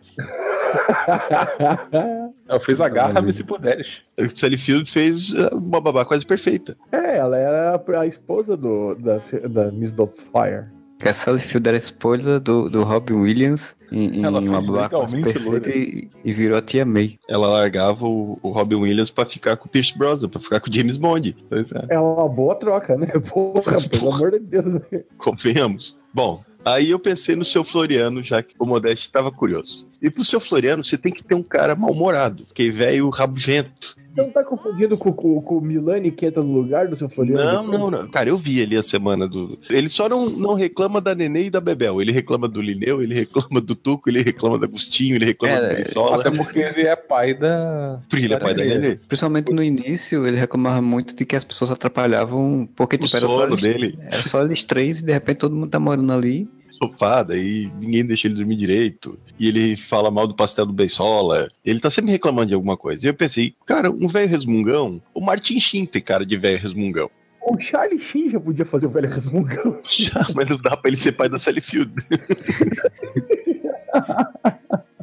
Speaker 4: Ela fez a garra, se puderes.
Speaker 6: A Sally Field fez eh, uma babá quase perfeita.
Speaker 5: é, ela era a- a esposa do, da, da Miss Doubtfire.
Speaker 3: Que a Sally Field era esposa do, do Robbie Williams em, em
Speaker 4: Ela fez
Speaker 3: uma bloca quase
Speaker 4: legalmente
Speaker 3: perfeita e, e virou a Tia May.
Speaker 6: Ela largava o, o Robin Williams pra ficar com o Pierce Brosnan, pra ficar com o James Bond.
Speaker 4: Pois é.
Speaker 5: É uma boa troca, né? Porra, pelo
Speaker 6: Porra.
Speaker 5: amor de Deus.
Speaker 6: Convenhamos. Bom, aí eu pensei no seu Floriano, já que o Modeste estava curioso. E pro seu Floriano, você tem que ter um cara mal-humorado, que velho rabugento.
Speaker 5: Não tá confundindo com, com, com o Milani que entra no lugar do seu Floriano?
Speaker 6: Não, não, não. Cara, eu vi ali a semana do. Ele só não, não reclama da Nenê e da Bebel. Ele reclama do Lineu, ele reclama do Tuco, ele reclama da Agostinho, ele reclama
Speaker 3: É,
Speaker 6: do
Speaker 4: Até
Speaker 6: Brizola.
Speaker 4: porque ele é pai da.
Speaker 6: Porque ele é pai da Nenê.
Speaker 3: Principalmente no início, ele reclamava muito de que as pessoas atrapalhavam, porque
Speaker 6: O
Speaker 3: tipo, era só,
Speaker 6: sono
Speaker 3: eles,
Speaker 6: dele,
Speaker 3: era só eles três e de repente todo mundo tá morando ali.
Speaker 6: sofada, e ninguém deixa ele dormir direito. E ele fala mal do pastel do Beisola. Ele tá sempre reclamando de alguma coisa. E eu pensei, cara, um velho resmungão, o Martin Sheen tem cara de velho resmungão.
Speaker 5: O Charlie Sheen já podia fazer o velho resmungão.
Speaker 6: Já, mas não dá pra ele ser pai da Sally Field.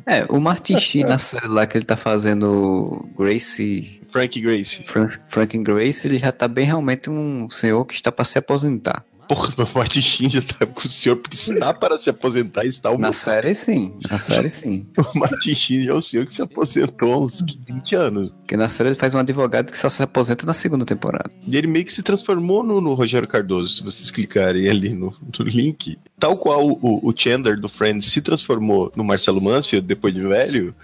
Speaker 3: É, o Martin Sheen na série lá que ele tá fazendo Grace,
Speaker 6: Frank Grace.
Speaker 3: Frank, Franklin Grace, ele já tá bem realmente um senhor que está pra se aposentar.
Speaker 6: Porra, mas o Martin Sheen já tá com o senhor, porque está para se aposentar, está o
Speaker 3: Na série sim, na série sim.
Speaker 6: O Martin Sheen já é o senhor que se aposentou há uns 20 anos.
Speaker 3: Porque na série ele faz um advogado que só se aposenta na segunda temporada.
Speaker 6: E ele meio que se transformou no, no Rogério Cardoso, se vocês clicarem ali no, no link. Tal qual o, o Chandler do Friends se transformou no Marcelo Mansfield depois de velho,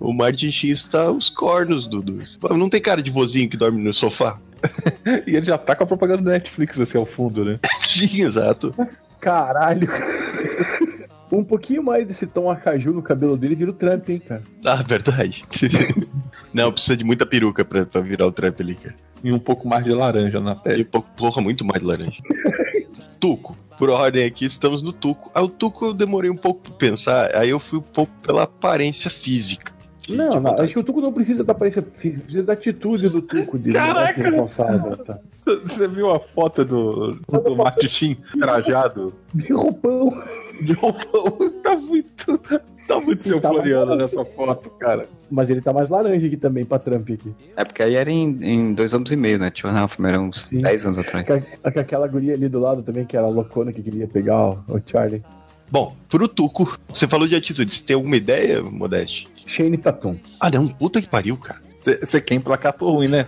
Speaker 6: o Martin Sheen está aos cornos, Dudu. Não tem cara de vozinho que dorme no sofá?
Speaker 4: E ele já tá com a propaganda da Netflix assim ao fundo, né?
Speaker 6: Sim, exato.
Speaker 5: Caralho. Um pouquinho mais desse tom acaju no cabelo dele vira o Trump, hein, cara?
Speaker 6: Ah, verdade. Não, precisa de muita peruca pra, pra virar o trap ali, cara.
Speaker 4: E um pouco mais de laranja na pele.
Speaker 6: E po- porra, é muito mais de laranja. Tuco. Por ordem aqui, estamos no Tuco. Ah, o Tuco eu demorei um pouco pra pensar, aí eu fui um pouco pela aparência física.
Speaker 5: Não, não, Tipo, acho que o Tuco não precisa da aparência física, precisa da atitude do Tuco dele.
Speaker 4: Caraca!
Speaker 5: né, Calçada, tá?
Speaker 4: C- Você viu a foto do, do Martin trajado?
Speaker 5: De roupão.
Speaker 4: De roupão? Tá muito. Tá muito seu
Speaker 5: Tá
Speaker 4: Floriano
Speaker 5: muito.
Speaker 4: nessa foto, cara.
Speaker 5: Mas ele tá mais laranja aqui também pra Trump aqui.
Speaker 3: É porque aí era em, em dois anos e meio, né? Tio Hoffman era uns
Speaker 5: Sim. É,
Speaker 3: 10 anos atrás.
Speaker 5: Com a- com aquela guria ali do lado também, que era loucona que queria pegar o, o Charlie.
Speaker 6: Bom, pro Tuco, você falou de atitude, você tem alguma ideia, Modeste?
Speaker 5: Shane Tatum.
Speaker 6: Ah, não, puta que pariu, cara.
Speaker 4: Você você quer emplacar por ruim, né?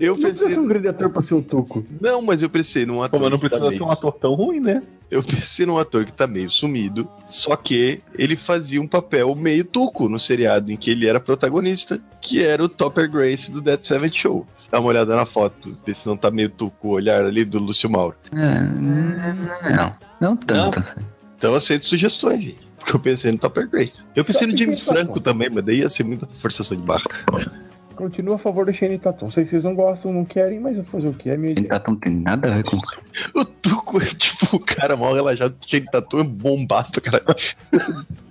Speaker 6: Eu
Speaker 5: Não precisa
Speaker 6: pensei.
Speaker 5: ser um grande ator pra ser o Tuco.
Speaker 6: Não, mas eu pensei num ator.
Speaker 4: Como eu não
Speaker 6: que tá
Speaker 4: precisa
Speaker 6: meio-
Speaker 4: ser um ator tão ruim, né?
Speaker 6: Eu pensei num ator que tá meio sumido, só que ele fazia um papel meio tuco no seriado em que ele era protagonista, que era o Topper Grace do Dead Seventh Show. Dá uma olhada na foto, ver se não tá meio tuco o olhar ali do Lúcio Mauro.
Speaker 3: É, não, não tanto. assim.
Speaker 6: Então eu aceito sugestões, gente. Porque eu pensei no Topper Grace. Eu pensei
Speaker 5: Só
Speaker 6: no
Speaker 5: que
Speaker 6: James
Speaker 5: quem tá
Speaker 6: Franco
Speaker 5: bom?
Speaker 6: também, mas daí ia ser muita forçação de barra.
Speaker 5: Continua a favor do Shane Tatum. Sei que vocês não gostam, não querem, mas eu vou fazer o que? É minha ideia.
Speaker 3: Então não tem nada a ver com.
Speaker 6: O Tuco é tipo o cara mal relaxado, cheio de tatu, é bombado, cara.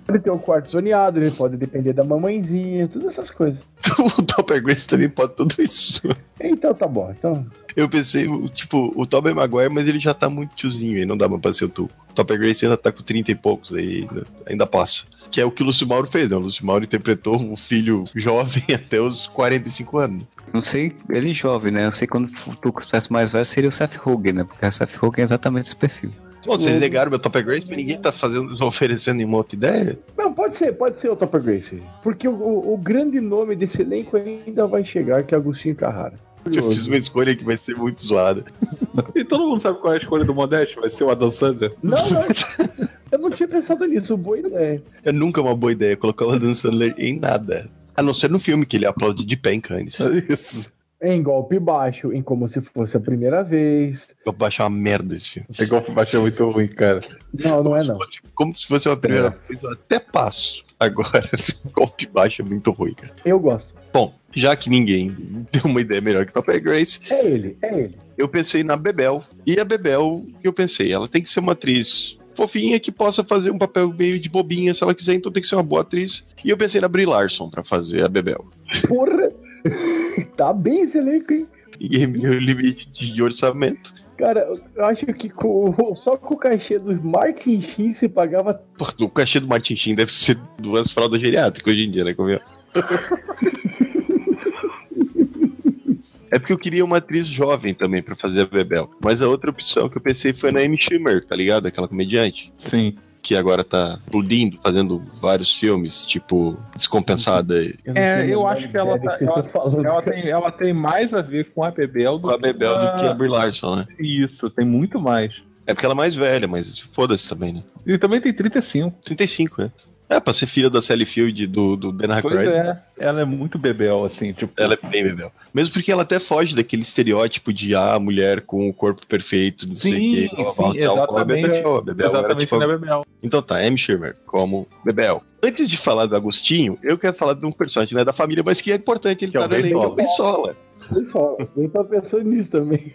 Speaker 5: Ele tem o quarto zoneado, ele pode depender da mamãezinha, todas essas coisas.
Speaker 6: o Topper Grace também pode tudo isso.
Speaker 5: Então tá bom. Então,
Speaker 6: Eu pensei, o- tipo, o Tobey Maguire, mas ele já tá muito tiozinho aí, não dá mais pra ser o Tuco. O Topper Grace ainda tá com 30 e poucos aí, ainda, ainda passa. Que é o que o Lúcio Mauro fez, né? O Lúcio Mauro interpretou um filho jovem até os 45 anos.
Speaker 3: Não sei, ele jovem, né? Eu sei quando o Tuco estivesse mais velho seria o Seth Rogen, né? Porque o Seth Rogen é exatamente esse perfil.
Speaker 6: Bom, vocês negaram meu Topper Grace, mas ninguém tá fazendo, oferecendo nenhuma outra ideia.
Speaker 5: Não, pode ser, pode ser o Topper Grace. Porque o, o- o grande nome desse elenco ainda vai chegar, que é Agostinho Carrara.
Speaker 6: Eu fiz uma escolha que vai ser muito zoada.
Speaker 4: E todo mundo sabe qual é a escolha do Modeste? Vai ser o Adam Sandler?
Speaker 5: Não, não. eu não tinha pensado nisso, boa ideia.
Speaker 6: É nunca uma boa ideia colocar o Adam Sandler em nada. A não ser no filme que ele aplaude de pé em Cannes.
Speaker 4: Isso.
Speaker 5: É Em golpe baixo, em como se fosse a primeira vez.
Speaker 6: Eu vou achar uma merda esse filme.
Speaker 4: É igual baixo é muito ruim, cara.
Speaker 5: Não, não é não.
Speaker 6: Como se fosse- Como se fosse uma primeira vez, eu até passo. Agora, golpe baixo é muito ruim, cara.
Speaker 5: Eu gosto.
Speaker 6: Bom, já que ninguém deu uma ideia melhor que Topper Grace,
Speaker 5: É ele, é ele.
Speaker 6: eu pensei na Bebel. E a Bebel, o que eu pensei, ela tem que ser uma atriz fofinha que possa fazer um papel meio de bobinha se ela quiser, então tem que ser uma boa atriz. E eu pensei na Brie Larson pra fazer a Bebel.
Speaker 5: Porra! Tá bem esse elenco, hein?
Speaker 6: Ninguém me deu limite de orçamento.
Speaker 5: Cara, eu acho que com- só com o cachê do Mark Sheen se pagava.
Speaker 6: Porra, o cachê do Martin Sheen deve ser duas fraldas geriátricas hoje em dia, né? Comigo? É porque eu queria uma atriz jovem também pra fazer a Bebel. Mas a outra opção que eu pensei foi na Amy Schumer, tá ligado? Aquela comediante
Speaker 4: Sim.
Speaker 6: que agora tá explodindo, fazendo vários filmes, tipo, descompensada.
Speaker 4: É,
Speaker 5: não tenho
Speaker 4: eu
Speaker 5: a menor
Speaker 4: acho que ela
Speaker 5: ideia do
Speaker 4: tá-
Speaker 5: que eu tô
Speaker 4: ela-
Speaker 5: falando,
Speaker 4: Ela
Speaker 5: cara.
Speaker 4: tem, ela tem mais a ver com a Bebel do
Speaker 6: Com a Bebel do que a
Speaker 4: a-
Speaker 6: Brie Larson, né?
Speaker 4: Isso, tem muito mais.
Speaker 6: É porque ela é mais velha, mas foda-se também, né?
Speaker 4: E também tem 35.
Speaker 6: 35, né? É, pra ser filha da Sally Field e do, do Ben
Speaker 4: Pois
Speaker 6: Aykroyd.
Speaker 4: é. Ela é muito Bebel, assim, tipo...
Speaker 6: Ela é bem Bebel. Mesmo porque ela até foge daquele estereótipo de ah, a mulher com o corpo perfeito, é não sei
Speaker 4: Sim,
Speaker 6: o quê. blá, blá,
Speaker 4: sim,
Speaker 6: blá, tal, como a
Speaker 4: exatamente.
Speaker 6: Bebel. A Bebel era,
Speaker 4: Exatamente,
Speaker 6: tipo,
Speaker 4: não é Bebel.
Speaker 6: Então tá, M. Schirmer como Bebel. Antes de falar do Agostinho, eu quero falar de um personagem né, da família, mas que é importante, ele
Speaker 4: Que é
Speaker 6: tá
Speaker 4: o
Speaker 6: no
Speaker 4: Bensola.
Speaker 6: elenco, é o Bensola.
Speaker 5: Pessoal, eu tava pensando nisso também.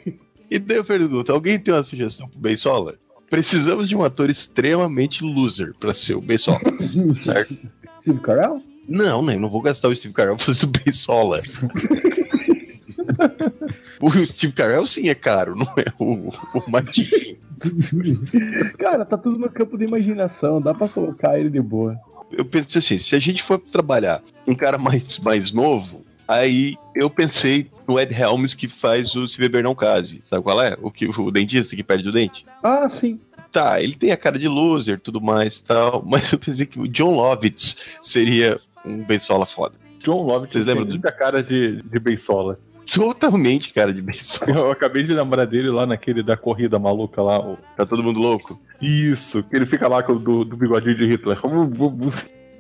Speaker 6: E daí eu pergunto, alguém tem uma sugestão pro Bensola? Precisamos de um ator extremamente loser pra ser o Bensola, certo?
Speaker 5: Steve Carell?
Speaker 6: Não, né? eu Não vou gastar o Steve Carell fazendo o Bensola. o Steve Carell sim é caro, não é o, o Martin.
Speaker 5: Cara, tá tudo no campo da imaginação, dá pra colocar ele de boa.
Speaker 6: eu pensei assim, se a gente for trabalhar um cara mais, mais novo, aí eu pensei no Ed Helms que faz o Se Beber Não Case, sabe qual é? O, que, o dentista que perde o dente.
Speaker 5: Ah, sim.
Speaker 6: Tá, ele tem a cara de loser, tudo mais tal, mas eu pensei que o John Lovitz seria um bensola foda.
Speaker 4: John Lovett,
Speaker 6: Vocês
Speaker 4: tem
Speaker 6: lembram do-
Speaker 4: muita cara de, de Bensola.
Speaker 6: Totalmente cara de bensola.
Speaker 4: Eu acabei de lembrar dele lá naquele da corrida maluca lá. o-
Speaker 6: Tá todo mundo louco?
Speaker 4: Isso, que ele fica lá com o do, do bigodinho de Hitler.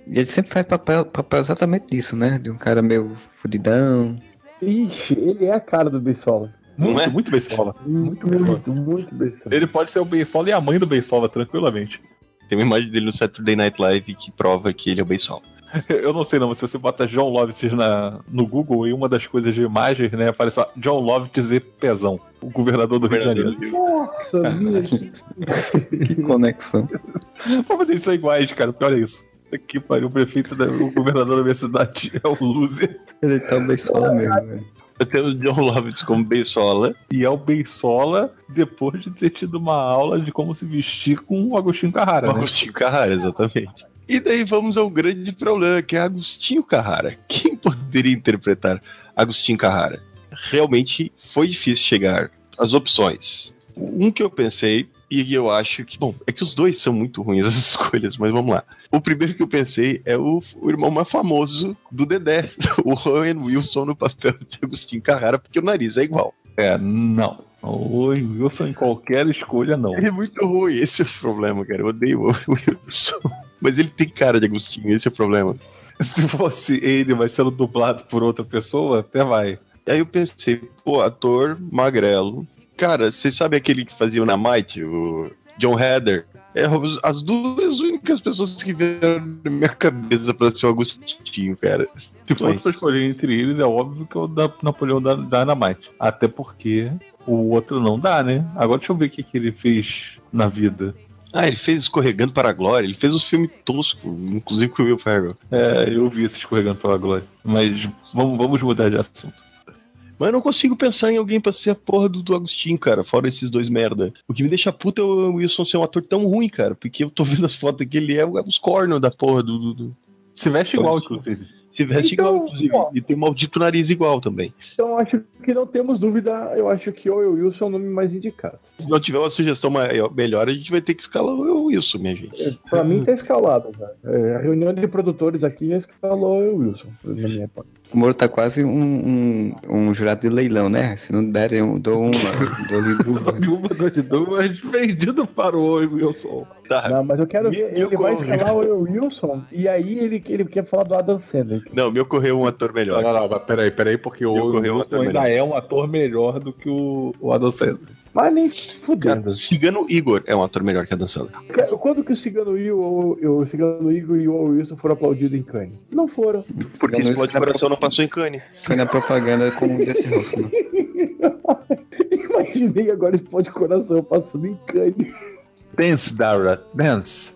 Speaker 3: E ele sempre faz papel, papel exatamente disso, né? De um cara meio fudidão.
Speaker 5: Ixi, ele é a cara do Beisola.
Speaker 6: Não é?
Speaker 4: Muito, muito Bensola.
Speaker 5: Muito, muito, muito Beisola.
Speaker 4: Ele pode ser o Bensola e a mãe do Bensola, tranquilamente.
Speaker 6: Tem uma imagem dele no Saturday Night Live que prova que ele é o bensola.
Speaker 4: Eu não sei não, mas se você bota John Lovitz na, no Google e uma das coisas de imagens, né, aparece lá, John Lovitz e Pezão, o governador do Rio de Janeiro.
Speaker 5: Nossa, minha.
Speaker 3: Que conexão.
Speaker 4: Pô, mas eles são iguais, cara, porque olha isso. Aqui, pariu, o prefeito, da, o governador da minha cidade é o loser.
Speaker 3: Ele tá bem solo mesmo, né? velho.
Speaker 6: Eu tenho o John Lovitz como bensola,
Speaker 4: E é o Bensola depois de ter tido uma aula de como se vestir com o Agostinho Carrara, né?
Speaker 6: Agostinho Carrara, exatamente. E daí vamos ao grande problema, que é Agostinho Carrara. Quem poderia interpretar Agostinho Carrara? Realmente foi difícil chegar às opções. Um que eu pensei, e eu acho que, bom, é que os dois são muito ruins as escolhas, mas vamos lá. O primeiro que eu pensei é o, o irmão mais famoso do Dedé, o Owen Wilson no papel de Agostinho Carrara, porque o nariz é igual.
Speaker 4: É, não. O Wilson em qualquer escolha, não.
Speaker 6: Ele é muito ruim, esse é o problema, cara. Eu odeio o Owen Wilson. Mas ele tem cara de Agostinho, esse é o problema.
Speaker 4: Se fosse ele, mas sendo dublado por outra pessoa, até vai.
Speaker 6: Aí eu pensei, pô, ator magrelo. Cara, você sabe aquele que fazia o Namite, o John Heder? É, os- as duas únicas pessoas que vieram na minha cabeça pra ser o Agostinho, cara.
Speaker 4: Se fosse
Speaker 6: Mas-
Speaker 4: pra escolher entre eles, é óbvio que é o da Napoleão da Dynamite. Até porque o outro não dá, né? Agora deixa eu ver o que, que ele fez na vida.
Speaker 6: Ah, ele fez Escorregando para a Glória, ele fez um filme tosco, inclusive com o Will Ferrell.
Speaker 4: É, eu vi esse escorregando pela glória. Mas vamos, vamos mudar de assunto.
Speaker 6: Mas eu não consigo pensar em alguém pra ser a porra do, do Agostinho, cara, fora esses dois merda. O que me deixa puto é o Wilson ser um ator tão ruim, cara, porque eu tô vendo as fotos aqui, ele é, o- é os cornos da porra do. do- do-
Speaker 4: Se veste igual,
Speaker 6: Vamos.
Speaker 4: inclusive.
Speaker 6: Se veste
Speaker 5: Então,
Speaker 6: igual, inclusive.
Speaker 5: ó.
Speaker 6: E tem um maldito nariz igual também.
Speaker 5: Então acho que não temos dúvida, eu acho que o Wilson é o nome mais indicado.
Speaker 6: Se não tiver uma sugestão maior, melhor, a gente vai ter que escalar o Wilson, minha gente.
Speaker 5: Pra mim tá escalado, cara. É, a reunião de produtores aqui já escalou o Wilson, na minha parte.
Speaker 3: O Moro tá quase um, um, um jurado de leilão, né? Se não der, eu dou uma. dou-lhe duas.
Speaker 4: Nenhuma das duas vendido para o Wilson.
Speaker 6: Tá.
Speaker 5: Não, mas eu quero
Speaker 6: Me-
Speaker 5: ver,
Speaker 6: me
Speaker 5: ele vai
Speaker 6: ocorre.
Speaker 5: escalar o Wilson e aí ele, ele quer falar do Adam Sandler.
Speaker 6: Não, me ocorreu um ator
Speaker 4: Não,
Speaker 6: melhor.
Speaker 4: não, não, mas peraí, peraí, porque o
Speaker 6: ocorreu um
Speaker 4: Wilson
Speaker 6: ator
Speaker 4: ainda
Speaker 6: melhor.
Speaker 4: é um ator melhor do que o, o Adam Sandler.
Speaker 5: Mas nem
Speaker 6: Cara,
Speaker 5: fudendo.
Speaker 6: Cigano Igor é um ator melhor que a Dan Sandler.
Speaker 5: Cara, Quando que o Cigano, Will, ou- eu- o Cigano Igor e o Owen Wilson foram aplaudidos em Cannes? Não foram.
Speaker 6: Porque
Speaker 3: Não, não,
Speaker 6: explode
Speaker 3: isso não é
Speaker 6: coração não passou em Cannes.
Speaker 3: Foi na propaganda com o Desse Hoffman.
Speaker 5: Imaginei agora esse pó de coração passando em Cannes.
Speaker 4: Dance, Dara, dance.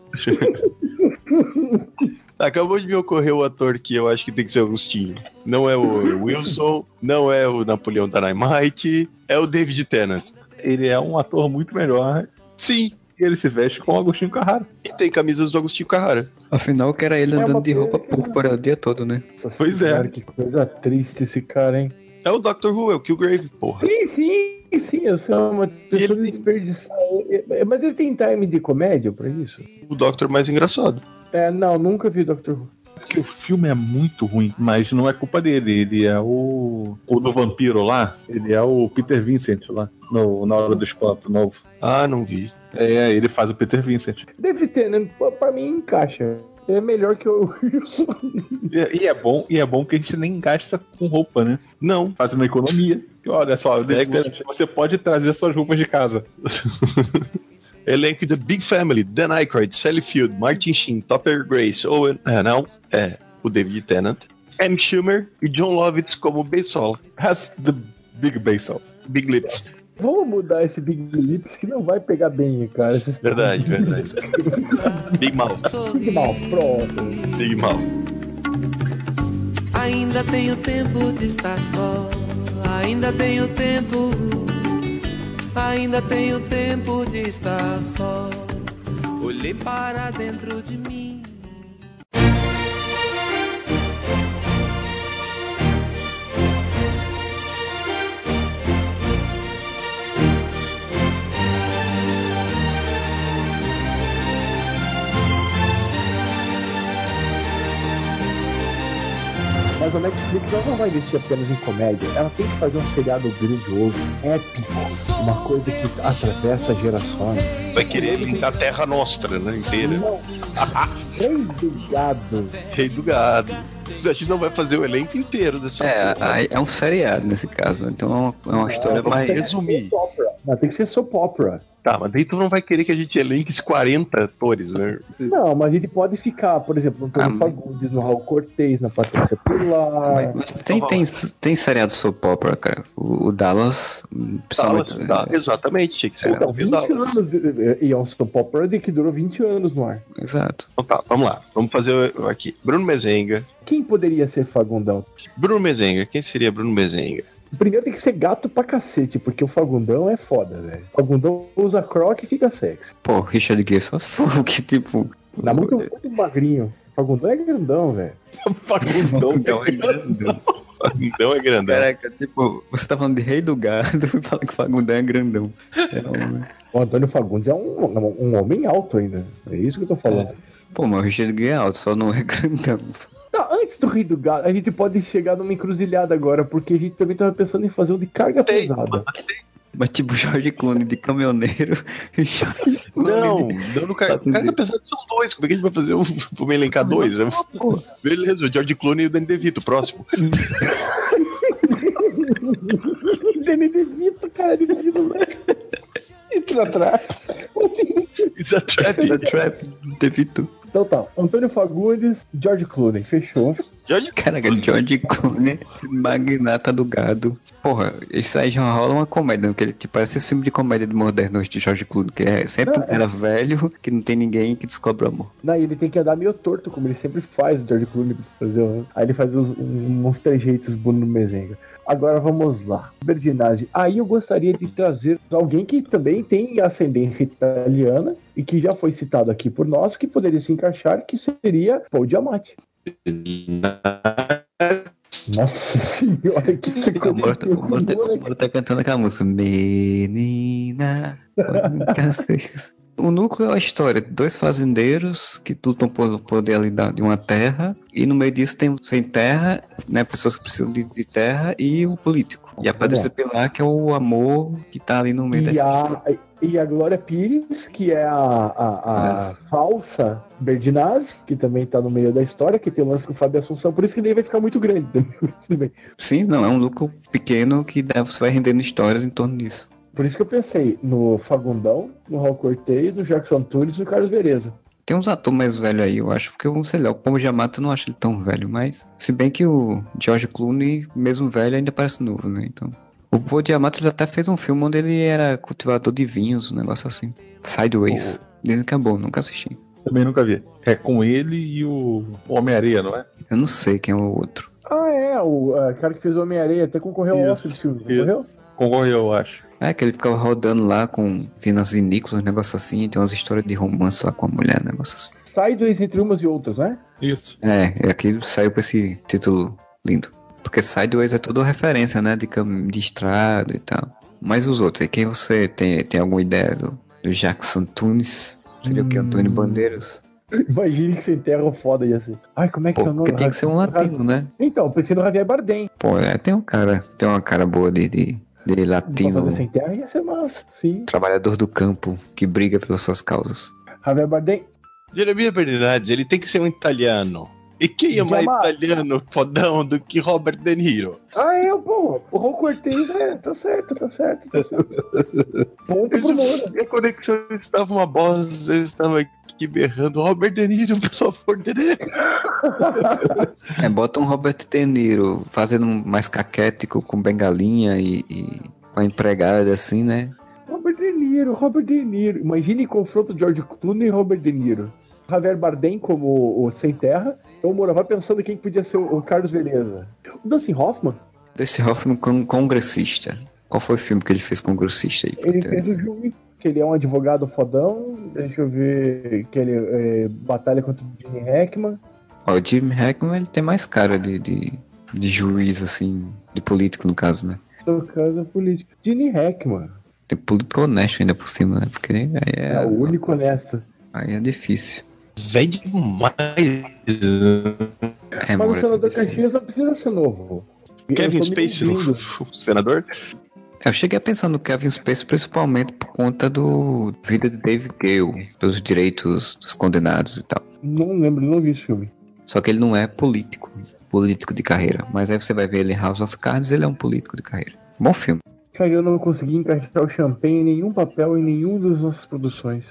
Speaker 6: Acabou de me ocorrer o ator que eu acho que tem que ser o Agostinho. Não é o Wilson, não é o Napoleão Dynamite, é o David Tennant.
Speaker 4: Ele é um ator muito melhor
Speaker 6: Sim,
Speaker 4: e ele se veste com o Agostinho Carraro.
Speaker 6: e tem camisas do Agostinho Carrara.
Speaker 3: Afinal, que era ele
Speaker 5: É uma
Speaker 3: andando de roupa
Speaker 5: pena que não.
Speaker 3: púrpura o dia todo, né?
Speaker 4: Pois é.
Speaker 5: Cara, que coisa triste esse cara, hein?
Speaker 6: É o Dr. Who, é o Killgrave, porra.
Speaker 5: Sim, sim, sim. Eu sou uma pessoa
Speaker 6: Ele-
Speaker 5: desperdiçada. É, Mas ele tem time de comédia pra isso?
Speaker 6: O Dr. mais engraçado.
Speaker 5: É, não, nunca vi Dr. Who.
Speaker 4: Porque o filme é muito ruim, mas não é culpa dele. Ele é o. O do vampiro lá. Ele é o Peter Vincent lá. No, na hora do espanto novo.
Speaker 6: Ah, não vi.
Speaker 4: É, ele faz o Peter Vincent.
Speaker 5: Deve ter, né? Pô, Pra mim encaixa. É melhor que o Wilson.
Speaker 4: E, e é bom, e é bom que a gente nem gasta com roupa, né?
Speaker 6: Não.
Speaker 4: Faz uma economia. E olha só, você pode trazer suas roupas de casa.
Speaker 6: Elenco é The Big Family, Dan Aykroyd, Sally Field, Martin Sheen, Topper Grace, Owen... Ah, não. É, o David Tennant. M. Schumer e John Lovitz como Beisol.
Speaker 4: Has the Big Baseball.
Speaker 6: Big Lips.
Speaker 5: Vamos mudar esse Big Lips que não vai pegar bem, cara. Esse
Speaker 6: Verdade, verdade. Big Mouth,
Speaker 5: Big mal, pronto.
Speaker 6: Big Mouth.
Speaker 7: Ainda tenho tempo de estar só. Ainda tenho tempo. Ainda tenho tempo de estar só. Olhei para dentro de mim.
Speaker 5: Mas a Netflix ela não vai investir apenas em comédia. Ela tem que fazer um seriado grandioso, épico. Uma coisa que atravessa gerações.
Speaker 6: Vai querer limpar a terra nostra, né? Inteira.
Speaker 5: Bem ligado.
Speaker 6: Rei do gado. A gente não vai fazer o elenco inteiro dessa
Speaker 3: É,
Speaker 6: porra.
Speaker 3: aí é um seriado nesse caso, né? então é uma, é uma história mais.
Speaker 6: né? Resumir.
Speaker 5: Mas tem que ser soap opera.
Speaker 6: Tá, mas daí tu não vai querer que a gente elenque esses 40 atores, né?
Speaker 5: Não, mas a gente pode ficar, por exemplo, no Tony
Speaker 3: Ah, mas-
Speaker 5: Fagundes, no Raul Cortez, na Patrícia Pilar.
Speaker 3: Mas
Speaker 6: Então
Speaker 3: tem, tem, tem seriado soap opera, cara. O, o Dallas,
Speaker 6: Dallas,
Speaker 3: principalmente.
Speaker 6: tá, exatamente, tinha que
Speaker 3: É.
Speaker 6: ser
Speaker 5: Então,
Speaker 6: o
Speaker 5: 20
Speaker 6: Dallas.
Speaker 5: anos. E é um soap opera de que durou 20 anos no ar.
Speaker 3: é, exato.
Speaker 6: Então tá, vamos lá. Vamos fazer o- aqui. Bruno Mezenga.
Speaker 5: Quem poderia ser Fagundão?
Speaker 6: Bruno Mezenga, quem seria Bruno Mezenga?
Speaker 5: Primeiro tem que ser gato pra cacete, porque o Fagundão é foda, velho. O Fagundão usa croc e fica sexy.
Speaker 3: Pô, Richard Gere só se for, que tipo.
Speaker 5: Dá muito, muito magrinho. O Fagundão é grandão, velho.
Speaker 6: Fagundão é grandão. Fagundão é grandão.
Speaker 3: Caraca, tipo, você tá falando de rei do gado e fala que o Fagundão é grandão. É um-
Speaker 5: O Antônio Fagundes é um, um homem alto ainda. É isso que eu tô falando.
Speaker 3: Pô, mas o Richard Gere é alto, só não é grandão.
Speaker 5: Tá, antes do Rei do Gado, a gente pode chegar numa encruzilhada agora, porque a gente também tava pensando em fazer um de carga
Speaker 6: Tem.
Speaker 5: pesada.
Speaker 3: Mas tipo, Jorge Clooney de caminhoneiro e Jorge Clooney
Speaker 6: Não,
Speaker 3: de...
Speaker 6: não no cara.
Speaker 3: Tá, entendi.
Speaker 6: Cara, apesar de são dois, como é que a gente vai fazer um. Vamos elencar dois? né? Beleza, o George Clooney e o Danny DeVito, próximo.
Speaker 5: Danny DeVito, cara, Danny DeVito. It's a trap.
Speaker 6: It's a trap.
Speaker 3: The Trap, Devito.
Speaker 5: Então tá, Antônio Fagundes, George Clooney, fechou.
Speaker 6: George
Speaker 3: Caraca, George Clooney, magnata do gado. Porra, isso aí já rola uma comédia, porque ele tipo, parece esse filme de comédia de modernos de George Clooney, que é sempre um cara velho que não tem ninguém que descobre o amor.
Speaker 5: Não, e Né, ele tem que andar meio torto, como ele sempre faz, o George Clooney. pra Fazer um... Aí ele faz uns, uns trejeitos bonitos no mesenga. Agora vamos lá. Berdinazzi. Aí eu gostaria de trazer alguém que também tem ascendência italiana e que já foi citado aqui por nós, que poderia se encaixar, que seria Paul Giamatti. Nossa senhora, que, que
Speaker 3: O Moro tá, o Moro tá- o Moro tá cantando aquela música. Menina. quanta sexta. O núcleo é a história de dois fazendeiros que lutam pelo poder ali da- de uma terra, e no meio disso tem o sem terra, né, pessoas que precisam de, de terra, e o político. E a Patrícia Pilar, que é o amor que tá ali no meio
Speaker 5: E
Speaker 3: dessa história.
Speaker 5: a, e a Glória Pires, que é a, a, a
Speaker 3: Nossa.
Speaker 5: falsa Berdinazzi, que também tá no meio da história, que tem o lance com o Fábio Assunção, por isso que ele vai ficar muito grande. né? Tudo bem.
Speaker 3: Sim, não, é um núcleo pequeno que dá- você vai rendendo histórias em torno disso.
Speaker 5: Por isso que eu pensei no Fagundão, no Raul Cortez, no Jackson Tunes e no Carlos Vereza.
Speaker 3: Tem uns atores mais velhos aí, eu acho, porque, eu sei lá, o Pombo Giamatti eu não acho ele tão velho, mas... Se bem que o George Clooney, mesmo velho, ainda parece novo, né, então... O Pombo Giamatti ele até fez um filme onde ele era cultivador de vinhos, um negócio assim. Sideways. Dizem que é bom, nunca assisti.
Speaker 4: Também nunca vi. É com ele e o o Homem-Areia, não é?
Speaker 3: Eu não sei quem é o outro.
Speaker 5: Ah, é, o ah, cara que fez o Homem-Areia até concorreu ao
Speaker 4: Isso,
Speaker 5: Oscar de filme, não
Speaker 4: isso.
Speaker 5: concorreu?
Speaker 4: Concorreu, eu acho.
Speaker 3: É, que ele ficava rodando lá com... Vindo as vinícolas, um negócio assim, tem umas histórias de romance lá com a mulher, um negócio assim.
Speaker 5: Sai dois entre umas e outras, né?
Speaker 4: Isso.
Speaker 3: É, e aqui saiu com esse título lindo. Porque Sideways é toda uma referência, né? De, cam- de estrada e tal. Mas os outros, aí, quem você tem, tem alguma ideia do, do Jackson Tunes? Seria o que? Antônio
Speaker 5: Hum,
Speaker 3: Bandeiros?
Speaker 5: Imagine que você enterra o foda e assim. Ai, como é que é
Speaker 3: Pô,
Speaker 5: o nome?
Speaker 3: porque tem que ser um latino, né?
Speaker 5: Então, pensei no Javier Bardem.
Speaker 3: Pô, é, tem um cara, tem uma cara boa de, de, de
Speaker 5: Pra fazer
Speaker 3: latino,
Speaker 5: sem terra ia ser massa, sim.
Speaker 3: trabalhador do campo, que briga pelas suas causas.
Speaker 5: Javier Bardem.
Speaker 6: Jeremias Bernardes, ele tem que ser um italiano. E quem é mais
Speaker 5: Jamais.
Speaker 6: italiano, podão, do que Robert De Niro?
Speaker 5: Ah, é, pô. O Ron Cortez, é, tá certo, tá certo, tá certo. Ponto pro Moura.
Speaker 6: Minha conexão é estava uma bosta, eu estava aqui berrando. Robert De Niro, pelo amor de Deus.
Speaker 3: É, bota um Robert De Niro fazendo um mais caquético com bengalinha e, e com a empregada, assim, né?
Speaker 5: Robert De Niro, Robert De Niro. Imagine confronto George Clooney e Robert De Niro. Javier Bardem como o, o Sem Terra. Então, Moura, vai pensando quem podia ser o, o Carlos Beleza. O Dustin Hoffman,
Speaker 3: Dustin Hoffman como congressista. Qual foi o filme que ele fez congressista aí?
Speaker 5: ele
Speaker 3: Puta,
Speaker 5: fez o juiz, que ele é um advogado fodão. Deixa eu ver que ele é, batalha contra o Gene Hackman.
Speaker 3: Ó, o Jim Hackman ele tem mais cara de, de, de juiz, assim, de político, no caso, né?
Speaker 5: Tocando política. Gene Hackman.
Speaker 3: Tem político honesto ainda por cima, né? Porque aí é,
Speaker 5: É, o único honesto.
Speaker 3: aí é difícil.
Speaker 6: Vem demais.
Speaker 3: É,
Speaker 5: Mas o
Speaker 3: Moura,
Speaker 5: senador
Speaker 3: tudo
Speaker 5: Caxias
Speaker 3: difícil.
Speaker 5: não precisa ser novo.
Speaker 6: Kevin
Speaker 3: é
Speaker 5: Eu tô me
Speaker 6: Spacey, no-
Speaker 5: iludindo.
Speaker 6: o senador?
Speaker 3: Eu cheguei a pensar no Kevin Spacey principalmente por conta do vida de David Gale, pelos direitos dos condenados e tal.
Speaker 5: Não lembro, não vi esse filme.
Speaker 3: Só que ele não é político, político de carreira. Mas aí você vai ver ele em House of Cards, ele é um político de carreira. Bom filme.
Speaker 5: Cara, eu não consegui encaixar o champanhe em nenhum papel, em nenhum das nossas produções.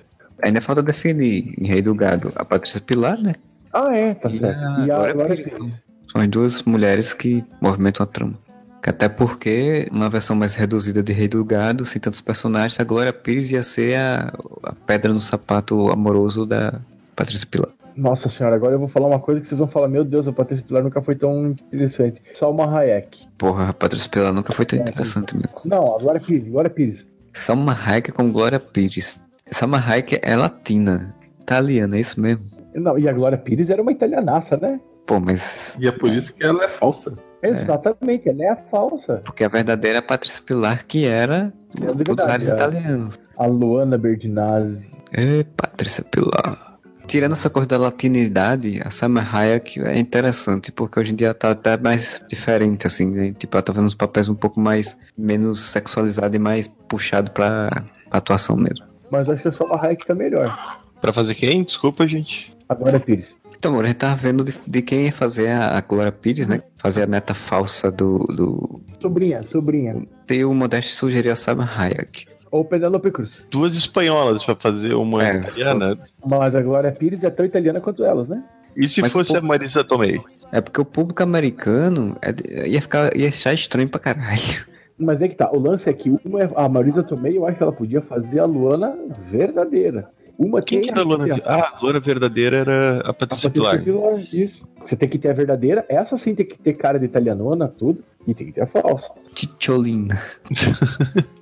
Speaker 3: Ainda falta definir em Rei do Gado a Patrícia Pilar, né?
Speaker 5: Ah, é, tá
Speaker 3: E
Speaker 5: certo.
Speaker 3: a
Speaker 5: E
Speaker 3: Glória
Speaker 5: agora
Speaker 3: Pires, né? São as duas mulheres que movimentam a trama. Que até porque, numa versão mais reduzida de Rei do Gado, sem tantos personagens, a Glória Pires ia ser a, a pedra no sapato amoroso da Patrícia Pilar.
Speaker 5: Nossa senhora, agora eu vou falar uma coisa que vocês vão falar: Meu Deus, a Patrícia Pilar nunca foi tão interessante. Salma Hayek.
Speaker 3: Porra, a Patrícia Pilar nunca foi tão interessante, meu.
Speaker 5: Não, agora é Pires, agora Pires.
Speaker 3: Salma Hayek com Glória Pires. Salma Hayek é latina, italiana, é isso mesmo?
Speaker 5: Não, e a Glória Pires era uma italianaça, né?
Speaker 3: Pô, mas...
Speaker 4: E é por isso que ela é falsa.
Speaker 5: Exatamente, ela é a falsa.
Speaker 3: Porque a verdadeira é a Patrícia Pilar, que era
Speaker 5: É verdade,
Speaker 3: todos os ares
Speaker 5: é.
Speaker 3: italianos.
Speaker 5: A Luana Berdinazzi.
Speaker 3: É, Patrícia Pilar. Tirando essa coisa da latinidade, a Salma Hayek é interessante, porque hoje em dia tá até mais diferente, assim, né? Tipo, ela tá fazendo uns papéis um pouco mais, menos sexualizado e mais puxado pra, pra atuação mesmo.
Speaker 5: Mas acho que a Salma Hayek tá melhor.
Speaker 6: Pra fazer quem? Desculpa, gente.
Speaker 5: Agora é Pires.
Speaker 3: Então, amor, a gente tava vendo de, de quem ia fazer a, a Glória Pires, né? Fazer a neta falsa do... do...
Speaker 5: Sobrinha, sobrinha.
Speaker 3: E o Modesto sugeriu a Salma Hayek.
Speaker 5: Ou Penélope Cruz.
Speaker 6: Duas espanholas pra fazer uma
Speaker 3: É,
Speaker 6: italiana.
Speaker 5: Mas a Glória Pires é tão italiana quanto elas, né?
Speaker 6: E se
Speaker 3: Mas
Speaker 6: fosse
Speaker 3: pô-
Speaker 6: a Marisa Tomei?
Speaker 3: É porque o público americano é de- ia, ficar, ia achar estranho pra caralho.
Speaker 5: Mas é que tá, o lance é que uma é a Marisa Tomei, eu acho que ela podia fazer a Luana verdadeira. Uma
Speaker 6: Quem
Speaker 5: tem
Speaker 6: que era a Luana? Ah, a Luana verdadeira era a
Speaker 5: a
Speaker 6: Patrícia
Speaker 5: Patrícia
Speaker 6: Pilar.
Speaker 5: Pilar, isso. Você tem que ter a verdadeira, essa sim tem que ter cara de italianona, tudo, e tem que ter a falsa.
Speaker 3: Ticholina,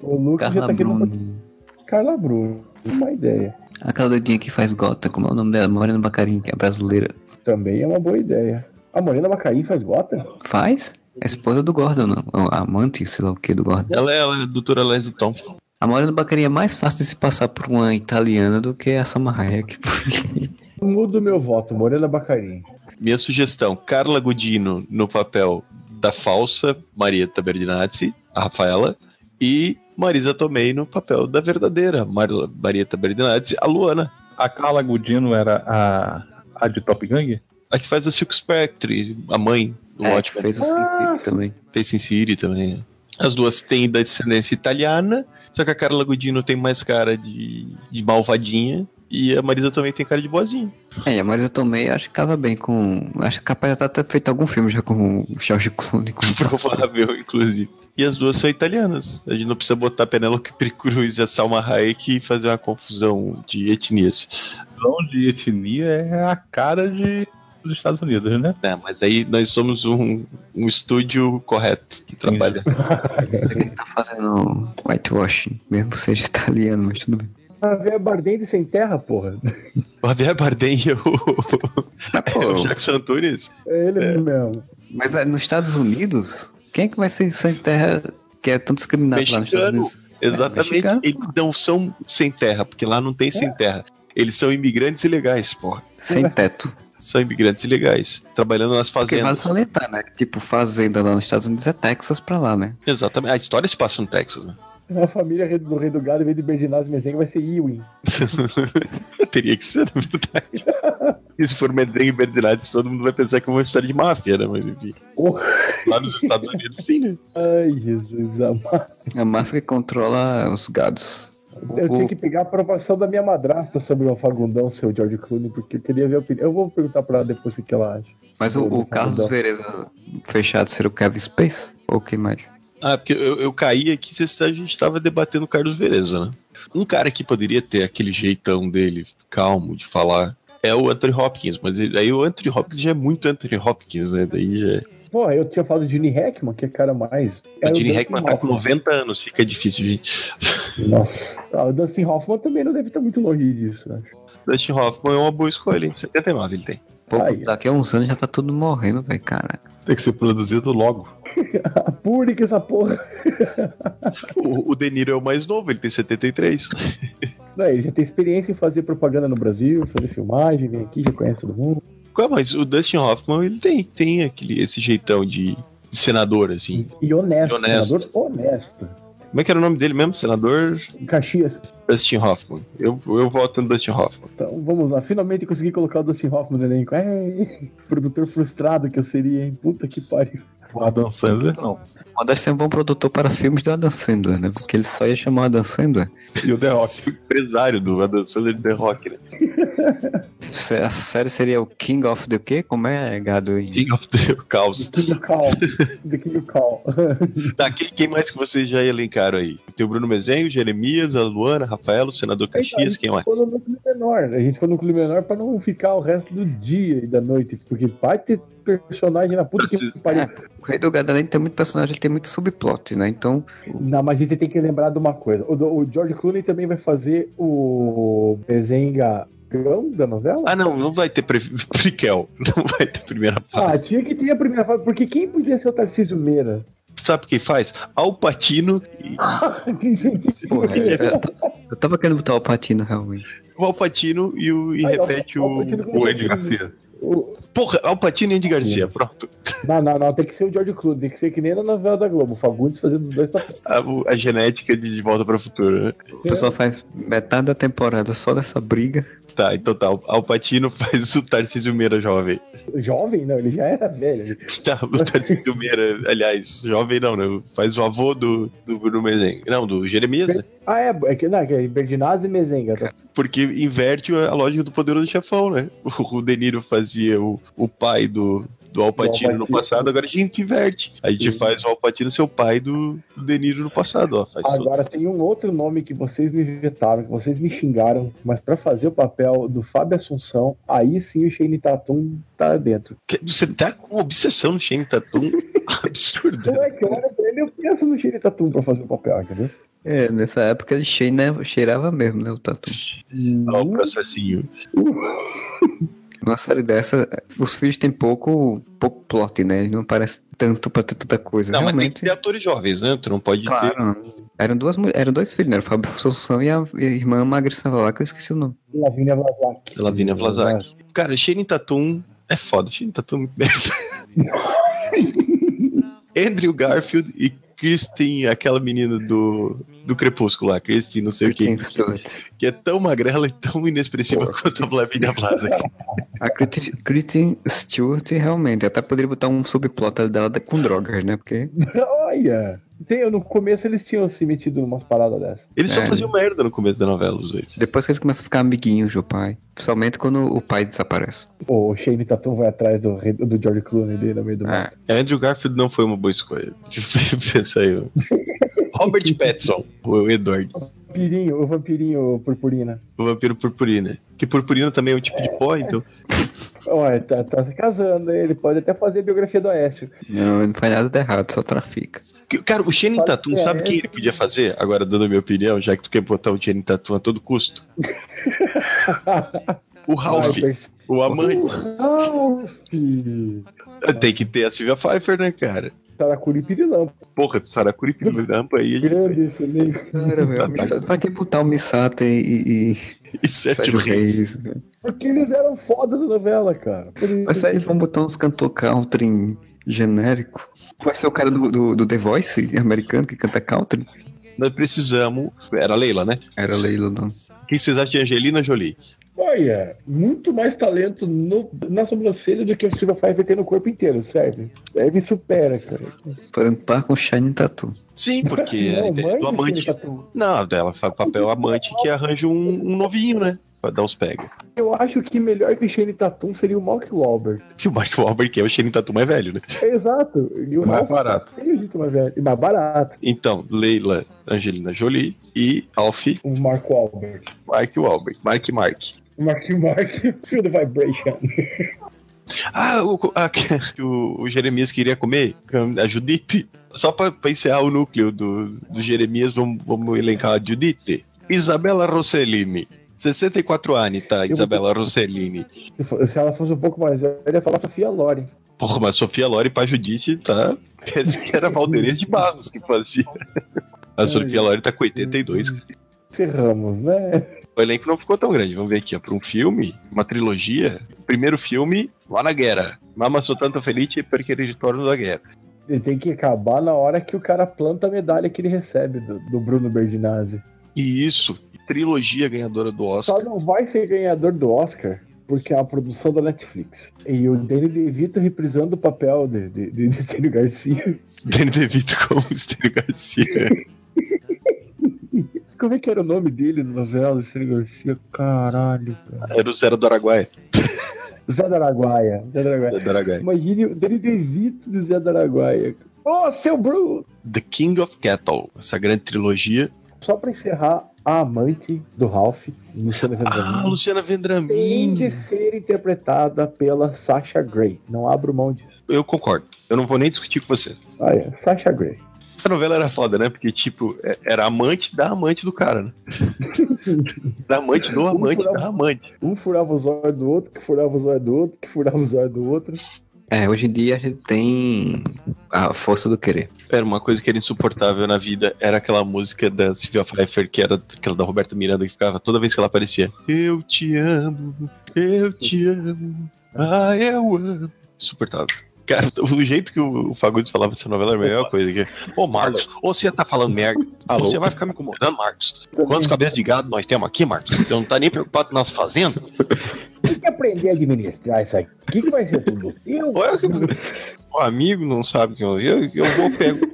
Speaker 5: O Lucas já
Speaker 3: Carla
Speaker 5: tá querendo
Speaker 3: Bruni.
Speaker 5: Carla Bruno. Uma ideia.
Speaker 3: Aquela doidinha que faz gota, como é o nome dela? Morena Bacarin, que é brasileira.
Speaker 5: Também é uma boa ideia. A Morena Macaí faz gota?
Speaker 3: Faz? É esposa do Gordon, não. Ou amante, sei lá o que, do Gordon.
Speaker 6: Ela é ela é a doutora Leslie Thompson.
Speaker 3: A Morena Bacarin é mais fácil de se passar por uma italiana do que essa Marraia que
Speaker 5: Mudo meu voto, Morena Bacarim.
Speaker 6: Minha sugestão, Carla Godino no papel da falsa Marieta Berdinazzi, a Rafaela, e Marisa Tomei no papel da verdadeira Mar Marieta Berdinazzi, a Luana,
Speaker 4: A Carla Gudino era a, a de Top Gang?
Speaker 6: a que faz a Silk Spectre, a mãe do
Speaker 3: é, que
Speaker 6: Watchmen.
Speaker 3: fez o Sin City também.
Speaker 6: Tem Sin City também. As duas têm da descendência italiana, só que a Carla Gudino tem mais cara de, de malvadinha e a Marisa também tem cara de boazinha.
Speaker 3: É, e a Marisa Tomei acho que casa bem com. Acho que capaz já tá ter feito algum filme já com o George Clooney. Com
Speaker 6: Provável, inclusive. E as duas são italianas. A gente não precisa botar a Penélope Cruz e a Salma Hayek e fazer uma confusão de etnias.
Speaker 4: Visão de etnia é a cara de, dos Estados Unidos, né?
Speaker 6: É, mas aí nós somos um, um estúdio correto que trabalha.
Speaker 3: Ele tá fazendo whitewashing, mesmo que seja italiano, mas tudo bem.
Speaker 5: Javier Bardem de Sem Terra, porra.
Speaker 6: O Javier Bardem e o,
Speaker 3: Mas,
Speaker 6: é o
Speaker 3: pô,
Speaker 6: Jackson Antunes.
Speaker 5: É ele mesmo.
Speaker 3: mas é, nos Estados Unidos, quem é que vai ser sem terra que é tão discriminado lá nos Estados
Speaker 6: Mexicano.
Speaker 3: Unidos?
Speaker 6: Exatamente.
Speaker 3: mexicano,
Speaker 6: eles não são sem terra, porque lá não tem sem terra. Eles são imigrantes ilegais, porra.
Speaker 3: Sem teto.
Speaker 6: São imigrantes ilegais, trabalhando nas
Speaker 3: Porque vale
Speaker 6: fazendas.
Speaker 3: salientar, né? Tipo, fazenda lá nos Estados Unidos é Texas pra lá, né?
Speaker 6: Exatamente. A história se passa no Texas, né?
Speaker 5: A família Rei do Rei do Gado, em vez de Berdinazzi Mezengue, vai ser Ewing.
Speaker 6: Teria que ser, na verdade. E se for Medrengue e Berdinazzi, todo mundo vai pensar que é uma história de máfia, né? Mas enfim.
Speaker 5: Oh.
Speaker 6: Lá nos Estados Unidos, sim, né?
Speaker 5: Ai, Jesus amado.
Speaker 3: A máfia que controla os gados.
Speaker 5: Eu
Speaker 3: O-
Speaker 5: tinha que pegar a aprovação da minha madrasta sobre o Fagundão, seu George Clooney, porque eu queria ver a opinião. Eu vou perguntar pra ela depois o que ela acha.
Speaker 3: Mas o, o
Speaker 5: Não, não.
Speaker 3: Carlos Vereza fechado ser o Kevin Space? Ou quem mais?
Speaker 6: Ah, porque eu, eu caí aqui, sexta a gente tava debatendo o Carlos Vereza, né? Um cara que poderia ter aquele jeitão dele, calmo, de falar, é o Anthony Hopkins, mas ele- aí o Anthony Hopkins já é muito Anthony Hopkins, né? Daí já é.
Speaker 5: Pô, eu tinha falado de Gene Hackman, que é cara mais.
Speaker 6: O
Speaker 5: Era
Speaker 6: Gene
Speaker 5: Dustin
Speaker 6: Hackman tá com
Speaker 5: Hoffman.
Speaker 6: 90 anos, fica difícil, gente.
Speaker 5: Nossa. Ah, o Dustin Hoffman também não deve estar muito longe disso, né?
Speaker 6: Dustin Hoffman é uma boa escolha, hein? 79 ele tem.
Speaker 3: Pô,
Speaker 5: Aí.
Speaker 3: daqui a uns anos já tá tudo morrendo, velho, cara.
Speaker 4: Tem que ser produzido logo.
Speaker 5: Apure que essa porra.
Speaker 6: O, o De Niro é o mais novo, ele tem 73.
Speaker 5: Não, ele já tem experiência em fazer propaganda no Brasil, fazer filmagem, vem aqui, já conhece todo mundo.
Speaker 6: Qual é mais? O Dustin Hoffman, ele tem, tem aquele, esse jeitão de, de senador, assim.
Speaker 5: E honesto,
Speaker 6: E honesto.
Speaker 5: senador honesto.
Speaker 6: Como é que era o nome dele mesmo? Senador
Speaker 5: Caxias.
Speaker 6: Dustin Hoffman. Eu, eu voto no Dustin Hoffman.
Speaker 5: Então vamos lá, finalmente consegui colocar o Dustin Hoffman no elenco. É, produtor frustrado que eu seria, hein? Puta que pariu.
Speaker 4: O Adam Sandler, não.
Speaker 3: O Adam Sandler é um bom produtor para filmes do Adam Sandler, né? Porque ele só ia chamar o Adam Sandler.
Speaker 4: E o The Rock.
Speaker 6: O empresário do Adam Sandler de The Rock, né?
Speaker 3: Se- Essa série seria o King of the quê? Como é, gado? em-
Speaker 6: King of the Chaos.
Speaker 5: The King of Call. The King of Call.
Speaker 6: Tá, quem, quem mais que vocês já elencaram aí? Tem o Bruno Mezenho, o Jeremias, a Luana, Rafael, o senador Caxias, quem mais?
Speaker 5: Ficou no núcleo menor. A gente ficou no núcleo menor pra não ficar o resto do dia e da noite. Porque vai ter personagem na puta que pariu.
Speaker 3: O Rei do Gado, além de ter muito personagem, ele tem muito subplot, né? Então,
Speaker 5: Não, mas a gente tem que lembrar de uma coisa. O, do- o George Clooney também vai fazer o Bezenga Gão da novela?
Speaker 6: Ah, não, não vai ter pre prequel. Não vai ter primeira
Speaker 5: Ah,
Speaker 6: parte.
Speaker 5: tinha que ter a primeira fase, porque quem podia ser o Tarcísio Meira?
Speaker 6: Sabe quem faz? Alpatino. E...
Speaker 3: porra, é. eu, eu tava- eu tava querendo botar o Patino, realmente.
Speaker 6: O Alpatino e, o, e
Speaker 5: Aí, Al-
Speaker 6: repete o.
Speaker 5: Alpatino
Speaker 4: O Andy Garcia.
Speaker 5: O-
Speaker 6: Porra, Alpatino e Andy Garcia, pronto.
Speaker 5: Não, não, não, tem que ser o George Clooney, tem que ser que nem na novela da Globo, o Fagundes fazendo dois papéis.
Speaker 6: A, o- a genética de, de volta para o futuro. né?
Speaker 3: O pessoal faz metade da temporada só dessa briga.
Speaker 6: Tá, então tá. o Alpatino faz o Tarcísio Meira jovem.
Speaker 5: Jovem, não, ele já era velho.
Speaker 6: Tá, o Tarcísio Meira, aliás, jovem não, né? Faz o avô do, do Bruno Mezenga. Não, do Jeremias, né?
Speaker 5: Ah, é, é que, não, é que é Berdinazzi e Mezenga. Tá?
Speaker 6: Porque inverte a lógica do poderoso chefão, né? O, o De Niro fazia o, o pai do, do Al Pacino
Speaker 5: Al
Speaker 6: no
Speaker 5: Pacino.
Speaker 6: passado, agora a gente inverte. A gente faz o Al Pacino seu pai do, do De Niro no passado, ó. Faz tudo.
Speaker 5: Agora tem um outro nome que vocês me vetaram, que vocês me xingaram, mas pra fazer o papel do Fábio Assunção, aí sim o Shane Tatum tá dentro.
Speaker 6: Que- Você tá com uma obsessão no Shane Tatum absurda.
Speaker 5: Como é que eu olho pra ele eu penso no Shane Tatum pra fazer o papel, entendeu?
Speaker 3: É, nessa época ele cheira- né, cheirava mesmo, né, o tatu.
Speaker 5: É
Speaker 6: Ó, o processinho.
Speaker 3: Numa série dessa, os filhos têm pouco, pouco plot, né? Eles não aparecem tanto pra ter tanta coisa.
Speaker 6: Não, mas tem que
Speaker 3: Realmente,
Speaker 6: ter atores jovens, né? Tu não pode ter.
Speaker 3: claro. não. Eram duas mulheres, eram dois filhos, né? Era o Fábio Assunção e a e a irmã Magricela lá, que eu esqueci o nome.
Speaker 5: Lavínia Vlasak.
Speaker 6: Lavínia Vlasak. Cara, Shane Tatum é foda. Shane Tatum é muito merda. Andrew Garfield e Kristen, aquela menina do, do Crepúsculo lá, Kristen, não sei o
Speaker 3: Kristen
Speaker 6: que,
Speaker 3: Stewart.
Speaker 6: que é tão magrela e tão inexpressiva quanto a Lavínia Vlasak.
Speaker 3: A Kristen- Kristen Stewart realmente, até poderia botar um subplot dela da- com drogas, né? Porque
Speaker 5: Olha! Tem, no começo eles tinham se metido numas paradas dessas.
Speaker 6: Eles só
Speaker 3: É.
Speaker 6: faziam merda no começo da novela, os dois.
Speaker 3: depois que eles começam a ficar amiguinhos do pai, principalmente quando o pai desaparece.
Speaker 5: O Shane Tatum vai atrás do, rei- do George Clooney dele no meio do
Speaker 3: É,
Speaker 6: Andrew Garfield não foi uma boa escolha. Pensa aí. Robert Pattinson, o Edward,
Speaker 5: Vampirinho, o vampirinho purpurina.
Speaker 6: o vampiro purpurina. Que purpurina também é um tipo de pó, então.
Speaker 5: Olha, tá, tá se casando, hein? ele pode até fazer a biografia do Oeste.
Speaker 3: não, ele não faz nada de errado, só trafica.
Speaker 6: Que- Cara, o Shane
Speaker 5: Pode
Speaker 6: Tatum,
Speaker 5: ser,
Speaker 6: sabe
Speaker 5: é.
Speaker 6: quem ele podia fazer? Agora, dando a minha opinião, já que tu quer botar o Shane Tatum a todo custo. O Ralph, o amante.
Speaker 5: Alf!
Speaker 6: Tem que ter a Silvia Pfeiffer, né, cara?
Speaker 5: Saracuri Pirilão.
Speaker 6: Porra, Saracuri Pirampa aí. a gente vai-
Speaker 5: Grande esse livro.
Speaker 3: Cara, velho, o Misato- pra que botar o Misato e, e,
Speaker 6: E
Speaker 3: e
Speaker 6: Sérgio
Speaker 3: Sérgio
Speaker 6: Reis.
Speaker 3: Reis? velho?
Speaker 5: Porque eles eram foda da novela, cara. Eles-
Speaker 3: Mas
Speaker 4: é
Speaker 3: aí eles vão botar uns cantor country genérico. Vai ser o cara do, do, do The Voice americano que canta country?
Speaker 6: Nós precisamos. Era a Leila, né?
Speaker 3: Era Leila, não.
Speaker 6: Quem vocês acham de Angelina Jolie?
Speaker 5: Olha, muito mais talento no- na sobrancelha do que o Silva Pfeiffer tem no corpo inteiro, serve? Serve e supera, cara.
Speaker 3: Fazendo um par com o Shining Tattoo.
Speaker 6: Sim, porque
Speaker 5: Não, mãe
Speaker 6: é, do
Speaker 5: do
Speaker 6: amante.
Speaker 5: Shane Tatum.
Speaker 6: Não, dela faz papel amante que arranja um, um novinho, né? Pra dar os pega.
Speaker 5: Eu acho que melhor que Shane Tatum seria o Mark Wahlberg. É
Speaker 6: Que o Mark Wahlberg é o Shane Tatum mais velho, né?
Speaker 5: Exato. E o
Speaker 4: Mais
Speaker 5: Ralph
Speaker 4: barato.
Speaker 5: seria é o jeito mais velho. E mais barato.
Speaker 6: Então, Leila, Angelina Jolie e Alf,
Speaker 5: O Mark Wahlberg.
Speaker 6: Mark Wahlberg. Mark Mark.
Speaker 5: O Mark Mark. Feel the vibration.
Speaker 6: Ah, o, a- que o, o Jeremias queria comer a Judite. Só pra, pra encerrar o núcleo do, do Jeremias, vamos, vamos elencar a Judite. Isabela Rossellini. 64 anos, tá? Isabela Rossellini.
Speaker 5: Se fo- Se ela fosse um pouco mais velha, eu ia falar Sofia Loren.
Speaker 6: Porra, mas Sofia Lore pra Judite, tá? Parece que era Valdeirês de Barros que fazia. A Sofia Lore tá com 82. cara.
Speaker 5: Cerramos, né?
Speaker 6: O elenco não ficou tão grande. Vamos ver aqui, ó. Pra um filme, uma trilogia. Primeiro filme, lá na guerra. Mama sou tanto feliz porque ele retorno da guerra.
Speaker 5: Ele tem que acabar na hora que o cara planta a medalha que ele recebe do, do Bruno Berdinazzi.
Speaker 6: E isso, trilogia ganhadora do Oscar.
Speaker 5: Só não vai ser ganhador do Oscar porque é uma produção da Netflix. E o Danny DeVito reprisando o papel de, de, de, de Estênio Garcia.
Speaker 6: Danny DeVito como Estênio Garcia.
Speaker 5: Como é que era o nome dele na novela, Estênio Garcia? Caralho, cara.
Speaker 6: Era o Zero do Araguaia.
Speaker 5: Zé da Araguaia. Zé da Araguaia.
Speaker 6: Zero do Araguaia.
Speaker 5: Imagine o Danny DeVito de Zé da Araguaia. Ô, seu Bruno!
Speaker 6: The King of Cattle, essa grande trilogia.
Speaker 5: Só pra encerrar, a amante do Ralph, Luciana
Speaker 6: Ah,
Speaker 5: Vendramini,
Speaker 6: Luciana
Speaker 5: tem de
Speaker 6: Vendramini.
Speaker 5: ser interpretada pela Sasha Grey. Não abro mão disso.
Speaker 6: Eu concordo. Eu não vou nem discutir com você.
Speaker 5: Ah, é. Sasha Grey.
Speaker 6: Essa novela era foda, né? Porque, tipo, é- era amante da amante do cara, né? da amante do amante da amante.
Speaker 5: Um furava os olhos do outro, que furava os olhos do outro, que furava os olhos do outro.
Speaker 3: É, hoje em dia a gente tem a força do querer.
Speaker 6: Era uma coisa que era insuportável na vida. Era aquela música da Sylvia Pfeiffer, que era aquela da Roberta Miranda, que ficava toda vez que ela aparecia. Eu te amo, eu te amo, ah, eu amo. Insuportável. Cara, o jeito que o Fagundes falava dessa novela era a melhor coisa. Que... é, Ô, Marcos, ou você tá falando merda, ou você vai ficar me incomodando, Marcos. Quantas cabeças de gado nós temos aqui, Marcos? Você não tá nem preocupado com nossa fazenda?
Speaker 5: Tem que aprender a administrar isso aqui. O que, que vai ser tudo? Eu?
Speaker 6: Olha que o amigo não sabe que eu, eu, eu vou um pego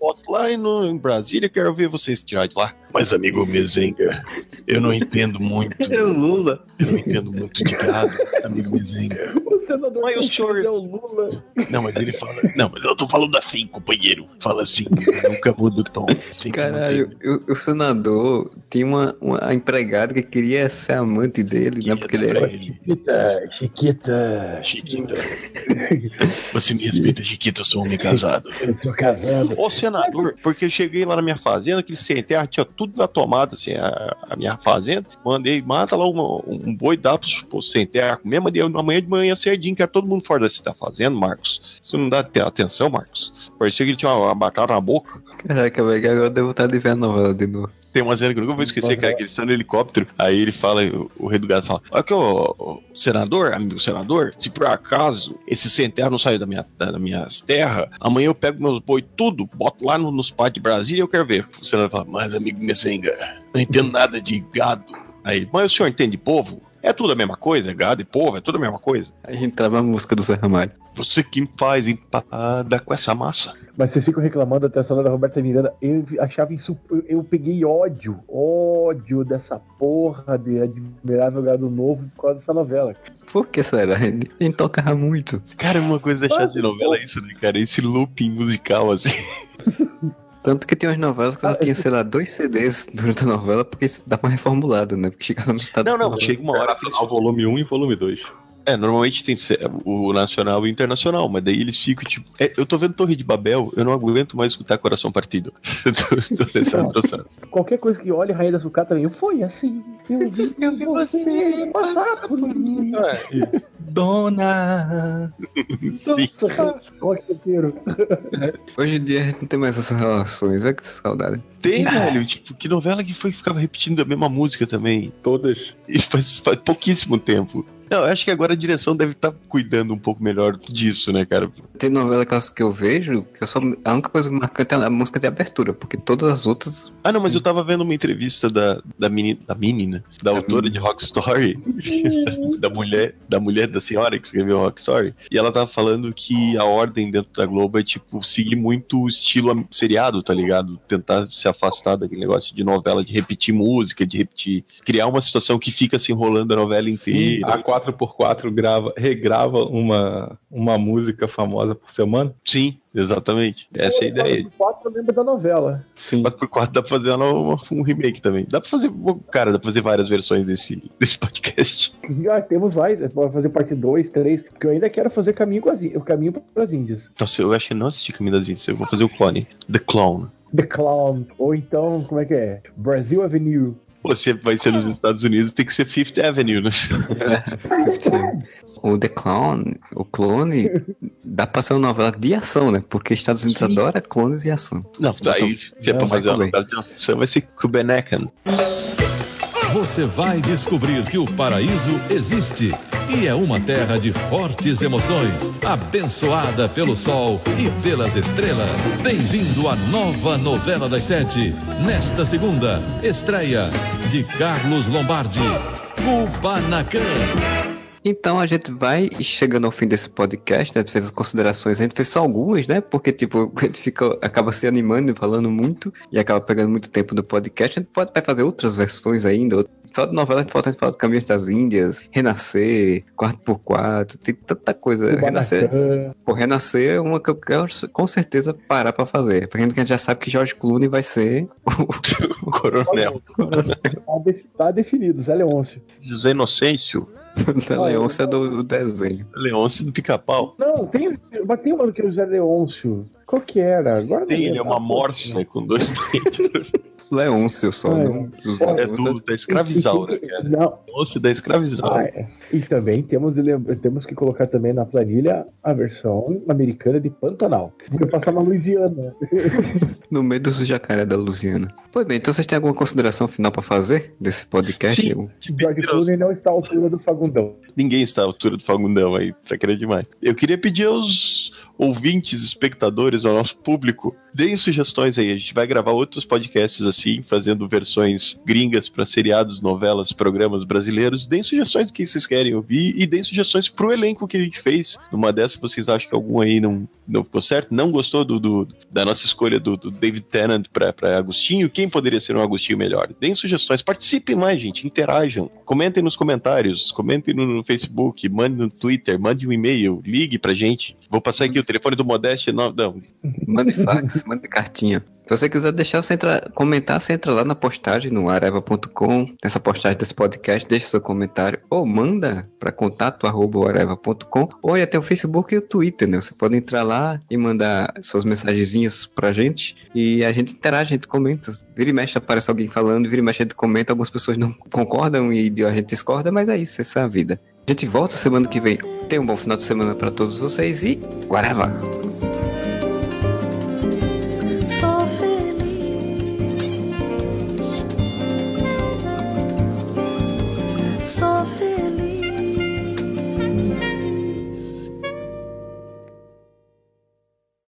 Speaker 6: boto lá e no, em Brasília quero ver vocês tirar de lá. Mas amigo Mezenga, eu não entendo muito. Eu Lula. Eu não entendo muito de gado, amigo Mezenga.
Speaker 5: Os senador
Speaker 6: Mas o
Speaker 5: Cid
Speaker 6: senhor-
Speaker 5: é o Lula.
Speaker 6: Não, mas ele fala. Não, mas eu tô falando assim, companheiro. Fala assim, nunca muda o tom. sempre
Speaker 3: Caralho, o, o senador tinha uma, uma empregada que queria ser amante dele, né?
Speaker 6: mantém.
Speaker 3: Porque ele era.
Speaker 6: Pra ele.
Speaker 5: Chiquita, Chiquita,
Speaker 6: Chiquita. Você me respeita, Chiquita, eu sou um homem casado.
Speaker 5: eu tô casando.
Speaker 6: Ô senador, porque eu cheguei lá na minha fazenda, que centerra tinha tudo na tomada, assim, a, a minha fazenda. Mandei, mata lá uma- um boi, dá pro, pro centerra comer, mandei amanhã de manhã cedinho, que era todo mundo fora da cidade fazendo, Marcos. Você não dá te- atenção, Marcos? Parecia que ele tinha uma, uma batata na boca.
Speaker 3: Caraca, velho, agora eu devo estar de ver a novela de novo.
Speaker 6: Tem uma cena que eu nunca vou esquecer, cara, que ele está no helicóptero, aí ele fala, o, o rei do gado fala, olha que o senador, amigo senador, se por acaso esse centerra não saiu da minha, da, da minhas terras, amanhã eu pego meus boi tudo, boto lá no- nos pátios de Brasília e eu quero ver. O senador fala, mas amigo Messenga, não entendo nada de gado. Aí, ele, mas o senhor entende de povo? É tudo a mesma coisa, gado e povo, é tudo a mesma coisa.
Speaker 3: A gente trava a música do Zé Ramalho.
Speaker 6: Você que me faz empada com essa massa.
Speaker 5: Mas vocês ficam reclamando até a senadora Roberta Miranda. Eu achava isso. eu- Eu peguei ódio, ódio dessa porra de Admirável Gado Novo por causa dessa novela.
Speaker 3: Por que será? A gente tocava muito.
Speaker 6: Cara, é uma coisa chata de novela é isso, né, cara? Esse looping musical, assim.
Speaker 3: Tanto que tem umas novelas
Speaker 6: Ah,
Speaker 3: que ela tinha, sei lá, dois CDs durante a novela, porque isso dá uma reformulada, né? Porque chega na metade
Speaker 6: Não,
Speaker 3: da
Speaker 6: não,
Speaker 3: novela.
Speaker 6: chega uma hora que
Speaker 4: Nacional, volume 1 e volume 2.
Speaker 6: É, normalmente tem se- o nacional e o internacional, mas daí eles ficam tipo. é, eu tô vendo Torre de Babel, eu não aguento mais escutar Coração Partido. Eu tô, tô nessa atrocidade.
Speaker 5: Qualquer coisa que olhe Rainha da Sucata, eu foi assim. Eu vi, eu vi você passar por mim.
Speaker 6: É.
Speaker 4: Dona!
Speaker 5: Nossa, cara, coqueteiro.
Speaker 3: Hoje em dia a gente não tem mais essas relações, olha que saudade.
Speaker 6: Tem, velho, tipo, que novela que foi que ficava repetindo a mesma música também?
Speaker 4: Todas.
Speaker 6: E faz, faz pouquíssimo tempo. Não, eu acho que agora a direção deve estar cuidando um pouco melhor disso, né, cara?
Speaker 3: Tem novela que eu, que eu vejo, que eu só, a única coisa marcante é a música de abertura, porque todas as outras.
Speaker 6: Ah, não, mas eu tava vendo uma entrevista da, da, meni, da menina, da autora de Rock Story, da mulher, da mulher da senhora que escreveu Rock Story, e ela tava falando que a ordem dentro da Globo é, tipo, seguir muito o estilo am- seriado, tá ligado? Tentar se afastar daquele negócio de novela, de repetir música, de repetir, criar uma situação que fica se enrolando a novela inteira.
Speaker 4: A 4x4 grava, regrava uma, uma música famosa por semana?
Speaker 6: Sim, exatamente. Essa é a ideia.
Speaker 5: De fato, eu lembro da novela.
Speaker 4: Sim.
Speaker 6: 4x4 dá pra fazer uma- uma- um remake também. Dá pra fazer. Cara, dá pra fazer várias versões desse, desse podcast.
Speaker 5: E, ah, temos várias, pode fazer parte 2, 3, porque eu ainda quero fazer caminho com as, Í- o caminho para as Índias.
Speaker 6: Nossa, eu acho que não assisti Caminho das Índias, eu vou fazer o clone. The Clone.
Speaker 5: The Clown, ou então, como é que é? Brasil Avenue.
Speaker 6: Você vai ser nos Estados Unidos, tem que ser Fifth Avenue, né?
Speaker 3: assim, O The Clone, o clone, dá pra ser uma novela de ação, né? Porque Estados Unidos
Speaker 5: Sim.
Speaker 3: adora clones e ação.
Speaker 6: Não, daí, se é pra
Speaker 3: não,
Speaker 6: fazer
Speaker 3: vai
Speaker 6: uma novela de ação, vai ser Kubenekan.
Speaker 8: Você vai descobrir que o paraíso existe e é uma terra de fortes emoções, abençoada pelo sol e pelas estrelas. Bem-vindo à nova novela das sete. Nesta segunda, estreia de Carlos Lombardi, Cubanacan.
Speaker 3: Então a gente vai chegando ao fim desse podcast, né? A gente fez as considerações, a gente fez só algumas, né? Porque, tipo, a gente fica, acaba se animando e falando muito e acaba pegando muito tempo do podcast. A gente pode vai fazer outras versões ainda. out- Só de novela a gente falta a gente falar do Caminhos das Índias, Renascer, 4x4, tem tanta
Speaker 6: É,
Speaker 3: coisa. Renascer.
Speaker 5: Kubanacan.
Speaker 3: Pô, Renascer é uma que eu quero com certeza parar pra fazer. Porque a gente já sabe que George Clooney vai ser
Speaker 6: O Coronel.
Speaker 5: Tá, de- tá definido, Zé Leôncio.
Speaker 6: José Inocêncio.
Speaker 3: o Leôncio do, do desenho.
Speaker 6: Leôncio do Pica-Pau.
Speaker 5: Não, tem, mas tem um que é o Zé Leôncio. Qual que era? Agora não
Speaker 6: Tem,
Speaker 5: lembro.
Speaker 6: ele é uma morsa com dois dentes.
Speaker 3: Leôncio só,
Speaker 5: Ah, é.
Speaker 3: não.
Speaker 6: É do, da escravizal, né, cara?
Speaker 5: Não,
Speaker 6: Leôncio da escravizal.
Speaker 5: Ah, é. E também temos, de lembra- temos que colocar também na planilha a versão americana de Pantanal. Vou passar na Louisiana.
Speaker 3: No meio dos jacaré da Lusiana. Pois bem, então vocês têm alguma consideração final pra fazer desse podcast?
Speaker 6: Sim.
Speaker 3: Eu-
Speaker 5: George Clooney não está à altura do Fagundão.
Speaker 6: Ninguém está à altura do Fagundão aí, tá querendo demais. Eu queria pedir aos, ouvintes, espectadores, ao nosso público, deem sugestões aí. A gente vai gravar outros podcasts assim, fazendo versões gringas para seriados, novelas, programas brasileiros. Deem sugestões do que vocês querem ouvir e deem sugestões pro elenco que a gente fez. Numa dessas, vocês acham que algum aí não, não ficou certo? Não gostou do, do- da nossa escolha do, do David Tennant pra, pra Agostinho? Quem poderia ser um Agostinho melhor? Deem sugestões, participem mais, gente, interajam. Comentem nos comentários, comentem no, no Facebook, mandem no Twitter, mandem um e-mail, ligue pra gente. Vou passar aqui o telefone do Modeste. Não, não,
Speaker 3: Manda fax, manda cartinha. Se você quiser deixar, você entra, comentar, você entra lá na postagem no areva.com, nessa postagem desse podcast, deixa seu comentário ou manda para contato@areva.com ou ir até o Facebook e o Twitter, né? Você pode entrar lá e mandar suas mensagenzinhas pra gente e a gente interage, a gente comenta. Vira e mexe aparece alguém falando, vira e mexe a gente comenta, algumas pessoas não concordam e a gente discorda, mas é isso, essa é a vida. A gente volta semana que vem. Tenha um bom final de semana pra todos vocês e whatever!